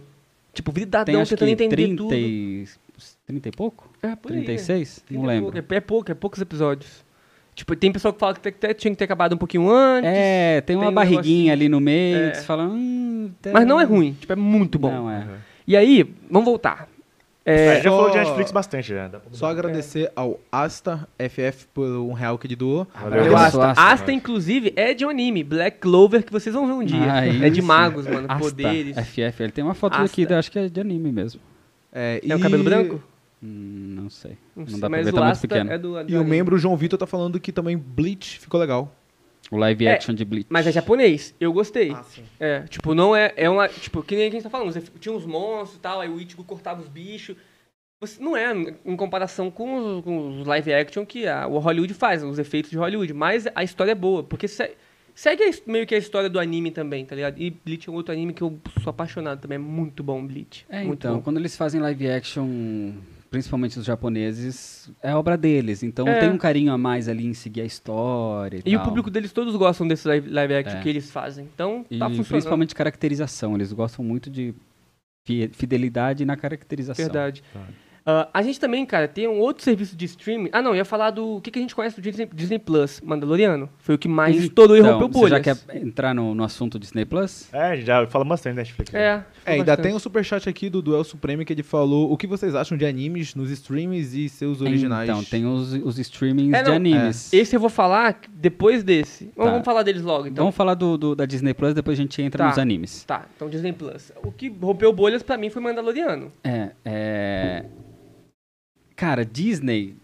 B: Tipo,
C: Tem
B: vidadão,
C: acho
B: tentando
C: que
B: entender
C: 30
B: tudo.
C: e... 30 e pouco?
B: É, por aí, né?
C: 36?
B: Trinta
C: Não
B: e
C: lembro.
B: pouco. É, é pouco, é poucos episódios. Tipo, tem pessoal que fala que tem que ter- tinha que ter acabado um pouquinho antes.
C: É, tem uma
B: tem um
C: barriguinha ali no meio,
B: É.
C: que você fala. "Hum, tá-
B: Mas não é ruim. Tipo, é muito bom.
C: Não, é.
B: E aí, vamos voltar.
A: É,
B: É,
A: já falou de
D: só-
A: Netflix bastante, já. Dá pra-
D: Só agradecer ao Asta FF por um real que ele doou.
A: Valeu.
B: Eu
C: Asta,
B: Asta.
C: Asta.
B: Asta, inclusive, é de um anime. Black Clover, que vocês vão ver um dia.
C: Ah,
B: é de
C: isso.
B: magos, mano.
C: Asta, É
B: Poderes.
C: FF, ele tem uma foto
B: Asta.
C: aqui, eu acho que é de anime mesmo.
D: É,
B: É o cabelo branco?
C: Hum, não sei. Não,
B: sei,
C: dá pra
B: mas
C: ver,
B: o
C: tá muito
B: Asta
C: pequeno.
B: É do, do
D: E o
B: anime.
D: membro João Vitor tá falando que também Bleach ficou legal.
C: O live
B: É,
C: action de Bleach.
B: Mas é japonês, eu gostei.
D: Ah, sim.
B: É, tipo, não é. É uma. Tipo, que nem a gente tá falando. Você tinha uns monstros e tal, aí o Ichigo cortava os bichos. Você, não é em comparação com os, com os live action que a, o Hollywood faz, os efeitos de Hollywood. Mas a história é boa, porque se- segue a his- meio que a história do anime também, tá ligado? E Bleach é um outro anime que eu sou apaixonado também. É muito bom, Bleach.
C: É,
B: muito
C: então,
B: bom.
C: quando eles fazem live action, principalmente os japoneses, é obra deles. Então
B: É.
C: tem um carinho a mais ali em seguir a história e,
B: E o
C: tal.
B: público deles todos gostam desses live, live action
C: É.
B: que eles fazem. Então,
C: E
B: tá funcionando.
C: principalmente caracterização, eles gostam muito de fi- fidelidade na caracterização.
B: Verdade. Ah, a gente também, cara, tem um outro serviço de streaming. Ah, não, eu ia falar do que, que a gente conhece do Disney, Disney Plus, Mandaloriano. Foi o que mais estourou e
C: Então,
B: rompeu
C: você já
B: bolhas.
C: quer entrar no, no assunto Disney Plus?
A: É, já fala bastante de Netflix. né?
B: É,
D: É, ainda tem um superchat aqui do Duel Supremo que ele falou o que vocês acham de animes nos streams e seus originais.
C: Então, tem os, os streamings
B: É,
C: de
B: não,
C: animes.
B: Esse eu vou falar depois desse. Vamos-
C: Tá.
B: Vamos falar deles logo, então.
C: Vamos falar do, do- da Disney Plus, depois a gente entra
B: Tá.
C: nos animes.
B: Tá, então Disney Plus. O que rompeu bolhas pra mim foi Mandaloriano.
C: É, é... Cara, Disney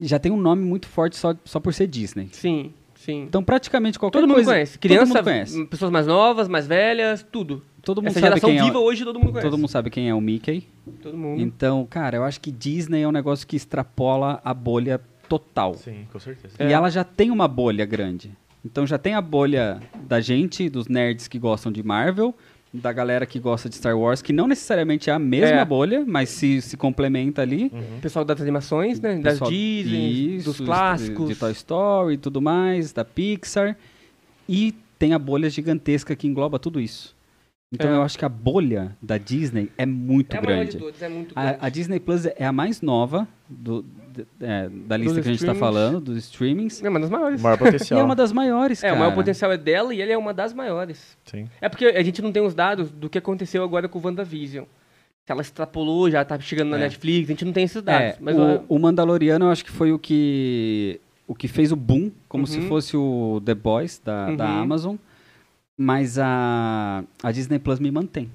C: já tem um nome muito forte só, só por ser Disney.
B: Sim, sim.
C: Então, praticamente qualquer
B: todo mundo
C: coisa...
B: conhece. Criança,
C: todo mundo conhece.
B: pessoas mais novas, mais velhas, tudo.
C: Todo mundo
B: Essa
C: sabe
B: geração
C: quem
B: viva
C: é... o-
B: hoje todo mundo conhece.
C: Todo mundo sabe quem é o Mickey.
B: Todo mundo.
C: Então, cara, eu acho que Disney é um negócio que extrapola a bolha total.
A: Sim, com certeza.
B: É.
C: E ela já tem uma bolha grande. Então já tem a bolha da gente, dos nerds que gostam de Marvel, da galera que gosta de Star Wars, que não necessariamente é a mesma
B: É.
C: bolha, mas se, se complementa ali.
B: O pessoal das animações, né? Das
C: Pessoal-
B: Disney,
C: Isso,
B: dos clássicos.
C: De, de Toy Story e tudo mais, da Pixar. E tem a bolha gigantesca que engloba tudo isso. Então
B: É.
C: eu acho que a bolha da Disney é muito
B: é a maior
C: grande.
B: de todas, é muito grande.
C: A, a Disney Plus é a mais nova do- de- é, da lista
B: Dos
C: que a gente está
B: streamings.
C: falando, dos streamings.
B: É uma das maiores.
A: Maior
C: E é
A: potencial.
C: uma das maiores,
B: É,
C: cara.
B: o maior potencial é dela e ela é uma das maiores.
A: Sim.
B: É porque a gente não tem os dados do que aconteceu agora com o WandaVision. Se ela extrapolou, já tá chegando na
C: É.
B: Netflix, a gente não tem esses dados.
C: É,
B: mas
C: o,
B: ó,
C: o Mandaloriano eu acho que foi o que o que fez o boom, como
B: Uhum.
C: se fosse o The Boys da, da
B: Uhum.
C: Amazon. Mas a, a Disney Plus me mantém.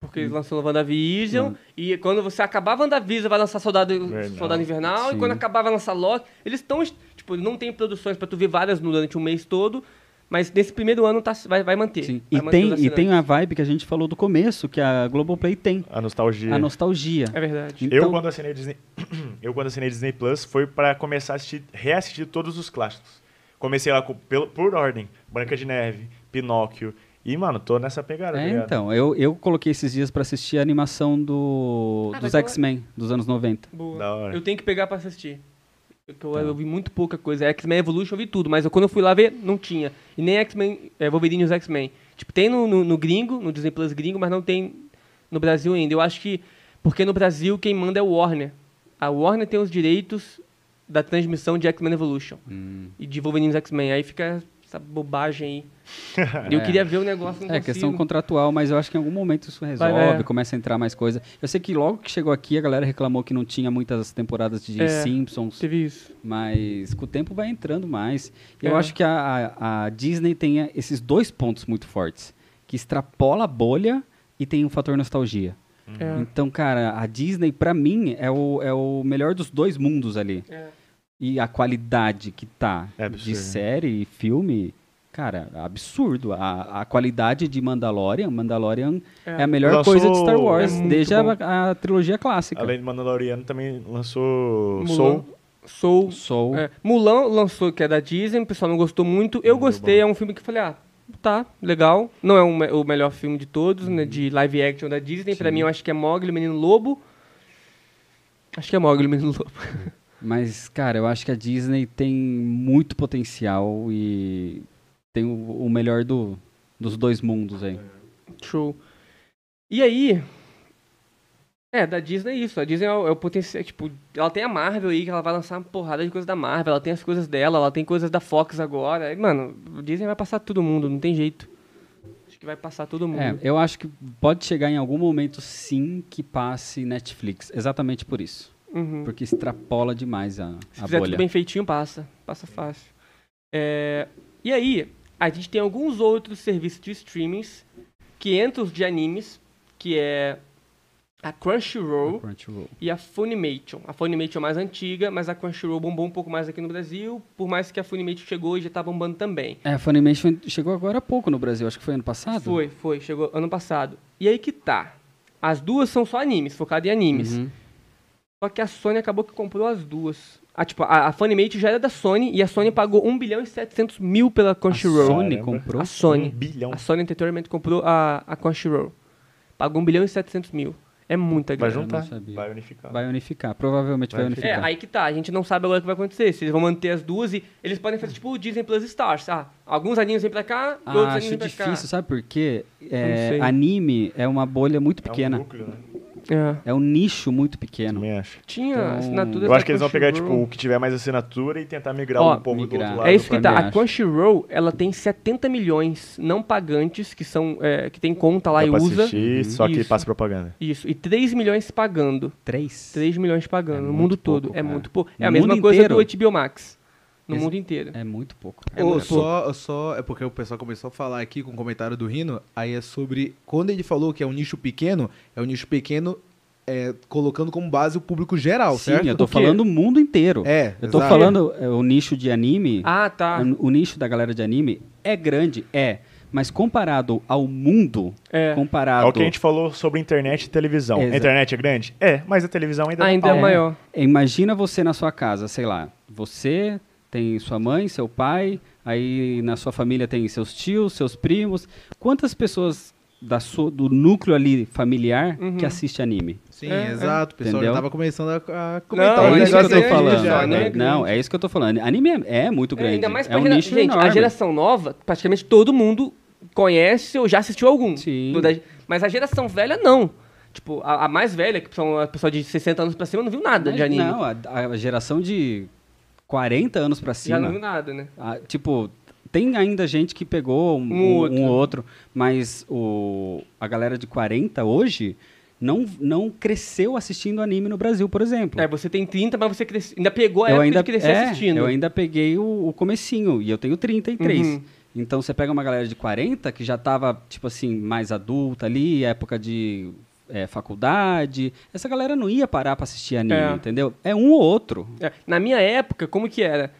B: Porque eles lançou
C: Hum.
B: WandaVision, e quando você acabar WandaVision, vai lançar Soldado,
A: Invernal.
B: Soldado Invernal,
C: Sim.
B: e quando acabar vai lançar Loki. Eles estão, tipo, não tem produções pra tu ver várias durante um mês todo, mas nesse primeiro ano tá, vai, vai manter.
C: Sim.
B: Vai
C: E,
B: manter os
C: tem, e tem
B: assinantes.
C: a vibe que a gente falou do começo, que a Globoplay tem.
A: A nostalgia.
C: A nostalgia.
B: É verdade.
C: Então-
A: Eu, quando assinei Disney, eu, quando assinei Disney Plus, foi pra começar a assistir, reassistir todos os clássicos. Comecei lá com, pelo, por ordem: Branca de Neve, Pinóquio. E, mano, tô nessa pegada. tá
C: É,
A: ligado?
C: então, eu, eu coloquei esses dias pra assistir a animação do,
B: Ah,
C: dos
B: mas eu-
C: X-Men, dos anos 90.
B: Boa.
A: Da hora. Tá.
B: Eu tenho que pegar pra assistir. Eu, eu, eu vi muito pouca coisa. X-Men Evolution eu vi tudo, mas eu, quando eu fui lá ver, não tinha. E nem X-Men, é, Wolverine e os X-Men. Tipo, tem no, no, no gringo, no Disney Plus gringo, mas não tem no Brasil ainda. Eu acho que. Porque no Brasil quem manda é o Warner. A Warner tem os direitos da transmissão de X-Men Evolution.
A: Hum.
B: E de Wolverine e os X-Men. Aí fica essa bobagem aí. E eu
C: É.
B: queria ver o negócio, não
C: É,
B: consigo.
C: questão contratual, mas eu acho que em algum momento isso resolve,
B: vai. é.
C: começa a entrar mais coisa. Eu sei que logo que chegou aqui a galera reclamou que não tinha muitas temporadas de
B: É.
C: Simpsons,
B: Teve isso.
C: mas com o tempo vai entrando mais. E
B: É.
C: Eu acho que a, a- a Disney tem a- esses dois pontos muito fortes, que extrapola a bolha e tem um fator nostalgia.
A: Hum.
B: É.
C: Então, cara, a Disney, pra mim, é o, é o melhor dos dois mundos ali.
B: É.
C: E a qualidade que tá
A: É absurdo.
C: de série e filme, cara, absurdo. A, a qualidade de Mandalorian, Mandalorian é,
B: É.
C: a melhor
A: Lançou-
C: coisa de Star Wars,
B: É muito
C: desde
B: bom.
C: a, a trilogia clássica.
A: Além de Mandaloriano, também lançou
B: Mulan.
A: Soul.
B: Soul.
C: Soul.
B: É, Mulan lançou, que é da Disney, o pessoal não gostou muito. Eu
A: Não deu
B: gostei,
A: bom.
B: é um filme que eu falei, ah, tá, legal. Não é um me- o melhor filme de todos, né,
A: Uhum.
B: de live action da Disney. Pra
C: Sim.
B: mim, eu acho que é Mogli, o Menino Lobo. Acho que é Mogli, o Menino Lobo.
C: Mas, cara, eu acho que a Disney tem muito potencial e tem o, o melhor do- dos dois mundos aí.
B: Show. E aí... É, da Disney é isso. A Disney é o, é o potencial, tipo... Ela tem a Marvel aí, que ela vai lançar uma porrada de coisas da Marvel. Ela tem as coisas dela, ela tem coisas da Fox agora. E, mano, a Disney vai passar todo mundo, não tem jeito. Acho que vai passar todo mundo.
C: É, eu acho que pode chegar em algum momento sim que passe Netflix, exatamente por isso.
B: Uhum.
C: Porque extrapola demais a,
B: Se
C: a
B: fizer tudo
C: bolha.
B: bem feitinho, passa. Passa fácil. É, E aí, a gente tem alguns outros serviços de streamings que entram os de animes, que é a Crunchyroll
C: Crunchyroll.
B: e a Funimation. A Funimation é mais antiga, mas a Crunchyroll bombou um pouco mais aqui no Brasil, por mais que a Funimation chegou e já tá bombando também.
C: É, a Funimation chegou agora há pouco no Brasil, acho que foi ano passado.
B: Foi, foi, chegou ano passado. E aí que tá. As duas são só animes, focado em animes.
C: Uhum.
B: Só que a Sony acabou que comprou as duas. Ah, tipo, a, a Funimation já era da Sony e a Sony pagou 1 bilhão e 700 mil pela
C: A
B: Crunchyroll.
C: Sony
A: Caramba.
C: comprou.
B: A Sony.
A: Um bilhão.
B: A Sony anteriormente comprou a, a Crunchyroll. Pagou 1 bilhão e 700 mil. É muita
A: Vai
B: grana.
A: juntar.
C: sabia.
A: Vai unificar.
C: Vai unificar, provavelmente vai,
A: Vai
B: É,
C: unificar.
B: aí que tá. A gente não sabe agora o que vai acontecer. Se eles vão manter as duas e eles podem fazer tipo o Disney Plus Stars. Ah, alguns animes vêm pra cá,
C: Ah,
B: outros
C: acho
B: animes pra
C: difícil, sabe por quê?
B: Não
C: É,
B: sei.
C: anime é uma bolha muito pequena.
A: É um núcleo, né?
B: cá. É.
C: É um nicho muito pequeno.
A: Também acho.
B: Tinha
C: Então,
B: assinatura
A: Eu
B: da
A: acho que eles vão pegar, tipo,
B: Crunchyroll.
A: o que tiver mais assinatura e tentar migrar
B: Ó,
A: um pouco do
C: migrar.
A: outro lado.
B: É isso que tá.
C: também
B: A
C: acho.
B: Crunchyroll, ela tem 70 milhões não pagantes, que são é, que tem conta lá
A: Dá
B: e
A: pra
B: usa.
A: assistir, só que
B: Isso.
A: passa propaganda.
B: Isso. E 3 milhões pagando.
C: Três?
B: 3 milhões pagando.
C: É
B: no
C: muito
B: mundo
C: pouco,
B: todo. É
C: cara.
B: muito pouco. É
C: No
B: a mesma
C: mundo
B: coisa
C: inteiro?
B: do HBO Max. No
C: Ex-
B: mundo inteiro.
C: É muito pouco. cara.
B: É
D: Ô,
B: muito
D: só, só é porque o pessoal começou a falar aqui com o comentário do Rino, aí é sobre quando ele falou que é um nicho pequeno, é um nicho pequeno é, colocando como base o público geral,
C: Sim,
D: certo?
C: eu tô
B: quê?
C: falando o mundo inteiro.
D: É,
C: eu tô
D: exato.
C: falando é, o nicho de anime.
B: Ah, tá.
C: O, o É um nicho da galera de anime é grande, é. Mas comparado ao mundo,
B: É.
C: comparado
A: É o que a gente falou sobre internet e televisão.
C: Exato.
A: A internet é grande? É, mas a televisão ainda,
B: Ainda é
A: tá bom.
B: maior.
C: Imagina você na sua casa, sei lá, você tem sua mãe, seu pai, aí na sua família tem seus tios, seus primos. Quantas pessoas da sua- do núcleo ali familiar
B: Uhum.
C: que assiste anime?
D: Sim,
B: É, é.
D: exato. O pessoal
C: Entendeu?
D: já tava começando a, a
B: Não,
D: comentar
B: Então,
C: é
B: mas
C: isso que eu tô
B: grande,
C: falando.
B: já,
C: né?
B: né?
C: Não, é isso que eu tô falando. Anime é, é muito grande.
B: Ainda mais
C: é um
B: gera-
C: nicho
B: Gente,
C: enorme.
B: a geração nova, praticamente todo mundo conhece ou já assistiu algum.
C: Sim.
B: Do da- Mas a geração velha, não. Tipo, a, a mais velha, que são a pessoa de 60 anos pra cima, não viu nada
C: Mas
B: de anime.
C: Não, a, a geração de 40 anos pra
B: Já não
C: cima.
B: viu nada, né?
C: Ah, tipo, tem ainda gente que pegou um,
B: Um
C: um- um
B: outro.
C: outro. mas o, a galera de 40 hoje não, não cresceu assistindo anime no Brasil, por exemplo.
B: É, você tem 30, mas você cresce, ainda pegou a
C: eu
B: época
C: ainda,
B: de crescer
C: é,
B: assistindo.
C: eu ainda peguei o, o comecinho e eu tenho 33.
B: Uhum.
C: Então você pega uma galera de 40 que já tava, tipo assim, mais adulta ali, época de é, faculdade. Essa galera não ia parar pra assistir anime,
B: É.
C: entendeu? É um ou outro.
B: É, na minha época, como que era?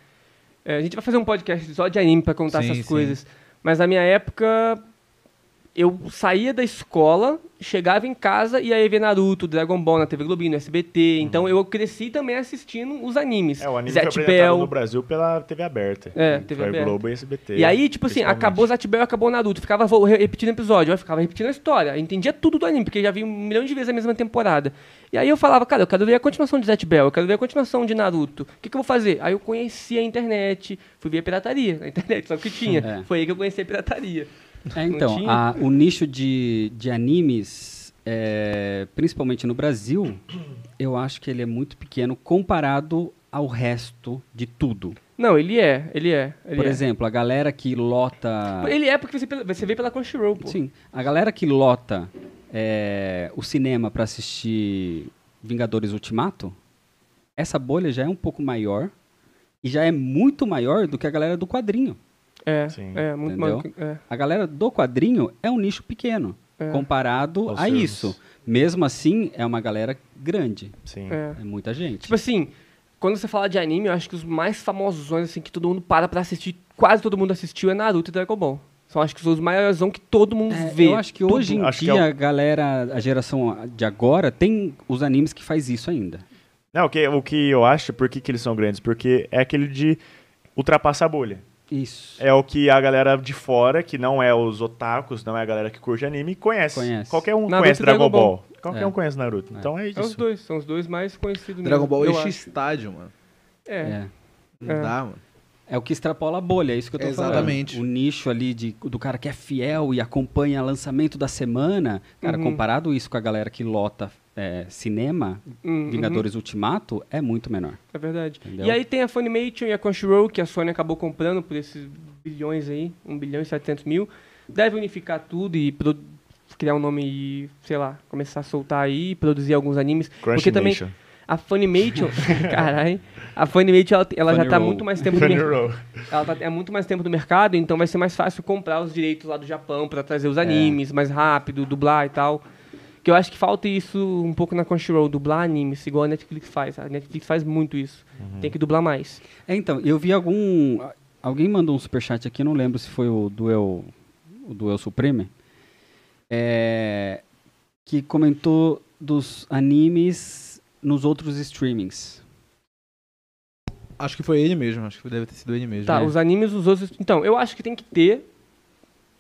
B: É, a gente vai fazer um podcast só de anime pra contar
D: Sim,
B: essas
D: sim.
B: coisas. Mas na minha época, eu saía da escola, chegava em casa e aí via Naruto, Dragon Ball na TV Globinho, no SBT. Então eu cresci também assistindo os animes.
A: É, o anime
B: Zatch
A: foi apresentado
B: Bell.
A: no Brasil pela TV aberta. Hum,
B: É, TV
A: foi
B: aberta.
A: Globo e SBT.
B: E aí, tipo assim,
A: principalmente.
B: acabou Zatch Bell, acabou Naruto. Ficava vo- re- repetindo episódio, eu ficava repetindo a história. Eu entendia tudo do anime, porque eu já vi um milhão de vezes a mesma temporada. E aí eu falava, cara, eu quero ver a continuação de Zatch Bell, eu quero ver a continuação de Naruto. O que, que eu vou fazer? Aí eu conheci a internet, fui ver a pirataria na internet, só que tinha.
C: É.
B: Foi aí que eu conheci a pirataria.
C: É,
B: Não
C: então,
B: tinha?
C: a- o nicho de, de animes, é, principalmente no Brasil, eu acho que ele é muito pequeno comparado ao resto de tudo.
B: Não, ele é, ele é. Ele
C: Por
B: é.
C: exemplo, a galera que lota.
B: Ele é porque você, pe- você vê pela Crunchyroll, pô.
C: Sim, a galera que lota é, o cinema pra assistir Vingadores Ultimato, essa bolha já é um pouco maior e já é muito maior do que a galera do quadrinho.
B: É,
A: Sim.
B: é, muito
C: Entendeu?
B: maluco. É.
C: A galera do quadrinho é um nicho pequeno
B: É.
C: comparado
A: Aos
C: a
A: filmes.
C: isso. Mesmo assim, é uma galera grande.
A: Sim.
B: É.
C: É muita gente.
B: Tipo assim, quando você fala de anime, eu acho que os mais famosos, assim, que todo mundo para pra assistir, quase todo mundo assistiu, é Naruto e Dragon Ball. São acho que os maiores que todo mundo
C: É,
B: assim, vê.
C: eu acho que hoje em
A: Acho que
C: dia
A: é o-
C: a galera, a geração de agora, tem os animes que faz isso ainda.
A: Não, o que, o que eu acho, por que, que eles são grandes? Porque é aquele de ultrapassar a bolha.
C: Isso.
A: É o que a galera de fora, que não é os otakus, não é a galera que curte anime, conhece.
C: Conhece.
A: Qualquer um
B: Naruto
A: conhece
B: e Dragon
A: Dragon Ball. Qualquer
C: É.
A: um conhece Naruto.
C: É.
A: Então é
B: São os
A: isso.
B: dois, são os dois mais conhecidos
D: Dragon
B: mesmo,
D: Ball
B: eu
D: é
B: acho.
D: X-Estádio, mano.
B: É.
C: É.
D: Não
B: É.
D: dá, mano.
C: É o que extrapola a bolha, é isso que eu tô
D: Exatamente.
C: falando. O nicho ali de, do cara que é fiel e acompanha lançamento da semana. Cara,
B: Uhum.
C: comparado isso com a galera que lota é, cinema,
B: Hum, uhum,
C: Vingadores Ultimato, é muito menor.
B: é verdade.
C: Entendeu?
B: E aí tem a Funimation e a Crunchyroll, que a Sony acabou comprando por esses bilhões aí, 1 bilhão e 700 mil. Deve unificar tudo e pro- criar um nome e, sei lá, começar a soltar aí, produzir alguns animes. Porque também
A: Crunchyroll.
B: A Funimation, caralho, a Funimation ela, ela já tá
C: Funnyroll.
B: muito mais tempo no mercado.
A: Crunchyroll.
B: Ela tá, é muito mais tempo no mercado, então vai ser mais fácil comprar os direitos lá do Japão pra trazer os animes mais rápido, dublar e tal. Que eu acho que falta isso um pouco na Crunchyroll, dublar animes, igual a Netflix faz. A Netflix faz muito isso. Tem que dublar mais.
C: É, então, eu vi algum. Alguém mandou um superchat aqui, eu não lembro se foi o Duel, o Duel Supreme, é, que comentou dos animes nos outros streamings.
D: Acho que foi ele mesmo, acho que deve ter sido ele mesmo. né?
B: Tá,
C: É.
B: os animes, os outros. Então, eu acho que tem que ter.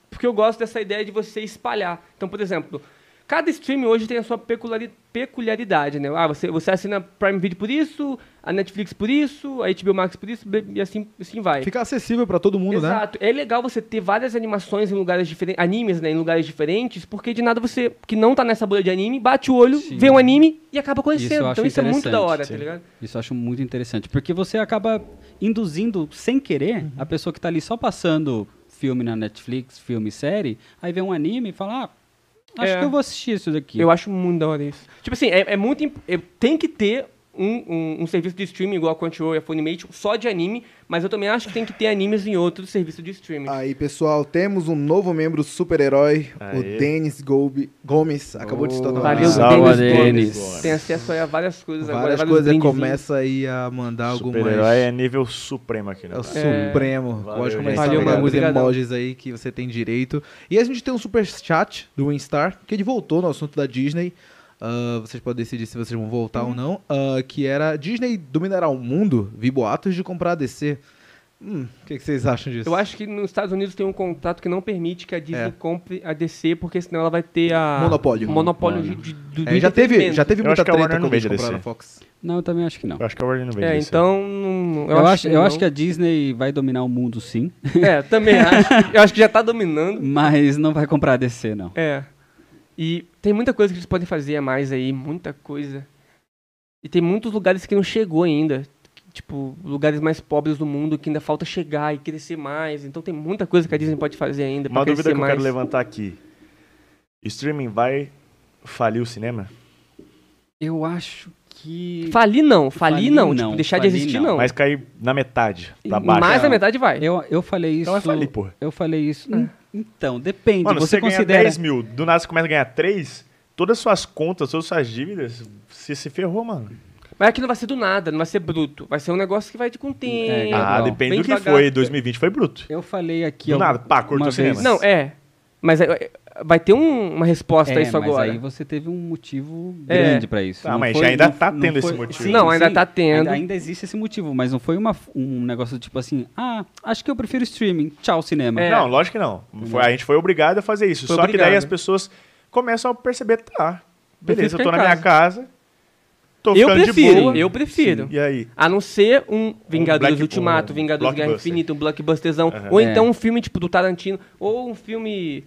B: Porque eu gosto dessa ideia de você espalhar. Então, por exemplo, cada stream hoje tem a sua peculiari- peculiaridade, né? Ah, você, você assina Prime Video por isso, a Netflix por isso, a HBO Max por isso, e assim, assim vai.
D: Fica acessível pra todo mundo, né?
B: Exato. É legal você ter várias animações em lugares diferentes, animes, né, em lugares diferentes, porque de nada você que não tá nessa bolha de anime, bate o olho,
C: Sim.
B: vê um anime e acaba
C: Isso
B: conhecendo.
C: eu
B: então
C: acho
B: isso é muito da
C: interessante,
B: hora,
A: sim.
B: tá ligado?
C: Isso eu acho muito interessante, porque você acaba induzindo, sem querer,
B: Uhum.
C: a pessoa que tá ali só passando filme na Netflix, filme, e série, aí vê um anime e fala, ah, acho
B: É.
C: que eu vou assistir isso daqui.
B: Eu acho muito da hora isso. Tipo assim, é, é muito. imp- é- tem que ter um, um, um serviço de streaming igual a Crunchyroll e a Funimation só de anime, mas eu também acho que tem que ter animes em outro serviço de streaming.
E: Aí, pessoal, temos um novo membro super-herói,
A: Aê.
E: o Denis Golbi- Gomes. Acabou de se tornar um
B: Valeu,
C: Salva,
B: Denis
C: Denis.
B: Tem acesso aí a várias coisas agora.
D: Várias
B: vários né?
D: coisas
B: brindezinhos.
D: começa aí a mandar algumas.
A: Super-herói é nível supremo aqui,
D: É
A: né?
D: o Supremo.
A: Valeu,
D: Pode
A: gente.
D: começar
B: Valeu,
D: a pegar
B: mano.
D: alguns
B: Obrigadão.
D: emojis aí que você tem direito. E a gente tem um super chat do Winstar, que ele voltou no assunto da Disney. Ah, vocês podem decidir se vocês vão voltar
B: Uhum.
D: ou não. Ah, que era Disney dominará o mundo, vi boatos de comprar a DC. Hum, o que, que vocês acham disso?
B: Eu acho que nos Estados Unidos tem um contrato que não permite que a Disney
D: É.
B: compre a DC, porque senão ela vai ter a.
D: Monopólio.
B: Monopólio de, de, do
D: É, já, teve, já teve
A: Eu
D: muita
A: acho que é a
D: treta
A: Warner não
D: quando eles
A: vende a
D: compraram a
A: DC.
D: Fox.
C: Não, eu também acho que não.
A: Eu acho que a Warner não vende
B: É,
A: isso.
B: então. não-
C: Eu, acho, eu
B: não.
C: acho que é a Disney vai dominar o mundo sim,
B: É, também acho. Eu acho que já tá dominando.
C: mas não vai comprar a DC, não.
B: É. E tem muita coisa que eles podem fazer a mais aí, muita coisa. E tem muitos lugares que não chegou ainda. Tipo, lugares mais pobres do mundo que ainda falta chegar e crescer mais. Então tem muita coisa que a Disney pode fazer ainda. pra
A: Uma dúvida
B: crescer
A: que eu
B: mais.
A: quero levantar aqui. Streaming vai falir o cinema?
C: Eu acho que.
B: Falir não, falir,
C: Falir
B: não.
C: não,
B: Tipo, deixar de
C: falir
B: existir
C: não.
B: não.
A: Mas tá cair na metade, pra baixo.
B: Mais da metade vai.
C: Eu, eu falei isso.
A: Então eu falei, porra.
C: Eu falei isso.
B: É.
C: Hum, Então, depende.
A: Mano,
C: você
A: você, ganha
C: considera.
A: 10 mil, do nada você começa a ganhar 3, todas as suas contas, todas as suas dívidas, você se ferrou, mano.
B: Mas aqui não vai ser do nada, não vai ser bruto. Vai ser um negócio que vai de com tempo.
C: É,
A: ah,
C: não.
A: depende
B: Bem
A: do que
B: devagar.
A: foi. 2020 foi bruto.
C: Eu falei aqui.
A: Do
C: ó,
A: nada, pá, cortou
C: uma
A: o cinema.
C: vez-
B: Não, é. Mas é, é, vai ter um- uma resposta a
C: É,
B: isso
C: mas
B: agora.
C: aí você teve um motivo
B: É.
C: grande pra isso.
A: Ah, mas já ainda tá tendo esse
C: foi-
A: motivo.
B: Não, ainda tá tendo.
C: Ainda, ainda existe esse motivo, mas não foi uma, um negócio tipo assim, ah, acho que eu prefiro streaming, tchau cinema.
B: É.
A: Não, lógico que não. Foi- a gente foi obrigado a fazer isso.
B: Foi
A: Só que
B: obrigado.
A: daí as pessoas começam a perceber, tá,
B: Prefiro
A: beleza, eu tô
B: ficar
A: na
B: em
A: minha casa, tô
B: Eu
A: ficando de
B: prefiro,
A: boa.
B: eu prefiro.
A: E aí?
B: A não ser um Vingadores
A: Black-
B: Ultimato,
A: um
B: Vingadores Guerra
A: blockbuster.
B: Infinita, um blockbusterzão.
A: Aham.
B: Ou
C: É.
B: então um filme tipo do Tarantino. Ou um filme.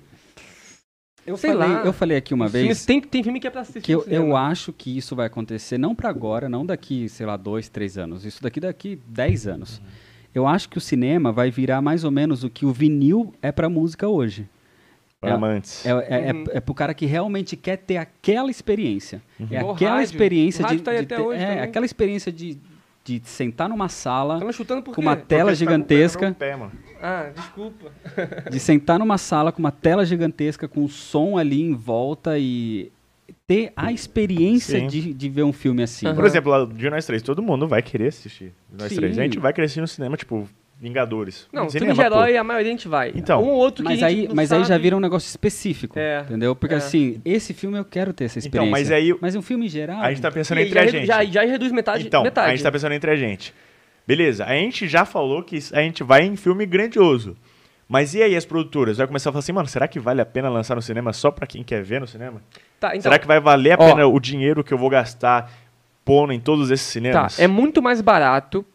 C: eu
B: sei
C: falei,
B: lá.
C: Eu falei aqui uma vez.
B: Filmes- tem, tem filme que é pra assistir.
C: Que eu,
B: no cinema.
C: eu acho que isso vai acontecer não pra agora, não daqui, sei lá, dois, três anos. Isso daqui daqui dez anos.
B: Uhum.
C: Eu acho que o cinema vai virar mais ou menos o que o vinil é pra música hoje.
A: Para amantes.
C: É, é, é-
B: Uhum.
C: é pro cara que realmente quer ter aquela experiência. É
B: Igual
C: aquela
B: Uhum. rádio.
C: experiência
B: O
C: de,
B: rádio tá aí
C: de
B: até
C: ter-
B: hoje
C: é,
B: também.
C: aquela experiência de, de sentar numa sala,
B: Tava Tá chutando por
C: Com
B: quê?
C: uma tela
A: Porque você tá com o pé
C: gigantesca.
A: no pé, mano.
B: Ah, desculpa.
C: de sentar numa sala com uma tela gigantesca, com o som ali em volta e ter a experiência
A: Sim.
C: de, de ver um filme assim.
B: Aham.
A: Por exemplo, lá de nós três, todo mundo vai querer assistir. Nós
C: Sim.
A: três, a gente vai querer assistir no cinema, tipo, Vingadores.
B: Não,
A: cinema,
B: filme de
A: pô.
B: herói, a maioria a gente vai.
A: Então,
B: um ou outro
C: Mas,
B: que a gente
C: aí,
B: não
C: mas aí já
B: sabe.
C: vira um negócio específico,
B: É,
C: entendeu? Porque
B: é.
C: assim, esse filme eu quero ter essa
A: Então,
C: experiência.
A: mas aí-
C: Mas um filme em geral...
A: A gente tá pensando
B: é E
A: entre a
B: já,
A: gente.
B: Já, já reduz metade.
A: Então,
B: metade.
A: a gente tá pensando entre a gente. Beleza, a gente já falou que a gente vai em filme grandioso. Mas e aí as produtoras? Vai começar a falar assim, mano, será que vale a pena lançar no cinema só pra quem quer ver no cinema?
B: Tá, então,
A: será que vai valer a
B: ó.
A: pena o dinheiro que eu vou gastar pondo em todos esses
B: Tá,
A: cinemas?
B: é muito mais barato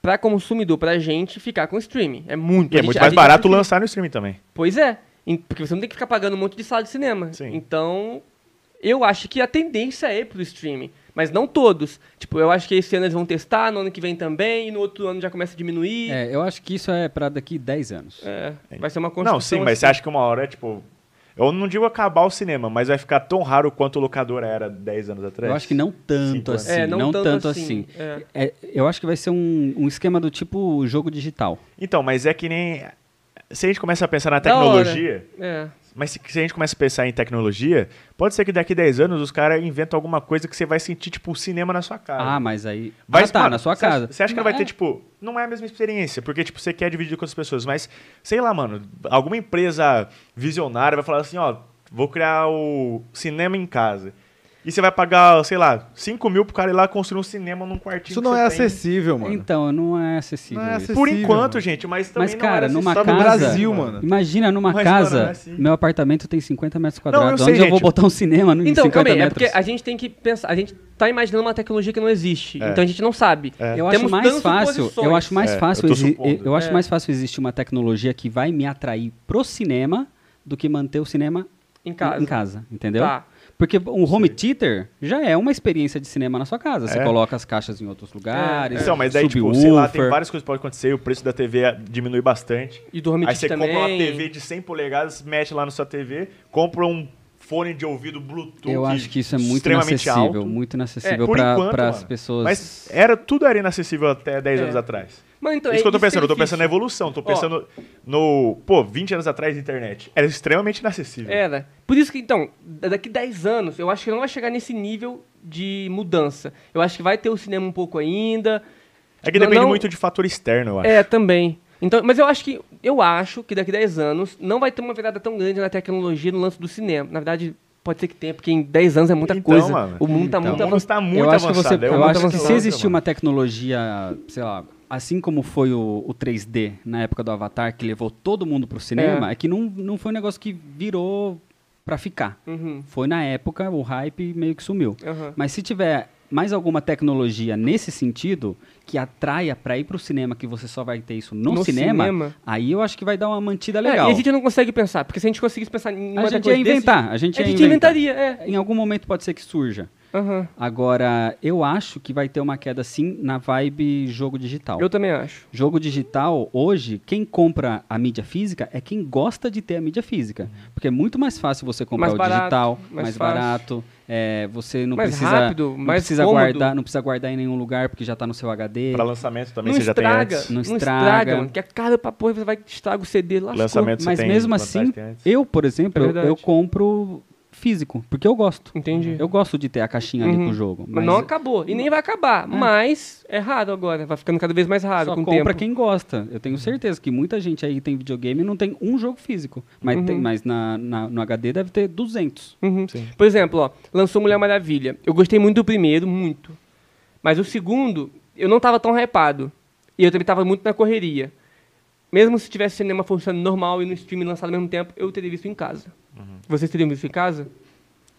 B: pra consumidor, pra gente ficar com streaming. É muito
A: E é
B: a gente-
A: muito
B: a
A: mais
B: gente-
A: barato lançar no streaming também.
B: Pois é. em- Porque você não tem que ficar pagando um monte de sala de cinema.
A: Sim.
B: Então, eu acho que a tendência é ir pro streaming. Mas não todos. Tipo, eu acho que esse ano eles vão testar, no ano que vem também, e no outro ano já começa a diminuir. É.
C: É, eu acho que isso é pra daqui 10
A: É,
C: anos.
B: vai ser uma construção.
A: Não, sim, mas você
B: assim.
A: acha que uma hora, tipo... Eu não digo acabar o cinema, mas vai ficar tão raro quanto o locadora era 10 anos atrás.
C: Eu acho que não tanto
A: Cinco
C: assim.
A: anos.
B: É,
C: não, tanto, assim.
B: é.
C: É, eu acho que vai ser um, um esquema do tipo jogo digital.
A: Então, mas é que nem... Se a gente começa a pensar na
B: Da hora.
A: tecnologia...
B: É.
A: Mas se, se a gente começa a pensar em tecnologia, pode ser que daqui 10 anos os caras inventam alguma coisa que você vai sentir, tipo, o cinema na sua
C: Ah,
A: cara.
C: mas aí.
A: vai
C: ah, tá,
A: mano,
C: na sua
A: você acha-
C: casa.
A: Você acha que vai
C: É,
A: ter, tipo, não é a mesma experiência, porque, tipo, você quer dividir com as pessoas, mas, sei lá, mano, alguma empresa visionária vai falar assim, ó, vou criar o cinema em casa. E você vai pagar, sei lá, 5 mil pro cara ir lá construir um cinema num quartinho.
E: Isso
A: que
E: não
A: você
E: é
A: tem. um
E: acessível, mano.
C: Então, não é
E: Não
C: acessível.
E: é
C: isso.
E: acessível.
A: Por enquanto,
E: mano.
A: gente, mas também
C: Mas,
A: não
C: cara,
A: era
C: numa
A: acessível.
E: No
C: casa-
E: Brasil, mano.
C: Imagina numa
A: Mas,
C: casa,
A: mano, é assim.
C: meu apartamento tem 50 metros quadrados.
A: eu sei,
C: onde eu vou
A: gente.
C: botar um cinema no
B: Então,
C: 50
B: calma aí, é
C: metros?
B: porque a gente tem que pensar. A gente tá imaginando uma tecnologia que não existe. Então a gente não sabe.
C: Eu acho
B: Temos
C: mais
B: tantas
C: fácil. Eu
B: suposições.
C: acho mais
A: É,
C: fácil.
A: eu tô
C: exi-
A: supondo.
C: eu acho
B: É.
C: mais fácil existir uma tecnologia que vai me atrair pro cinema do que manter o cinema
B: Em casa.
C: em casa, entendeu?
B: Tá.
C: Porque um home theater já é uma experiência de cinema na sua casa. Você
A: É.
C: coloca as caixas em outros lugares.
A: Então, mas daí, tipo,
C: subwoofer.
A: sei lá, tem várias coisas que podem acontecer, o preço da TV diminui bastante.
B: E dorme
A: Aí você
B: também.
A: compra uma TV de 100 polegadas, mete lá na sua TV, compra um fone de ouvido Bluetooth.
C: Eu acho que isso é muito
A: extremamente
C: inacessível,
A: alto.
C: muito
A: É,
C: inacessível
A: por
C: pra
A: enquanto,
C: para as
A: mano.
C: pessoas.
A: Mas era tudo era inacessível até 10
B: É.
A: anos atrás.
B: Mas então, é-
A: isso que eu tô
B: é
A: pensando, eu tô
B: difícil.
A: pensando na evolução, tô pensando no. Pô, 20 anos atrás da internet. Era extremamente inacessível.
B: Era. É, Por isso que, então, da- daqui 10 anos, eu acho que não vai chegar nesse nível de mudança. Eu acho que vai ter o cinema um pouco ainda.
A: É que
B: Não-
A: depende
B: não-
A: muito de fator externo, eu acho.
B: É, também. Então, mas eu acho que eu acho que daqui 10 anos não vai ter uma virada tão grande na tecnologia no lance do cinema. Na verdade, pode ser que tenha, porque em 10 anos é muita
A: Então,
B: coisa.
A: mano.
B: o mundo tá
A: o
B: muito
A: mundo
B: avançado.
A: está muito
C: eu acho
A: avançado.
C: que
A: é
C: você,
A: um
C: eu
A: mundo
C: acho que se
A: avançado,
C: existir
A: mano.
C: uma tecnologia, sei lá, assim como foi o, o 3D na época do Avatar que levou todo mundo pro cinema, é, que não, não foi um negócio que virou pra ficar.
B: Uhum,
C: Foi na época o hype meio que sumiu.
B: aham.
C: Mas se tiver mais alguma tecnologia nesse sentido que atraia pra ir pro cinema que você só vai ter isso no,
B: No
C: cinema,
B: cinema?
C: aí eu acho que vai dar uma mantida
B: É,
C: legal.
B: e a gente não consegue pensar, porque se a gente conseguisse pensar em uma
C: a gente ia inventar, a gente ia
B: a gente inventaria, é.
C: Em algum momento pode ser que surja.
B: Aham.
C: Agora, eu acho que vai ter uma queda sim na vibe jogo digital.
B: Eu também acho.
C: Jogo digital, hoje, quem compra a mídia física é quem gosta de ter a mídia física. Porque é muito mais fácil você comprar
B: Uhum. Mais
C: o
B: barato,
C: digital,
B: mais
C: mais,
B: fácil.
C: barato. é, você não
B: Mais
C: precisa.
B: rápido,
C: não
B: mais
C: precisa
B: cômodo.
C: guardar, não precisa guardar em nenhum lugar, porque já tá no seu HD.
A: Pra lançamento também
B: não
A: você já tem
B: estraga,
A: antes.
C: Não
B: Não estraga,
C: estraga. né?
B: mano. Que é caro pra porra, você vai estraga o CD lá.
A: Lançamento
C: Mas
A: você tem
C: mesmo
A: vantagem,
C: assim,
A: tem antes.
C: Eu, por exemplo,
B: É
C: eu-
B: verdade.
C: eu compro físico, porque eu gosto.
B: Entendi.
C: Eu gosto de ter a caixinha ali
B: Uhum.
C: com o jogo.
B: Mas não acabou. E nem vai acabar. Mas é raro agora. Vai ficando cada vez mais raro
C: Só
B: com o
C: compra
B: tempo.
C: quem gosta. Eu tenho certeza que muita gente aí tem videogame e não tem um jogo físico. Mas, tem, mas na, na- no HD deve ter 200.
B: Uhum.
A: Sim.
B: Por exemplo, ó, lançou Mulher Maravilha. Eu gostei muito do primeiro, muito. Mas o segundo, eu não tava tão hypado. E eu também tava muito na correria. Mesmo se tivesse cinema funcionando normal e no streaming lançado ao mesmo tempo, eu teria visto em casa.
A: Uhum.
B: Vocês teriam visto em casa?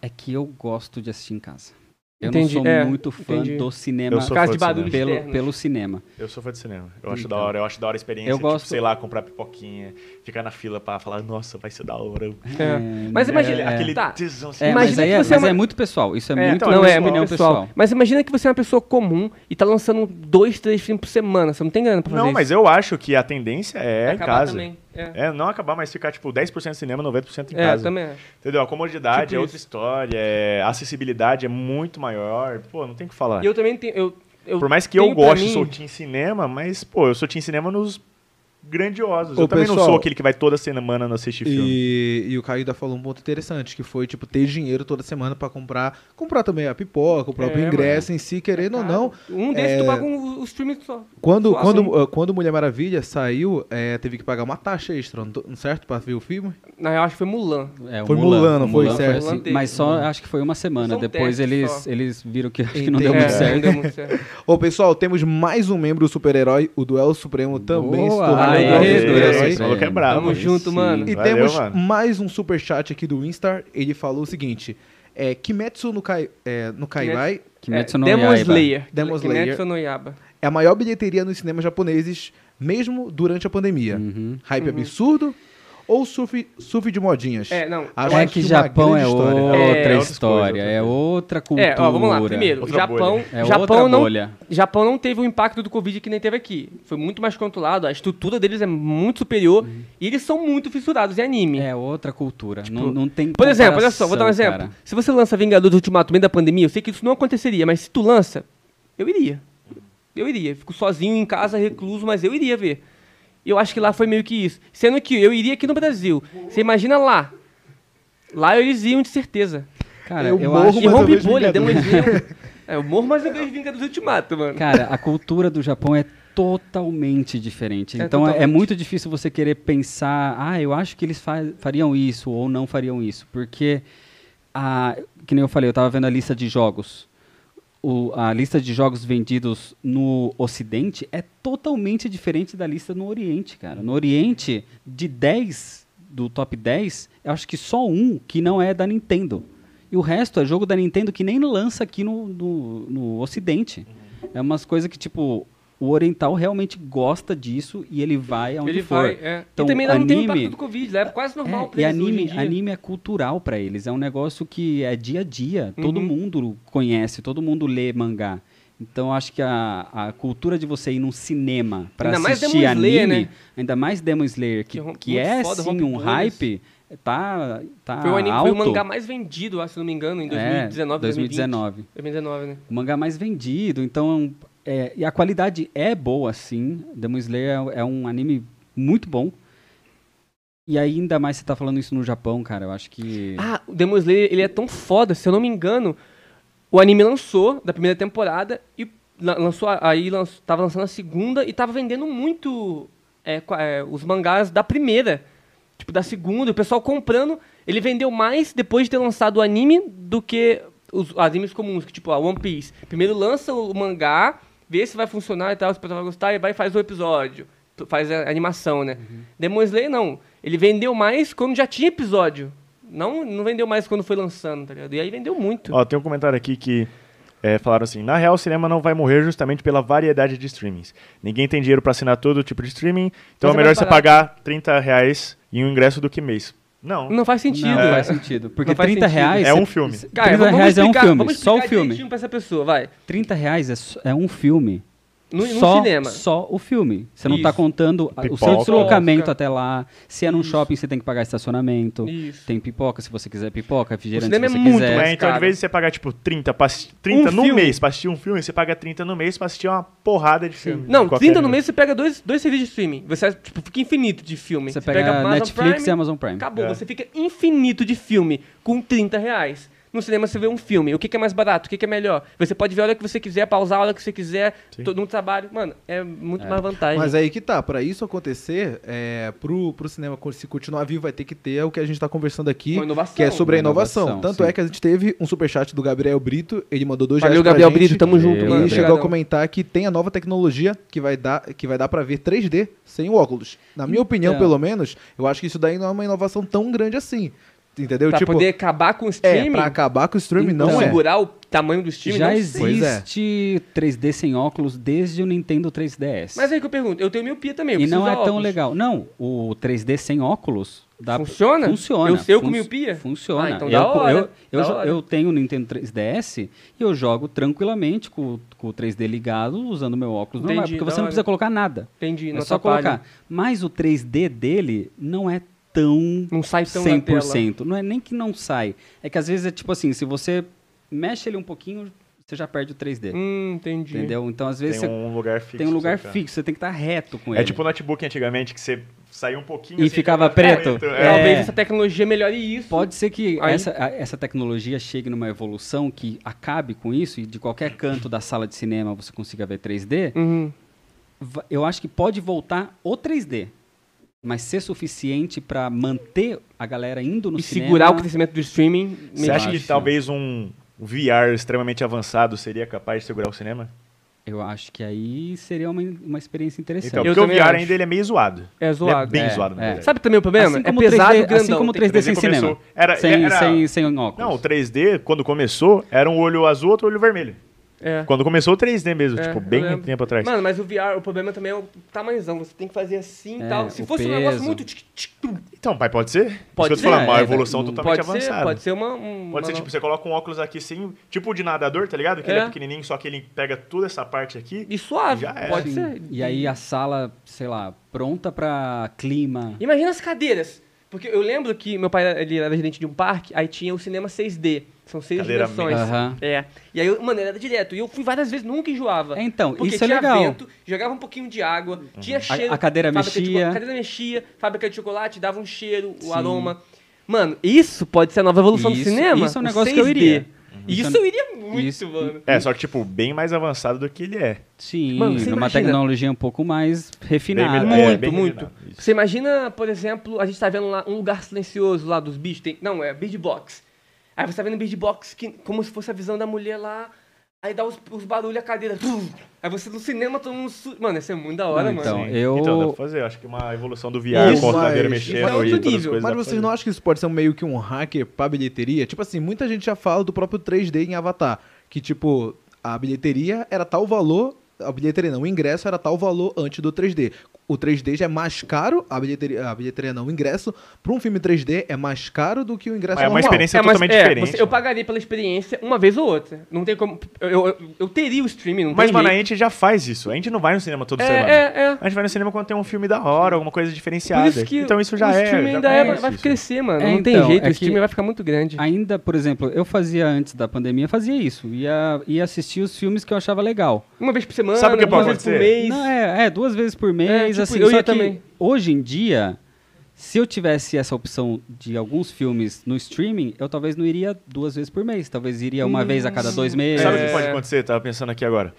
C: É que eu gosto de assistir em casa. Eu
B: Entendi,
C: não sou
B: é,
C: muito fã
B: entendi.
C: do cinema
A: Eu sou
B: Casa
A: fã
B: de
A: de
B: barulho
A: cinema.
C: pelo,
B: externos.
C: pelo cinema.
A: Eu sou fã de cinema. Eu acho
C: Então.
A: da hora, eu acho da hora a experiência.
C: Eu
A: tipo,
C: gosto-
A: sei lá, comprar pipoquinha, ficar na fila pra falar, nossa, vai ser da hora.
B: É. Mas imagina,
A: Aquele- aquele
B: tá.
A: tesão assim.
C: É, mas
B: Imagina
C: aí
B: que
C: é,
B: você é
C: mas
B: uma-
C: é muito pessoal. Isso é,
A: É,
C: muito
A: então,
B: não,
A: é
B: é,
A: muito
B: muito pessoal. Mas imagina que você é uma pessoa comum e tá lançando dois, três filmes por semana. Você não tem grana pra fazer
A: Não, mas eu acho que a tendência é em casa.
B: Também. É,
A: É, não acabar, mas ficar, tipo, 10% cinema, 90% em
B: É,
A: casa.
B: também acho.
A: Entendeu? A comodidade
B: Tipo
A: é outra história, é- a acessibilidade é muito maior. Pô, não tem o que falar.
B: E eu também tenho... Eu, eu
A: Por mais que eu
B: tenho pra
A: goste,
B: mim- tá?
A: sou team cinema, mas, pô, eu sou team cinema nos grandiosos.
D: Ô,
A: eu também não
D: pessoal,
A: sou aquele que vai toda semana não assistir filme.
D: E, e o Caio ainda falou um ponto interessante, que foi, tipo, ter dinheiro toda semana pra comprar. Comprar também a pipoca, o próprio
B: É,
D: ingresso em si, querendo ou não.
B: Um desses
D: É.
B: tu paga um, o streaming só.
D: Quando,
B: Só
D: quando,
B: assim.
D: eh, quando Mulher Maravilha saiu, eh, teve que pagar uma taxa extra, não tô- certo? Pra ver o filme?
B: Na real, acho que foi Mulan.
C: É, o
D: Foi Mulan, não
C: o
D: foi, certo?
C: assim,
B: Mulan teve.
C: mas só acho que foi uma semana.
B: Só um
C: Depois
B: teste
C: eles,
B: só.
C: eles viram que acho que não deu
D: Entendi.
C: muito
D: É.
C: certo.
B: não deu muito certo.
D: Ô, pessoal, temos mais um membro super-herói. O Duelo Supremo também se
C: Boa,
D: tornou
C: aê,
D: Duelo
B: aê,
D: Super-Herói.
C: Duelo
A: Esse maluco é bravo.
B: Tamo
A: mas-
B: junto, mano.
D: E
A: Valeu,
D: temos
A: mano.
D: mais um superchat aqui do Winstar. Ele falou o seguinte: é, Kimetsu no, Kai, é, no Kairai
C: Kimetsu
B: É,
C: no
B: Demon
C: Yaiba.
B: Slayer.
D: Demon
B: Kimetsu
D: Slayer.
B: no Yaiba.
D: é a maior bilheteria nos cinemas japoneses, mesmo durante a pandemia.
C: Uhum.
D: Hype absurdo ou surf, surf de modinhas?
B: É, não.
D: Acho
C: É
D: que
C: que
D: uma
C: Japão
D: grande
C: é
D: história.
B: É,
C: outra
B: é outra
C: história,
A: coisa,
C: é outra cultura.
B: É, ó, vamos lá. Primeiro,
A: Outra
B: Japão,
A: bolha.
C: É
B: Japão
C: outra
B: não
C: bolha.
B: Japão não teve o impacto do Covid que nem teve aqui. Foi muito mais controlado, a estrutura deles é muito superior
C: Uhum.
B: e eles são muito fissurados em anime.
C: É outra cultura.
D: Tipo,
C: não, não tem
B: Por exemplo, olha só,
C: comparação,
B: vou dar um exemplo.
C: cara.
B: Se você lança Vingadores Ultimato no meio da pandemia, eu sei que isso não aconteceria, mas se tu lança, eu iria. Eu iria. Fico sozinho em casa, recluso, mas eu iria ver. E eu acho que lá foi meio que isso. Sendo que eu iria aqui no Brasil. Você imagina lá. Lá eles iam de certeza.
C: Cara,
D: Eu
C: eu,
D: morro,
C: acho...
B: E
D: mas eu
B: rompe
D: vejo
B: bolha, deu um exemplo. É, eu morro, mas eu vejo Vingadores Ultimato, mano.
C: Cara, a cultura do Japão é totalmente diferente.
B: É
C: então é- é
B: totalmente.
C: muito difícil você querer pensar, ah, eu acho que eles fa- fariam isso ou não fariam isso, porque a, que nem eu falei, eu tava vendo a lista de jogos. O- a lista de jogos vendidos no Ocidente é totalmente diferente da lista no Oriente, cara. No Oriente, de 10 do top 10, eu acho que só um que não é da Nintendo. E o resto é jogo da Nintendo que nem lança aqui no, no, no Ocidente. É umas coisas que, tipo, o oriental realmente gosta disso e ele vai aonde
B: Ele
C: for.
B: vai, é.
C: Então,
B: e também lá não tem o
C: anime-
B: impacto do Covid, lá é quase normal
C: É,
B: pra
C: e
B: eles hoje em
C: anime,
B: dia.
C: anime é cultural pra eles, é um negócio que é dia a dia, todo
B: Uhum.
C: mundo conhece, todo mundo lê mangá. Então acho que a, a cultura de você ir num cinema pra
B: Ainda mais
C: assistir
B: Demon Slayer,
C: anime,
B: né?
C: ainda mais Demon Slayer, que,
B: Que é um-
C: que
B: muito
C: é
B: foda,
C: sim
B: rompe
C: um
B: bolhas.
C: hype, tá, tá
B: Foi o, anime,
C: alto.
B: foi o mangá mais vendido, acho, se não me engano, em 2019,
C: é, 2019.
B: 2019, né?
C: O mangá mais vendido, então. é, e a qualidade é boa, sim. Demon Slayer é, é um anime muito bom. E ainda mais você tá falando isso no Japão, cara. Eu acho que.
B: Ah, o Demon Slayer, ele é tão foda, se eu não me engano, o anime lançou da primeira temporada e la- lançou, a- aí lanç, tava lançando a segunda e tava vendendo muito é, qua- é, os mangás da primeira, tipo, da segunda, o pessoal comprando, ele vendeu mais depois de ter lançado o anime do que os animes comuns, que tipo, a One Piece. Primeiro lança o mangá, vê se vai funcionar e tal, se o pessoal vai gostar, e vai e faz o episódio, tu- faz a animação, né? Demon Slayer não, ele vendeu mais quando já tinha episódio. Não, não vendeu mais quando foi lançando, tá ligado? E aí vendeu muito.
A: Ó, tem um comentário aqui que é, falaram assim: na real, o cinema não vai morrer justamente pela variedade de streamings. Ninguém tem dinheiro pra assinar todo tipo de streaming, então
B: Mas é
A: é melhor
B: mais
A: você
B: barato.
A: pagar 30 reais em um ingresso do que mês. Não.
B: Não faz sentido.
C: Não
D: É.
B: velho.
C: faz sentido. Porque
B: Não faz
C: 30
B: sentido.
C: reais.
A: É um filme.
B: Cara,
C: 30
B: vamos
C: reais é um
B: explicar-
C: filme,
B: Vamos
C: só o
B: explicar
C: filme.
B: direitinho pra essa pessoa, vai.
C: 30 reais é, só- é um filme.
B: No, no
C: só,
B: cinema.
C: Só o filme. Você não tá
B: Isso.
C: contando a- o seu
A: Pipoca.
C: deslocamento
B: Pipoca.
C: até lá. Se é num
B: Isso.
C: shopping, você tem que pagar estacionamento.
B: Isso.
C: Tem pipoca, se você quiser pipoca, refrigerante, se
B: cinema é
C: você
B: muito
C: quiser.
B: mais
A: É, então,
B: cara.
A: de vez em você pagar, tipo, 30, pra, assi- 30 no
B: filme.
A: mês pra assistir um filme, você paga 30 no mês pra assistir uma porrada de filme.
B: Não,
A: Qualquer
B: 30 no
A: um.
B: mês você pega dois, dois serviços de streaming. Você tipo, fica infinito de filme.
C: Você pega, Netflix e Amazon Prime.
B: Acabou,
A: É.
B: você fica infinito de filme com 30 reais. No cinema você vê um filme. O que, que é mais barato? O que, que é melhor? Você pode ver a hora que você quiser, pausar a hora que você quiser,
A: Sim.
B: todo um trabalho. Mano, é muito mais vantagem.
D: Mas aí que tá, pra isso acontecer, é, pro, pro cinema co- se continuar vivo, vai ter que ter o que a gente tá conversando aqui,
B: Uma inovação.
D: que é sobre a
C: Uma
D: inovação.
C: inovação,
D: Tanto
C: sim.
D: é que a gente teve um superchat do Gabriel Brito, ele mandou dois
B: Valeu,
D: reais pra
B: Gabriel
D: gente,
B: Brito, tamo junto,
C: Eu,
B: mano.
D: E
C: Gabriel.
D: chegou a comentar que tem a nova tecnologia que vai dar, que vai dar para ver 3D sem o óculos. Na minha opinião,
C: Então.
D: pelo menos, eu acho que isso daí não é uma inovação tão grande assim. Entendeu?
B: Pra
D: tipo,
B: poder acabar com o
D: é,
B: streaming,
D: pra acabar com o streaming
C: Então.
D: não é.
B: segurar o tamanho do streaming.
C: Já
B: não sei.
D: Pois é.
C: existe 3D sem óculos desde o Nintendo 3DS.
B: Mas aí que eu pergunto, eu tenho miopia também. eu
C: e não
B: preciso
C: é
B: usar
C: tão
B: óculos.
C: legal. Não, o 3D sem óculos dá
B: Funciona?
C: Funciona.
B: Eu sei, eu com
C: fun-
B: miopia?
C: Funciona.
B: Ah, então
C: eu,
B: da hora,
C: eu, eu,
B: da
C: jo-
B: hora.
C: eu tenho o Nintendo 3DS e eu jogo tranquilamente com, com o 3D ligado usando meu óculos normal,
B: Entendi,
C: porque
B: da
C: você não
B: hora.
C: precisa colocar nada.
B: Entendi,
C: é
B: não
C: só
B: atrapalha.
C: colocar. Mas o 3D dele não é tão
B: Não sai tão na tela.
C: 100%. Não é nem que não sai. É que às vezes é tipo assim, se você mexe ele um pouquinho, você já perde o 3D.
B: Hum, entendi.
C: Entendeu? Então às vezes
A: Tem
C: você
A: um lugar fixo.
C: tem um lugar
A: sabe, cara?
C: fixo, você tem que estar reto com
A: É
C: ele.
A: tipo notebook antigamente, que você saía um pouquinho...
C: E
A: assim,
C: ficava preto?
A: é.
B: Talvez
C: É.
B: essa tecnologia melhore isso.
C: Pode ser que
B: Aí-
C: essa, a- essa tecnologia chegue numa evolução que acabe com isso e de qualquer canto da sala de cinema você consiga ver 3D.
B: Uhum.
C: Va- Eu acho que pode voltar o 3D, mas ser suficiente para manter a galera indo no
B: E
C: cinema.
B: segurar o crescimento do streaming.
A: Você acha que
C: Acho.
A: talvez um VR extremamente avançado seria capaz de segurar o cinema?
C: Eu acho que aí seria uma, uma experiência
A: Então,
C: interessante.
B: Eu
A: porque o
B: também
A: VR
B: acho.
A: ainda ele é meio zoado.
B: É zoado.
A: Ele é bem
C: É,
A: zoado, na
C: é.
A: verdade.
B: Sabe também o problema?
C: Assim
B: é
C: como
B: pesado
C: 3D
B: e grandão.
C: assim como
B: Tem-
C: 3D sem
A: começou-
C: cinema.
A: era-
C: sem,
A: era-
C: sem, sem óculos.
A: Não, o 3D, quando começou, era um olho azul, outro olho vermelho.
B: É.
A: Quando começou o 3D mesmo,
B: É,
A: tipo,
B: eu
A: bem
B: lembro.
A: tempo atrás.
B: Mano, mas o VR, o problema também é o tamanhozão. Você tem que fazer assim e
C: É,
B: tal. Se
C: o
B: fosse um negócio
C: peso.
B: muito... tic, tic, tum,
A: Então, pai, pode ser?
B: Pode
A: Isso que eu
B: ser,
A: tô falando, uma
C: é,
A: evolução
C: não-
A: totalmente
B: Pode ser,
A: avançada.
B: pode ser uma... um-
A: Pode ser,
B: uma-
A: tipo, você coloca um óculos aqui assim, tipo o de nadador, tá ligado? Que ele
B: É.
A: é pequenininho, só que ele pega toda essa parte aqui.
B: E suave.
A: Já é. era.
B: Pode
C: Sim.
B: ser.
C: E aí a sala, sei lá, pronta para clima.
B: Imagina as cadeiras. Porque eu lembro que meu pai ele era gerente de um parque, aí tinha o cinema 6D. São seis
A: Cadeira
B: dimensões.
C: Aham.
B: É. E aí, eu- mano, era direto. E eu fui várias vezes, nunca enjoava.
C: É, então,
B: Porque
C: isso é
B: tinha
C: legal.
B: vento, jogava um pouquinho de água, tinha cheiro.
C: a cadeira
B: fábrica de
C: mexia.
B: cho- a cadeira mexia, fábrica de chocolate, dava um cheiro, o
C: Sim.
B: aroma. Mano, isso pode ser a nova evolução do
C: Isso-
B: cinema.
C: isso é um
B: o
C: negócio que eu
B: 6D.
C: iria.
B: Isso,
C: Isso- é um
B: eu iria muito,
C: isso-
B: mano.
A: É, só que, tipo, bem mais avançado do que ele é.
C: Sim,
B: Mano, você
C: numa
B: imagina-
C: tecnologia um pouco mais refinada.
A: melhor.
C: É.
A: bem
B: muito, muito.
A: iluminado, isso.
B: Você imagina, por exemplo, a gente tá vendo lá um lugar silencioso lá dos bichos. Tem, não, é Bird Box. Aí você tá vendo Bird Box que, como se fosse a visão da mulher lá. Aí dá os, os barulhos, a cadeira. tum. Aí você no cinema todo mundo. Su... Mano, isso é muito da hora,
C: Não,
B: mano.
C: então,
A: Sim.
C: eu-
A: Então, dá pra fazer. eu Acho que uma evolução do VR
D: Isso,
A: com a cadeira
D: mas-
A: mexendo
B: isso é outro
A: e todas as
B: nível.
A: coisas.
D: Mas
A: dá pra
D: vocês não acham que isso pode ser meio que um hacker pra bilheteria? Tipo assim, muita gente já fala do próprio 3D em Avatar, que tipo, a bilheteria era tal valor, a bilheteria não, o ingresso era tal valor antes do 3D. O 3D já é mais caro, a bilheteria, a bilheteria não, o ingresso pra um filme 3D é mais caro do que o ingresso
A: Mas é uma
D: normal.
A: experiência
B: mas-
A: totalmente diferente.
B: você- eu pagaria pela experiência uma vez ou outra. Não tem como. Eu, eu, eu teria o streaming, não
A: Mas,
B: tem
A: mano, a
B: jeito.
A: gente já faz isso. A gente não vai no cinema toda
B: É,
A: semana.
B: é, é.
A: A gente vai no cinema quando tem um filme da hora, alguma coisa
B: Por
A: diferenciada.
B: isso que
A: então isso já
B: o
A: é.
B: streaming
A: já
B: ainda é, vai-
A: acontece
B: vai
A: isso.
B: crescer, mano.
C: É,
B: não tem
C: então,
B: jeito,
C: é
B: o
C: que-
B: streaming vai ficar muito grande.
C: Ainda, por exemplo, eu fazia antes da pandemia, fazia isso. Ia, ia assistir os filmes que eu achava legal.
B: Uma vez por semana,
A: Sabe o que
B: uma
A: pode
B: vez por
A: acontecer?
B: mês.
C: Não, é, é, duas vezes por mês,
B: É, tipo,
C: assim.
B: eu
C: só
B: ia
C: que
B: também.
C: hoje em dia, se eu tivesse essa opção de alguns filmes no streaming, eu talvez não iria duas vezes por mês. Talvez iria uma vez a cada dois meses.
A: Sabe o
B: É.
A: que pode acontecer? Tava pensando aqui agora.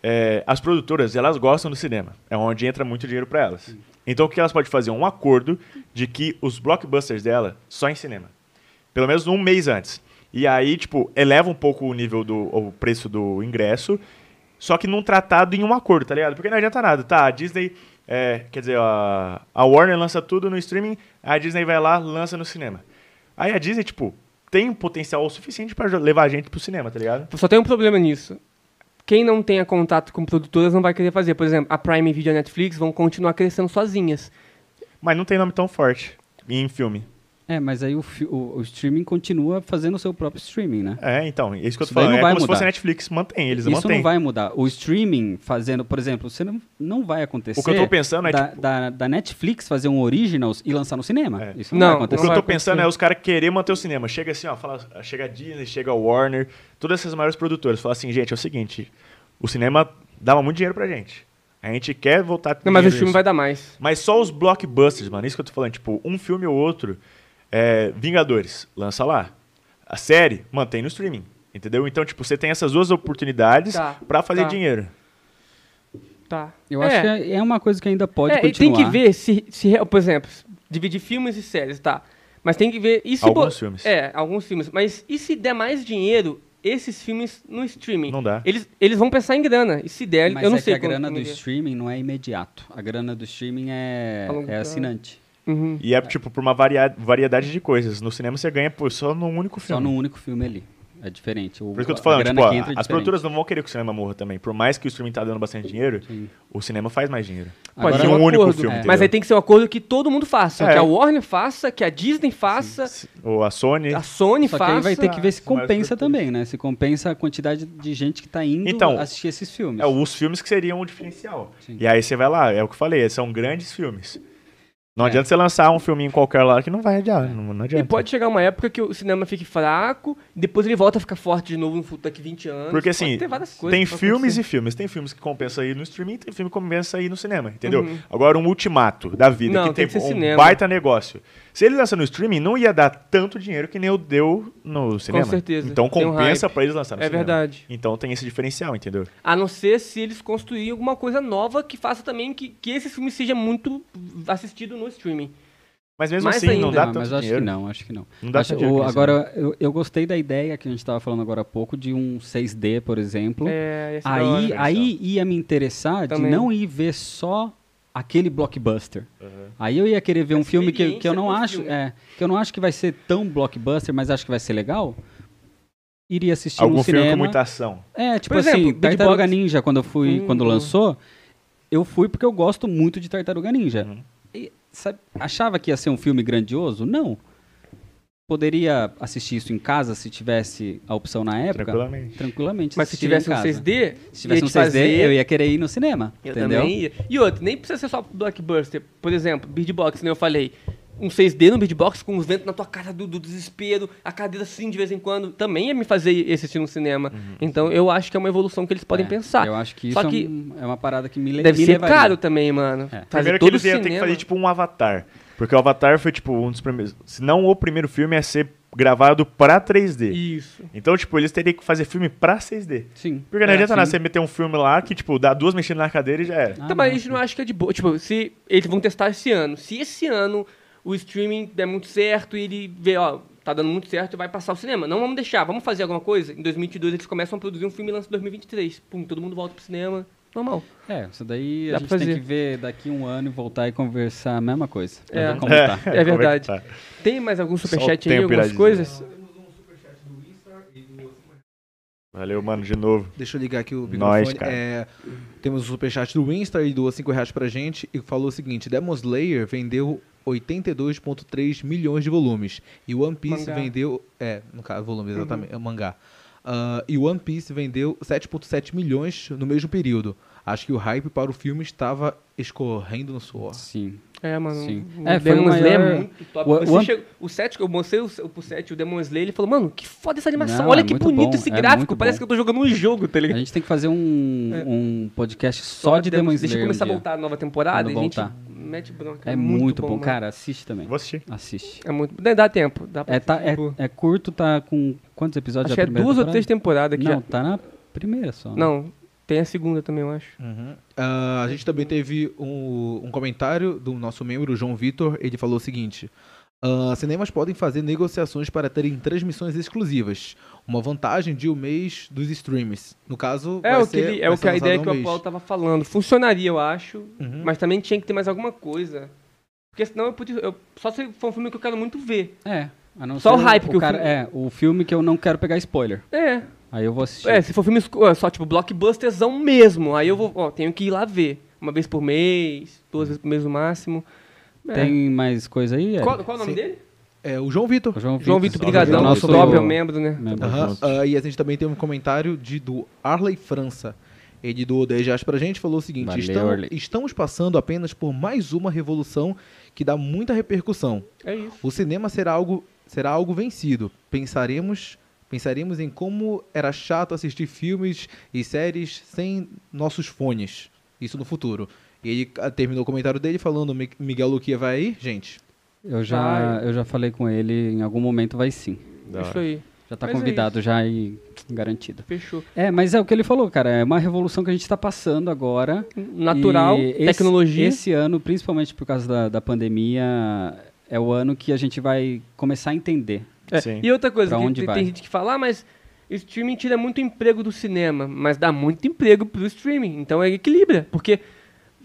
A: É, as produtoras, elas gostam do cinema. É onde entra muito dinheiro para elas. Então o que elas podem fazer? Um acordo de que os blockbusters dela só em cinema. Pelo menos um mês antes. E aí, tipo, eleva um pouco o nível do o preço do ingresso, só que num tratado em um acordo, tá ligado? Porque não adianta nada, tá? A Disney, é, quer dizer, a, a Warner lança tudo no streaming, a Disney vai lá, lança no cinema. Aí a Disney, tipo, tem um potencial suficiente para levar a gente pro cinema, tá ligado?
B: Só tem um problema nisso. Quem não tenha contato com produtoras não vai querer fazer. Por exemplo, a Prime Video e a Netflix vão continuar crescendo sozinhas.
A: Mas não tem nome tão forte em filme.
C: É, mas aí o, fi- o- o streaming continua fazendo o seu próprio streaming, né?
A: É, então, é isso que eu tô
C: Isso daí
A: falando.
C: não
A: É
C: vai
A: como se
C: mudar.
A: fosse a Netflix, mantém, eles
C: Isso
A: mantêm.
C: não vai mudar. O streaming fazendo, por exemplo, você não, não vai acontecer.
A: O que eu tô pensando é,
C: da,
A: tipo-
C: da, da Netflix fazer um Originals e lançar no cinema.
A: É.
C: Isso não,
B: Não,
C: vai
A: O que
C: acontecer.
A: eu
B: vai
A: tô pensando
B: acontecer.
A: é os caras querer manter o cinema. Chega assim, ó, fala, chega a Disney, chega a Warner, todas essas maiores produtoras. Fala assim, gente, é o seguinte, o cinema dava muito dinheiro pra gente. A gente quer voltar... a ter
B: Não, mas o
A: dinheiro
B: filme
A: nisso.
B: vai dar mais.
A: Mas só os blockbusters, mano, isso que eu tô falando. Tipo, um filme ou outro, é, Vingadores, lança lá. A série, mantém no streaming, entendeu? Então, tipo, você tem essas duas oportunidades
B: Tá,
A: pra fazer
B: tá.
A: dinheiro.
B: Tá.
C: Eu acho que é- é uma coisa que ainda pode
B: É, e
C: continuar.
B: Tem que ver se, se, re- por exemplo, dividir filmes e séries, tá? Mas tem que ver. E se
A: Alguns filmes.
B: É, alguns filmes. Mas e se der mais dinheiro, esses filmes no streaming?
A: Não dá.
B: Eles, eles vão pensar em grana. E se der,
C: Mas
B: eu não
C: é
B: sei.
C: que a
B: quanto
C: grana do
B: vai ver.
C: streaming não é imediato. A grana do streaming é,
B: A longo
C: é
B: prazo.
C: assinante.
B: Uhum.
A: E é, tipo, por uma varia- variedade de coisas. No cinema você ganha pô, só num único
C: Só
A: filme.
C: num único filme ali. É diferente. O,
A: Por isso que eu tô
C: a
A: falando,
C: grana
A: tipo, ó,
C: que
A: as
C: entra é diferente.
A: produtoras não vão querer que o cinema morra também. Por mais que o streaming tá dando bastante dinheiro,
C: Sim.
A: o cinema faz mais dinheiro.
C: Pode
A: Agora
C: ser
A: um
C: um
A: único
B: acordo.
A: filme,
C: É.
A: entendeu?
B: Mas aí tem que ser um acordo que todo mundo faça.
A: É.
B: Que a Warner faça, que a Disney faça,
A: Ou a Sony...
B: a Sony
C: Só que
B: faça.
C: aí vai ter que ver se
A: são mais
C: compensa
A: produtoras.
C: também, né? Se compensa a quantidade de gente que tá indo
A: Então,
C: assistir esses filmes.
A: É, os filmes que seriam o diferencial.
C: Sim.
A: E aí você vai lá, é o que eu falei, são grandes filmes. Não
C: É.
A: adianta você lançar um filminho qualquer lá que não vai adiar, não, não
B: E
A: adianta.
B: pode chegar uma época que o cinema fique fraco, depois ele volta a ficar forte de novo no futuro daqui 20 anos.
A: Porque
B: Pode
A: assim,
B: ter várias coisas
A: tem
B: pra
A: filmes
B: acontecer.
A: e filmes. Tem filmes que compensa ir no streaming, tem filme que compensa ir no cinema, entendeu?
B: Uhum.
A: Agora, um ultimato da vida,
B: Não,
A: que tem,
B: tem que ser
A: um
B: cinema.
A: baita negócio. Se ele lança no streaming, não ia dar tanto dinheiro que nem eu deu no cinema.
B: certeza.
A: Então
B: Tem um
A: compensa
B: hype.
A: pra eles lançarem no
B: É
A: cinema.
B: verdade.
A: Então tem esse diferencial, entendeu?
B: A não ser se eles construírem alguma coisa nova que faça também que, que esse filme seja muito assistido no streaming.
A: Mas mesmo
B: Mais
A: assim, não
B: ainda.
A: dá
C: Não,
A: tanto
C: mas acho
A: dinheiro.
C: que não, acho que não.
A: Não dá
C: Acho-
A: tanto dinheiro.
C: o-
A: que né? nem
C: agora, eu, eu gostei da ideia que a gente estava falando agora há pouco de um 6D, por exemplo.
B: É, ia ser da
C: Hum. aí,
B: hora.
C: aí ia me interessar de
B: Também.
C: não ir ver só aquele blockbuster.
A: Uhum.
C: Aí eu ia querer ver um filme que, que eu não
B: Experiência do
C: acho,
B: filme.
C: é, que eu não acho que vai ser tão blockbuster, mas acho que vai ser legal. Iria assistir
A: Algum
C: no
A: filme
C: cinema.
A: com muita ação.
C: É, tipo
B: Por exemplo,
C: assim,
B: Big
C: Tartaruga
B: Box.
C: Ninja quando eu fui,
B: Hum.
C: quando lançou, eu fui porque eu gosto muito de Tartaruga Ninja.
A: Uhum.
C: E, sabe, achava que ia ser um filme grandioso? Não. Poderia assistir isso em casa se tivesse a opção na época?
A: Tranquilamente.
C: Tranquilamente.
B: Mas se
C: assistiria
B: tivesse
C: em
B: um
C: casa.
B: 6D,
C: Se tivesse
B: ia
C: um
B: te
C: 6D,
B: fazer-
C: eu ia querer ir no cinema.
B: Eu
C: entendeu?
B: também ia. E outro, nem precisa ser só blockbuster. Por exemplo, Bird Box, né? Eu falei. Um 6D no Bird Box com os ventos na tua cara do, do desespero, a cadeira assim de vez em quando, também ia me fazer assistir no cinema. Então eu acho que é uma evolução que eles podem
C: Uhum. É,
B: pensar.
C: Eu acho que
B: Só
C: isso é,
B: que
C: um- é uma parada que me, le-
B: Deve
C: me
B: ser
C: levaria.
B: caro também, mano.
C: É.
B: Fazer
A: Primeiro que
B: todo o
A: eles iam ter que
B: cinema.
A: fazer tipo um Avatar. Porque o Avatar foi tipo um dos primeiros. Se não o primeiro filme a ser gravado pra 3D.
B: Isso.
A: Então, tipo, eles teriam que fazer filme pra 6D.
C: Sim.
A: Porque não
C: É,
A: adianta nada
C: sim.
A: você meter um filme lá que, tipo, dá duas mexidas na cadeira e já era.
C: Ah,
B: então, mas a
C: não,
B: gente não acha que é de boa. Tipo, se eles vão testar esse ano. Se esse ano o streaming der muito certo e ele vê, ó, tá dando muito certo, vai passar o cinema. Não vamos deixar, vamos fazer alguma coisa. Em 2022 eles começam a produzir um filme e lançam em 2023. Pum, todo mundo volta pro cinema. Normal.
C: É, isso daí a
B: Dá
C: gente
B: pra
C: tem
B: fazer.
C: que ver daqui um ano e voltar e conversar a mesma coisa. pra
B: É.
C: ver como tá.
A: como que
B: verdade.
A: tá?
B: Tem mais algum
A: Só o
B: superchat aí,
A: tempo irá
B: algumas
A: dizer.
B: coisas?
A: Valeu, mano, de novo.
D: Deixa eu ligar aqui o microfone.
A: Nós, cara.
D: É, temos o superchat do Insta e doou 5 reais pra gente e falou o seguinte: Demon Slayer vendeu 82,3 milhões de volumes. E One Piece
B: Mangá.
D: vendeu. É, no caso, volume exatamente, é o mangá. Ah, e One Piece vendeu 7,7 milhões no mesmo período. Acho que o hype para o filme estava escorrendo no suor.
C: Sim.
B: É, mano.
C: Sim.
B: O
C: É, foi
B: Demon
C: o maior-
B: Slayer é muito top.
C: O-
B: Você
C: o-
B: chega- o set que eu mostrei o, pro set, o Demon Slayer, ele falou, mano, que foda essa animação.
C: Não,
B: Olha
C: é
B: que
C: muito
B: bonito
C: bom,
B: esse
C: é
B: gráfico.
C: muito
B: Parece
C: bom.
B: que eu tô jogando um jogo, tá
C: A
B: ligado?
C: gente tem que fazer um, um podcast só, de Demon Slayer.
B: É. Deixa eu começar
C: um
B: a
C: dia.
B: voltar a nova temporada
C: Quando
B: e a gente
C: voltar.
B: mete bronca.
C: É muito, bom,
B: mano.
C: cara. Assiste também.
A: Vou assistir.
C: Assiste.
B: É muito. Dá, dá tempo. Dá pra
C: É, tá, é,
B: tipo,
C: é curto, tá com quantos episódios
B: Acho
C: já
B: que é duas ou três temporadas aqui
C: Não,
B: já.
C: tá na primeira só. né?
B: Não, tem a segunda também, eu acho.
D: Ah, a gente também teve um, um comentário do nosso membro, o João Vitor. Ele falou o seguinte: ah, cinemas podem fazer negociações para terem transmissões exclusivas. Uma vantagem de um mês dos streams. No caso,
B: É
D: vai
B: o que,
D: ser-
B: ele- é
D: vai
B: o
D: ser
B: que a
D: lançado
B: ideia
D: um
B: que o
D: mês.
B: Apollo tava falando. Funcionaria, eu acho,
D: Uhum.
B: mas também tinha que ter mais alguma coisa. Porque senão eu podia. eu- só se for um filme que eu quero muito ver.
C: É. a não
B: Só o
C: ser
B: hype que o
C: cara,
B: filme-
C: É, o filme que eu não quero pegar spoiler.
B: É.
C: Aí eu vou assistir.
B: É, se for filme esco- só tipo blockbusterzão mesmo. Aí eu vou, ó, tenho que ir lá ver. Uma vez por
D: Uhum.
B: mês, duas vezes por mês no máximo. É.
C: Tem mais coisa aí? Eric?
B: Qual, qual o nome
D: Sim.
B: dele?
D: É, É, o João Vitor.
C: O João,
B: João Vitor,
C: salve,
B: brigadão.
C: Nosso
B: Nobre é um
C: membro.
B: membro, né?
D: Aham, ah, e a gente também tem um comentário de, do Arley França. Ele doou 10 reais pra gente falou o seguinte:
C: Valeu,
D: "Estão-
C: Arley.
D: estamos passando apenas por mais uma revolução que dá muita repercussão.
B: É isso.
D: O cinema será algo, será algo vencido. Pensaremos, pensaremos em como era chato assistir filmes e séries sem nossos fones. Isso no futuro. E ele ah, terminou o comentário dele falando: "Mi- Miguel Luquia vai aí? Gente,
C: Eu já, eu já falei com ele, em algum momento vai sim.
B: Isso aí.
C: Já tá
B: Mas é
C: convidado já e garantido.
B: Fechou.
C: É, mas é o que ele falou, cara. É uma revolução que a gente está passando agora.
B: Natural,
C: E esse-
B: tecnologia.
C: Esse ano, principalmente por causa da, da pandemia, é o ano que a gente vai começar a entender.
B: É,
A: Sim.
B: E outra coisa,
C: Pra
B: que
C: onde
B: tem,
C: vai?
B: tem gente que fala, ah, mas streaming tira muito emprego do cinema, mas dá muito emprego pro streaming. Então é equilibra, porque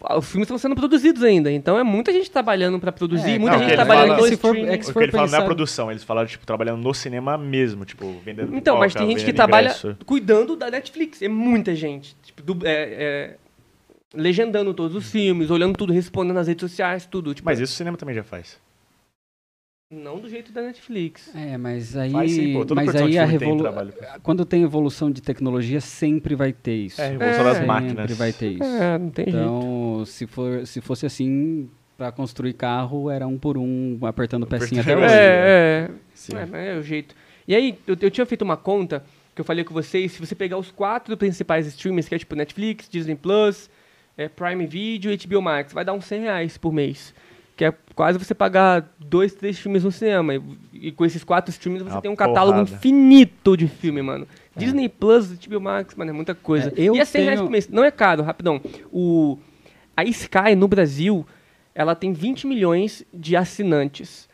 B: ah, os filmes estão sendo produzidos ainda, então é muita gente trabalhando pra produzir,
C: É,
B: muita
A: não, o que
B: gente
A: ele
B: trabalhando
A: fala-
B: no
A: é que
C: se for-
B: streaming.
C: é que se
A: O
C: for
A: que ele fala não é
C: pensar-
A: a produção, eles falaram, tipo, trabalhando no cinema mesmo, tipo, vendendo
B: Então, mas
A: pipoca,
B: tem gente que
A: vendendo
B: trabalha
A: ingresso.
B: cuidando da Netflix, é muita gente. Tipo, du- é- é, legendando todos os filmes, olhando tudo, respondendo nas redes sociais, tudo. Tipo,
A: Mas isso o cinema também já faz.
B: Não do jeito da Netflix.
C: É, mas aí,
A: Faz sim, pô. Todo
C: mas
A: produção
C: aí
A: de
C: a
A: filme tem
C: revolução.
A: trabalho.
C: Quando tem evolução de tecnologia, sempre vai ter isso.
A: É, a revolução das
B: sempre
A: máquinas.
C: Sempre vai ter isso.
B: É, não tem jeito.
C: Então, se, for, se fosse assim, pra construir carro, era um por um, apertando pecinha até
A: Apertando.
C: hoje.
B: É, é.
A: Então, Sim.
B: É, mas é o jeito. E aí, eu, eu tinha feito uma conta que eu falei com vocês, se você pegar os quatro principais streamers, que é tipo Netflix, Disney Plus, é, Prime Video e HBO Max, vai dar uns 100 reais por mês. Que é quase você pagar dois, três filmes no cinema. E, e com esses quatro streams você
A: Uma
B: tem um catálogo
A: porrada.
B: infinito de filme, mano. Disney Plus, HBO Max, mano, é muita coisa.
C: É, eu
B: e é 100 reais
C: tenho-
B: por mês. Não é caro, rapidão. O, a Sky, no Brasil, ela tem 20 milhões de assinantes.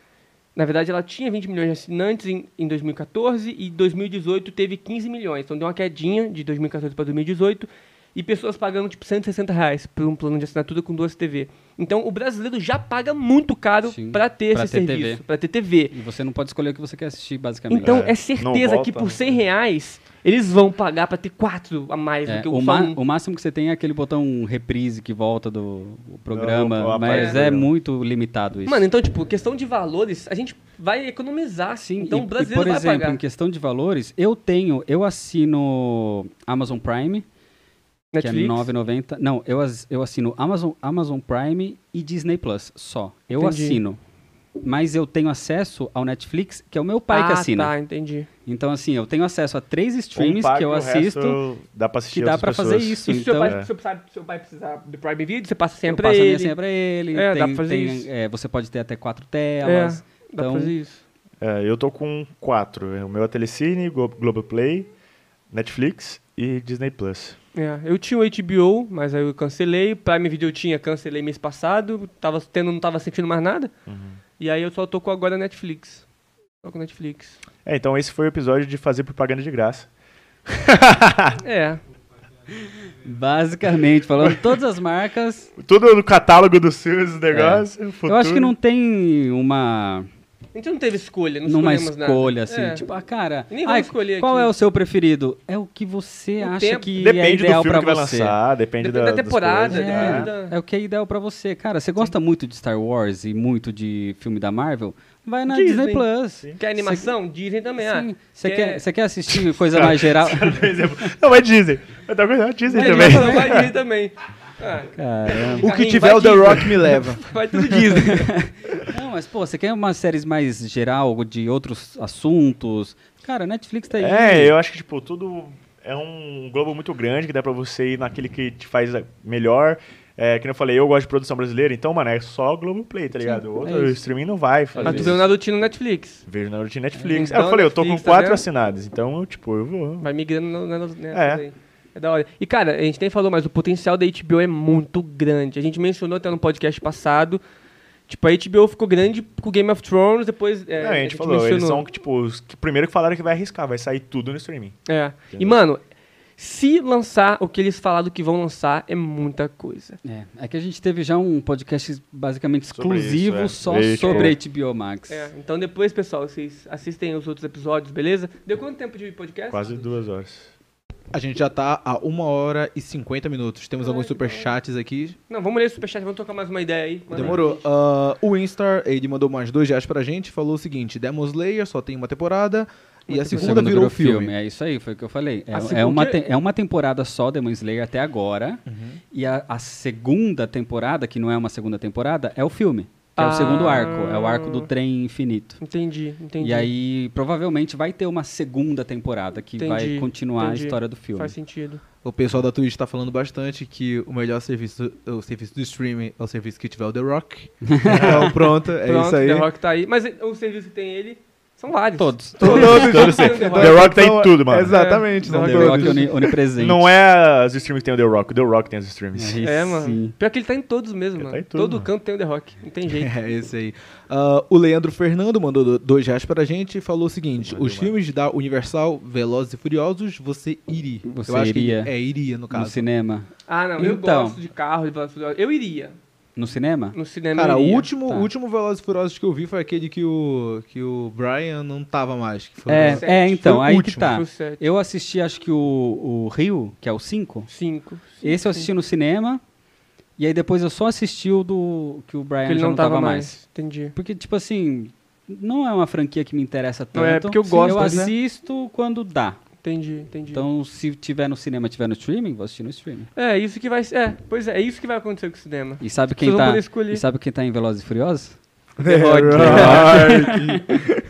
B: Na verdade, ela tinha 20 milhões de assinantes em, em 2014 e 2018 teve 15 milhões. Então deu uma quedinha de 2014 para 2018 e pessoas pagando tipo 160 reais por um plano de assinatura com duas TV. Então o brasileiro já paga muito caro
C: Sim,
B: para ter
C: pra
B: esse
C: ter
B: serviço,
C: TV.
B: para ter TV.
C: E você não pode escolher o que você quer assistir, basicamente.
B: Então
A: É,
B: é,
A: não
B: certeza que
A: volta,
B: por
A: né?
B: 100 reais eles vão pagar para ter quatro a mais
C: É,
B: do que o, só
C: o, ma-
B: um.
C: o máximo que você tem é aquele botão reprise que volta do o programa,
A: Não, a parte
C: mas
A: do
C: é,
A: programa.
C: muito limitado isso.
B: Mano, então tipo, questão de valores, a gente vai economizar, sim. Então
C: e,
B: o
C: e,
B: brasileiro
C: por
B: vai
C: exemplo,
B: pagar.
C: em questão de valores, eu tenho, eu assino Amazon Prime, que é
B: Netflix, Ah,
C: 9,90. Não, eu, as- eu assino Amazon, Amazon Prime e Disney Plus só. Eu
B: Entendi.
C: assino. Mas eu tenho acesso ao Netflix, que é o meu pai que
B: ah,
C: assina.
B: tá, entendi.
C: Então, assim, eu tenho acesso a três
A: Um
C: streams
A: paga
C: que eu
A: e o
C: assisto.
A: resto dá pra assistir
C: que dá
A: outras
C: pra fazer
A: pessoas.
C: isso.
B: E se seu
C: Então,
B: pai,
A: é.
B: seu, pai- seu pai precisar do Prime Video, você passa sempre
C: eu
B: pra
C: passo a minha
B: ele.
C: senha pra ele.
B: É,
C: tem-
B: dá pra fazer
C: tem,
B: isso.
C: é, você pode ter até quatro
B: É,
C: telas.
B: dá
C: então-
B: pra fazer isso.
A: É, eu tô com quatro. O meu é Telecine, Glo- Globoplay, Netflix e Disney Plus.
B: É, eu tinha o HBO, mas aí eu cancelei. Prime Video eu tinha, cancelei mês passado. Tava tendo, não tava sentindo mais nada.
C: Uhum.
B: E aí eu só tô com agora a Netflix. Só com a Netflix.
A: É, então esse foi o episódio de fazer propaganda de graça.
B: É.
C: Basicamente, falando todas as marcas.
A: Tudo no catálogo dos filmes, os negócios, o futuro.
C: É. Eu acho que não tem uma
B: A gente não teve escolha, não
C: numa
B: escolhemos
C: escolha,
B: nada.
C: assim.
B: É.
C: Tipo, ah, cara,
B: Nem
C: ai,
B: vamos escolher
C: qual
B: aqui.
C: é o seu preferido? É o que você
B: O
C: acha
B: tempo-
C: que é
A: Depende
C: ideal
A: do filme
C: pra
A: que vai
C: você.
A: lançar, depende,
B: Depende da
A: das
B: temporada,
A: coisas,
B: depende
A: né?
B: da-
C: É, é o que é ideal pra você. Cara, você gosta muito de Star Wars e muito de filme da Marvel? Vai na
B: Disney.
C: Disney, Plus.
B: Quer animação? Dizem também. ah,
C: Sim. Você
B: quer-
C: quer, você quer assistir coisa mais geral?
A: Por exemplo, não, mas Disney. Eu tô com Disney
B: Aí ele
A: também.
B: vai falar, Vai é Disney também. Ah,
C: Caramba.
E: O que
B: Carrinho,
E: tiver é
B: vai
E: o The
B: Disney.
E: Rock me leva.
B: vai tudo Disney.
C: Não, mas pô, você quer umas séries mais geral, de outros assuntos? Cara, Netflix tá aí.
A: É, eu acho que, tipo, tudo é um globo muito grande que dá pra você ir naquele que te faz melhor. É, que nem eu falei, eu gosto de produção brasileira, então, mano, é só Globoplay, tá ligado? O Outro
C: isso.
A: streaming não vai fazer.
B: é Mas tu
A: isso.
B: vê o Naruto no Netflix.
A: Vejo na hora de Netflix.
B: Então,
A: Ah, eu falei, eu tô com
B: Netflix, tá
A: quatro
B: vendo?
A: assinados, então, tipo, eu vou.
B: Vai migrando no, na- na- nessas
A: É.
B: aí. É da hora. E, cara, a gente nem falou, mas o potencial da HBO é muito grande. A gente mencionou até no podcast passado. Tipo, a HBO ficou grande com Game of Thrones, depois. é,
A: não, a gente, falou, eles
B: mencionou.
A: são, tipo, os que primeiro que falaram que vai arriscar, vai sair tudo no streaming.
B: É. E, mano, se lançar o que eles falaram que vão lançar, é muita coisa.
C: É, é que a gente teve já um podcast basicamente
A: Sobre
C: exclusivo
A: isso, é.
C: só
A: Veja,
C: sobre HBO Max.
B: É, então depois, É pessoal, vocês assistem os outros episódios, beleza? Deu quanto tempo de podcast?
A: Quase duas horas.
D: A gente já tá a 1 hora e 50 minutos. Temos alguns superchats aqui.
B: Não, vamos ler o superchat, vamos tocar mais uma ideia aí. Manda aí.
D: Demorou. Ah, o Instar, ele mandou mais dois reais pra gente. Falou o seguinte: Demon Slayer só tem uma temporada. E a
C: A
D: segunda virou filme.
C: É isso aí, foi o que eu falei. É,
B: A
C: é
B: segunda-
C: uma, te- é uma temporada só, Demon Slayer, até agora.
B: Uhum.
C: E a, a segunda temporada, que não é uma segunda temporada, é o filme. Que é
B: Ah.
C: o segundo arco. É o arco do trem infinito.
B: Entendi, entendi.
C: E aí, provavelmente, vai ter uma segunda temporada que vai
B: Entendi,
C: continuar
B: entendi.
C: a história do filme.
B: Faz sentido.
D: O pessoal da Twitch tá falando bastante que o melhor serviço, o serviço do streaming é o serviço que tiver o The Rock. então pronto, é
B: Pronto,
D: isso aí.
B: The Rock tá aí. Mas o serviço que tem ele são vários.
C: Todos.
A: Todos,
B: Todos
A: todos.
B: têm
A: The
B: The
A: Rock,
B: Rock
A: tá em tudo, mano.
D: Exatamente,
B: É,
D: não
B: não
C: The
D: todos.
C: Rock é oni- onipresente.
A: Não é os streams que tem o The Rock, o The Rock tem os streams.
C: Aí
B: É,
C: sim.
B: mano. Pior que ele tá em todos mesmo,
A: Ele
B: mano.
A: tá em tudo,
B: Todo
A: mano.
B: canto tem o The Rock. Não tem jeito.
D: É esse aí. Ah, o Leandro Fernando mandou do- dois reais pra gente e falou o seguinte:
A: Mandou,
D: os
A: mano.
D: filmes da Universal, Velozes e Furiosos, você iria.
C: Você
D: Eu acho que
C: iria.
D: é, iria no
C: No
D: caso.
C: cinema.
B: Ah, não. Eu
C: Então.
B: gosto de carro, de Velozes e Furiosos. Eu iria.
C: No cinema?
B: No cinema
D: Cara,
B: eu
D: o
B: iria.
D: último,
C: Tá.
D: o último Velozes e Furiosos que eu vi foi aquele que o, que o Brian não tava mais. Que foi
C: É,
D: o-
B: sete.
C: é, então,
D: Foi o
C: aí que
D: último,
C: tá.
B: Foi o sete.
C: Eu assisti, acho que o, o Rio, que é o 5.
B: Cinco.
C: Esse eu assisti no cinema. E aí depois eu só assisti o do que o Brian
B: Porque ele
C: já
B: não tava
C: mais.
B: mais. Entendi.
C: Porque, tipo assim, não é uma franquia que me interessa tanto.
B: Não, é porque eu gosto,
C: Eu
B: né?
C: assisto quando dá.
B: Entendi, entendi.
C: Então, se tiver no cinema, tiver no streaming, vou assistir no streaming.
B: É, isso que vai ser. É, pois é, é isso que vai acontecer com o cinema.
C: E sabe
B: Vocês
C: quem
B: vão
C: tá?
B: poder escolher. É,
C: E sabe quem tá em Velozes e Furiosos?
B: The Rock.
A: Ai,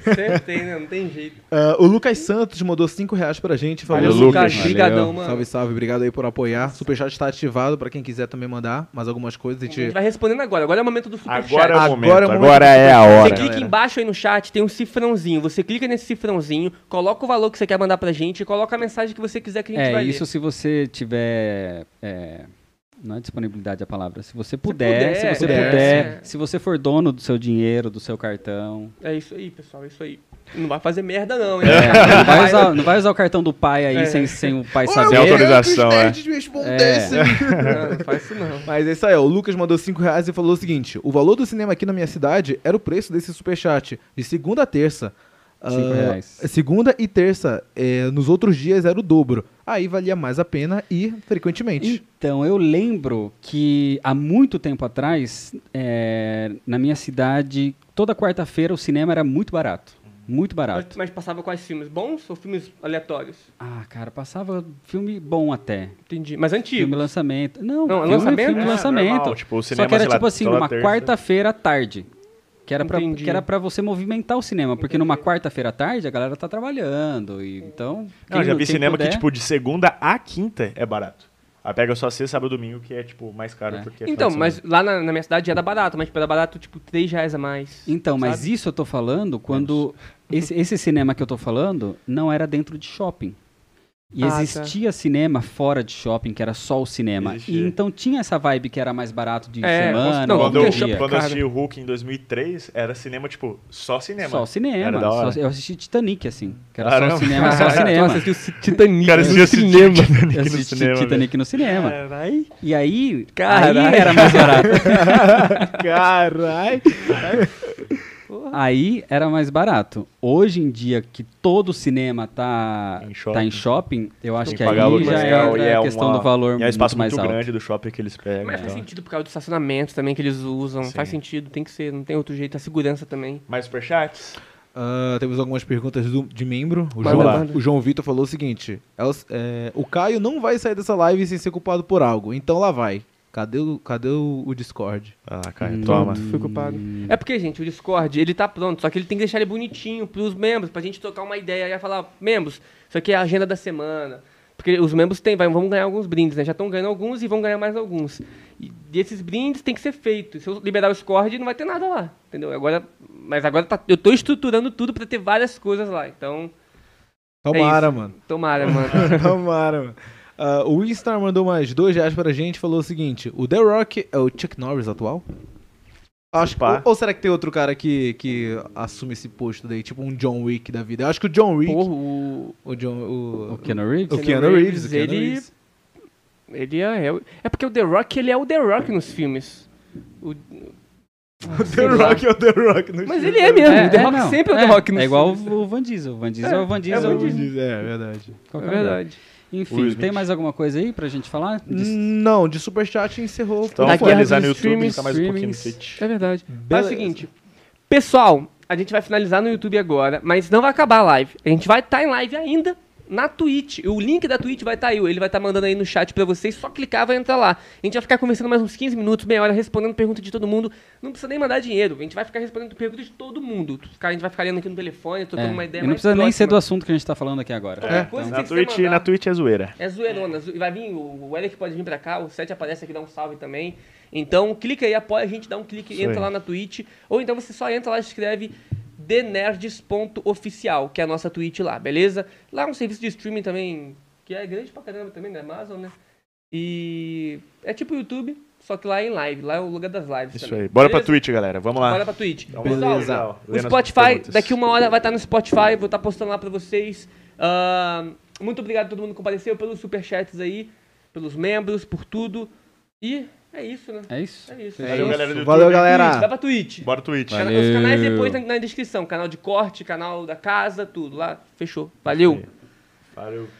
B: Sempre tem, né? Não tem jeito.
D: Ah, o Lucas Santos mandou cinco reais pra gente. Falou assim,
A: Valeu,
D: o
A: Lucas.
B: Lucas, brigadão, mano.
D: Salve, salve, obrigado aí por apoiar. Superchat está ativado pra quem quiser também mandar mais algumas coisas. A
B: A
D: gente...
B: gente vai respondendo agora. Agora é o momento do superchat.
A: agora é o momento,
D: Agora é o
A: agora,
D: momento
A: é a
B: Você
A: hora.
B: clica
D: galera.
B: embaixo aí no chat, tem um cifrãozinho. Você clica nesse cifrãozinho, coloca o valor que você quer mandar pra gente e coloca a mensagem que você quiser que a gente
C: É,
B: vai
C: isso
B: ler.
C: se você tiver. é, não é disponibilidade a palavra. Se você puder, se,
B: puder,
C: você
D: puder,
C: puder,
B: é.
C: se você for dono do seu dinheiro, do seu cartão.
B: É isso aí, pessoal, é isso aí. Não vai fazer merda não, hein?
C: É, não, vai usar, não vai usar o cartão do pai aí
B: É.
C: sem, sem o pai
A: Sem
C: saber.
A: autorização. é.
B: Não, não faz isso não.
D: Mas é isso aí, ó. o Lucas mandou 5 reais e falou o seguinte: o valor do cinema aqui na minha cidade era o preço desse superchat, de segunda a terça.
C: Cinco
D: Ah,
C: reais.
D: Segunda e terça, é, nos outros dias era o dobro. Aí valia mais a pena ir frequentemente.
C: Então, eu lembro que há muito tempo atrás, é, na minha cidade, toda quarta-feira o cinema era muito barato. Muito barato.
B: Mas, mas passava quais filmes? Bons ou filmes aleatórios?
C: Ah, cara, passava filme bom até.
B: Entendi. Mas antigo.
C: Filme lançamento. Não,
B: Não,
C: filme,
B: lançamento?
C: filme
B: É,
C: lançamento.
A: normal, tipo, o
C: Só
A: cinema,
C: que era
A: sei lá,
C: tipo assim,
A: toda
C: numa
A: terça.
C: quarta-feira à tarde. Que era, pra,
B: Entendi.
C: que era pra você movimentar o cinema. Porque numa quarta-feira à tarde a galera tá trabalhando. E, então.
A: Não, já vi
C: quem
A: cinema que,
C: puder-
A: tipo, de segunda a quinta é barato. Aí pega só sexta, sábado e domingo, que é, tipo, mais caro.
C: É.
A: Porque é final
B: Então,
A: de
B: mas lá na, na minha cidade era barato, mas tipo, era barato tipo 3 reais a mais.
C: Então, mas isso eu tô falando quando. Esse, esse cinema que eu tô falando não era dentro de shopping. E
B: Ah, tá.
C: existia cinema fora de shopping, que era só o cinema.
A: Existia.
C: E então tinha essa vibe que era mais barato de
B: É,
C: semana.
B: não,
C: ou
A: quando
B: não
A: eu,
C: de dia.
B: tinha
A: quando eu
B: cara.
A: assisti o Hulk em 2003, era cinema, tipo, só cinema.
C: Só cinema.
A: Era da hora.
C: Só- eu assisti Titanic, assim. Que era
A: Caramba.
C: só cinema, só
B: então Eu
C: cinema.
B: assisti o Titanic.
A: Cara,
B: né?
A: eu assisti cinema. Titanic né,
C: Eu
A: no
C: assisti
A: cinema, né?
C: Titanic no cinema.
B: Carai.
C: E aí,
B: Caralho.
C: aí era mais barato.
D: Caralho!
C: aí era mais barato. Hoje em dia, que todo cinema tá
A: Em
C: em,
A: shopping.
C: tá em shopping, eu acho
A: Tem
C: que
A: que pagar
C: aí
A: aluguel
C: já
A: e
C: é
A: é
C: a questão
A: uma-
C: do valor
A: E é um espaço muito,
C: mais alto.
A: grande do shopping que eles pegam.
B: Mas assim, faz
A: então.
B: sentido por causa do estacionamento também que eles usam.
A: Sim.
B: Faz sentido, tem que ser, não tem outro jeito. A segurança também.
A: Mais superchats?
D: Ah, temos algumas perguntas do- de membro. O
B: Manda,
D: João,
B: manda.
D: o João Vitor falou o seguinte: elas- é, o Caio não vai sair dessa live sem ser culpado por algo, então lá vai. Cadê o, cadê o, o Discord?
A: Ah, cara,
C: Hum.
A: toma.
B: Fui culpado. É porque, gente, o Discord, ele tá pronto, só que ele tem que deixar ele bonitinho pros membros, pra gente trocar uma ideia e falar, membros, isso aqui é a agenda da semana. Porque os membros têm, vai, vão ganhar alguns brindes, né? Já estão ganhando alguns e vão ganhar mais alguns. E esses brindes tem que ser feito. Se eu liberar o Discord, não vai ter nada lá, entendeu? Agora, mas agora tá- eu tô estruturando tudo pra ter várias coisas lá. Então,
D: Tomara,
B: isso.
D: mano.
B: tomara, mano.
D: Tomara, mano. Ah, o Instar mandou mais dois reais pra gente e falou o seguinte: o The Rock é o Chuck Norris atual? Acho que, ou,
A: Pá.
D: ou será que tem outro cara que, que assume esse posto daí, tipo um John Wick da vida? Eu acho que o John Wick.
B: Porra, o,
D: O John. O,
C: O Keanu Reeves?
D: o
B: Keanu
D: Keanu Reeves, o Keanu
B: ele-
D: Reeves.
B: ele é, é. o- É porque o The Rock, ele é o The Rock nos filmes. O,
A: The Rock é o The Rock. No
B: Mas ele é mesmo. o The Rock
C: não,
B: sempre é o The Rock no
C: É igual
B: filme.
C: o o Van Diesel. O Van Diesel
B: É,
C: é o Van
B: é o
C: Diesel.
B: Van Diesel.
D: É, verdade.
B: É
C: qualquer lugar.
B: verdade.
C: Enfim,
A: Will
C: tem
A: Smith.
C: mais alguma coisa aí pra gente falar?
B: Hum,
C: De-
D: Não, de superchat encerrou.
A: Então
B: Tá
A: vamos
B: aqui
A: finalizar
B: a
A: no
B: dos
A: YouTube e
B: streams,
A: ficar mais um pouquinho no
C: streamings.
A: Twitch.
B: É verdade. Mas é
D: Beleza.
B: o seguinte, pessoal, a gente vai finalizar no YouTube agora, mas não vai acabar a live. A gente vai estar em live ainda na Twitch. O link da Twitch vai estar aí, ele vai estar mandando aí no chat pra vocês, só clicar vai entrar lá. A gente vai ficar conversando mais uns 15 minutos, meia hora, respondendo perguntas de todo mundo. Não precisa nem mandar dinheiro, a gente vai ficar respondendo perguntas de todo mundo. A gente vai ficar lendo aqui no telefone, trocando
C: É,
B: uma ideia
C: e não
B: mais
C: precisa nem ser do
B: próxima.
C: assunto que a gente tá falando aqui agora.
B: É,
C: Então,
B: coisa-
A: Na
B: Tem que ser
A: Twitch,
B: mandado.
A: na Twitch é zoeira.
B: É zoeirona. zo- Vai vir, o o Eric pode vir pra cá, o Sete aparece aqui, dá um salve também. Então, clica aí, apoia a gente, dá um clique,
A: Isso
B: entra
A: aí.
B: lá na Twitch. Ou então você só entra lá e escreve thenerds.oficial, que é a nossa Twitch lá, beleza? Lá é um serviço de streaming também, que é grande pra caramba também, da Amazon, né? E é tipo o YouTube, só que lá é em live, lá é o lugar das lives
A: Isso
B: também.
A: aí. Bora pra
B: beleza?
A: Twitch, galera. Vamos lá.
B: Bora pra Twitch.
A: Vamos lá,
B: Pessoal,
A: legal.
B: o
A: Lendo as
B: Spotify,
A: perguntas.
B: daqui um uma hora vai estar no Spotify, vou estar postando lá pra vocês. Ahn, muito obrigado a todo mundo que compareceu, pelos superchats aí, pelos membros, por tudo. E é isso, né?
C: É isso.
B: É isso.
A: Valeu,
B: Twitch,
A: galera do
E: Valeu,
A: YouTube.
E: galera.
B: Vai pra Twitch.
A: Bora Twitch.
C: Valeu.
B: Os canais depois na, na descrição, canal de corte, canal da casa, tudo lá. Fechou. Valeu.
A: Valeu.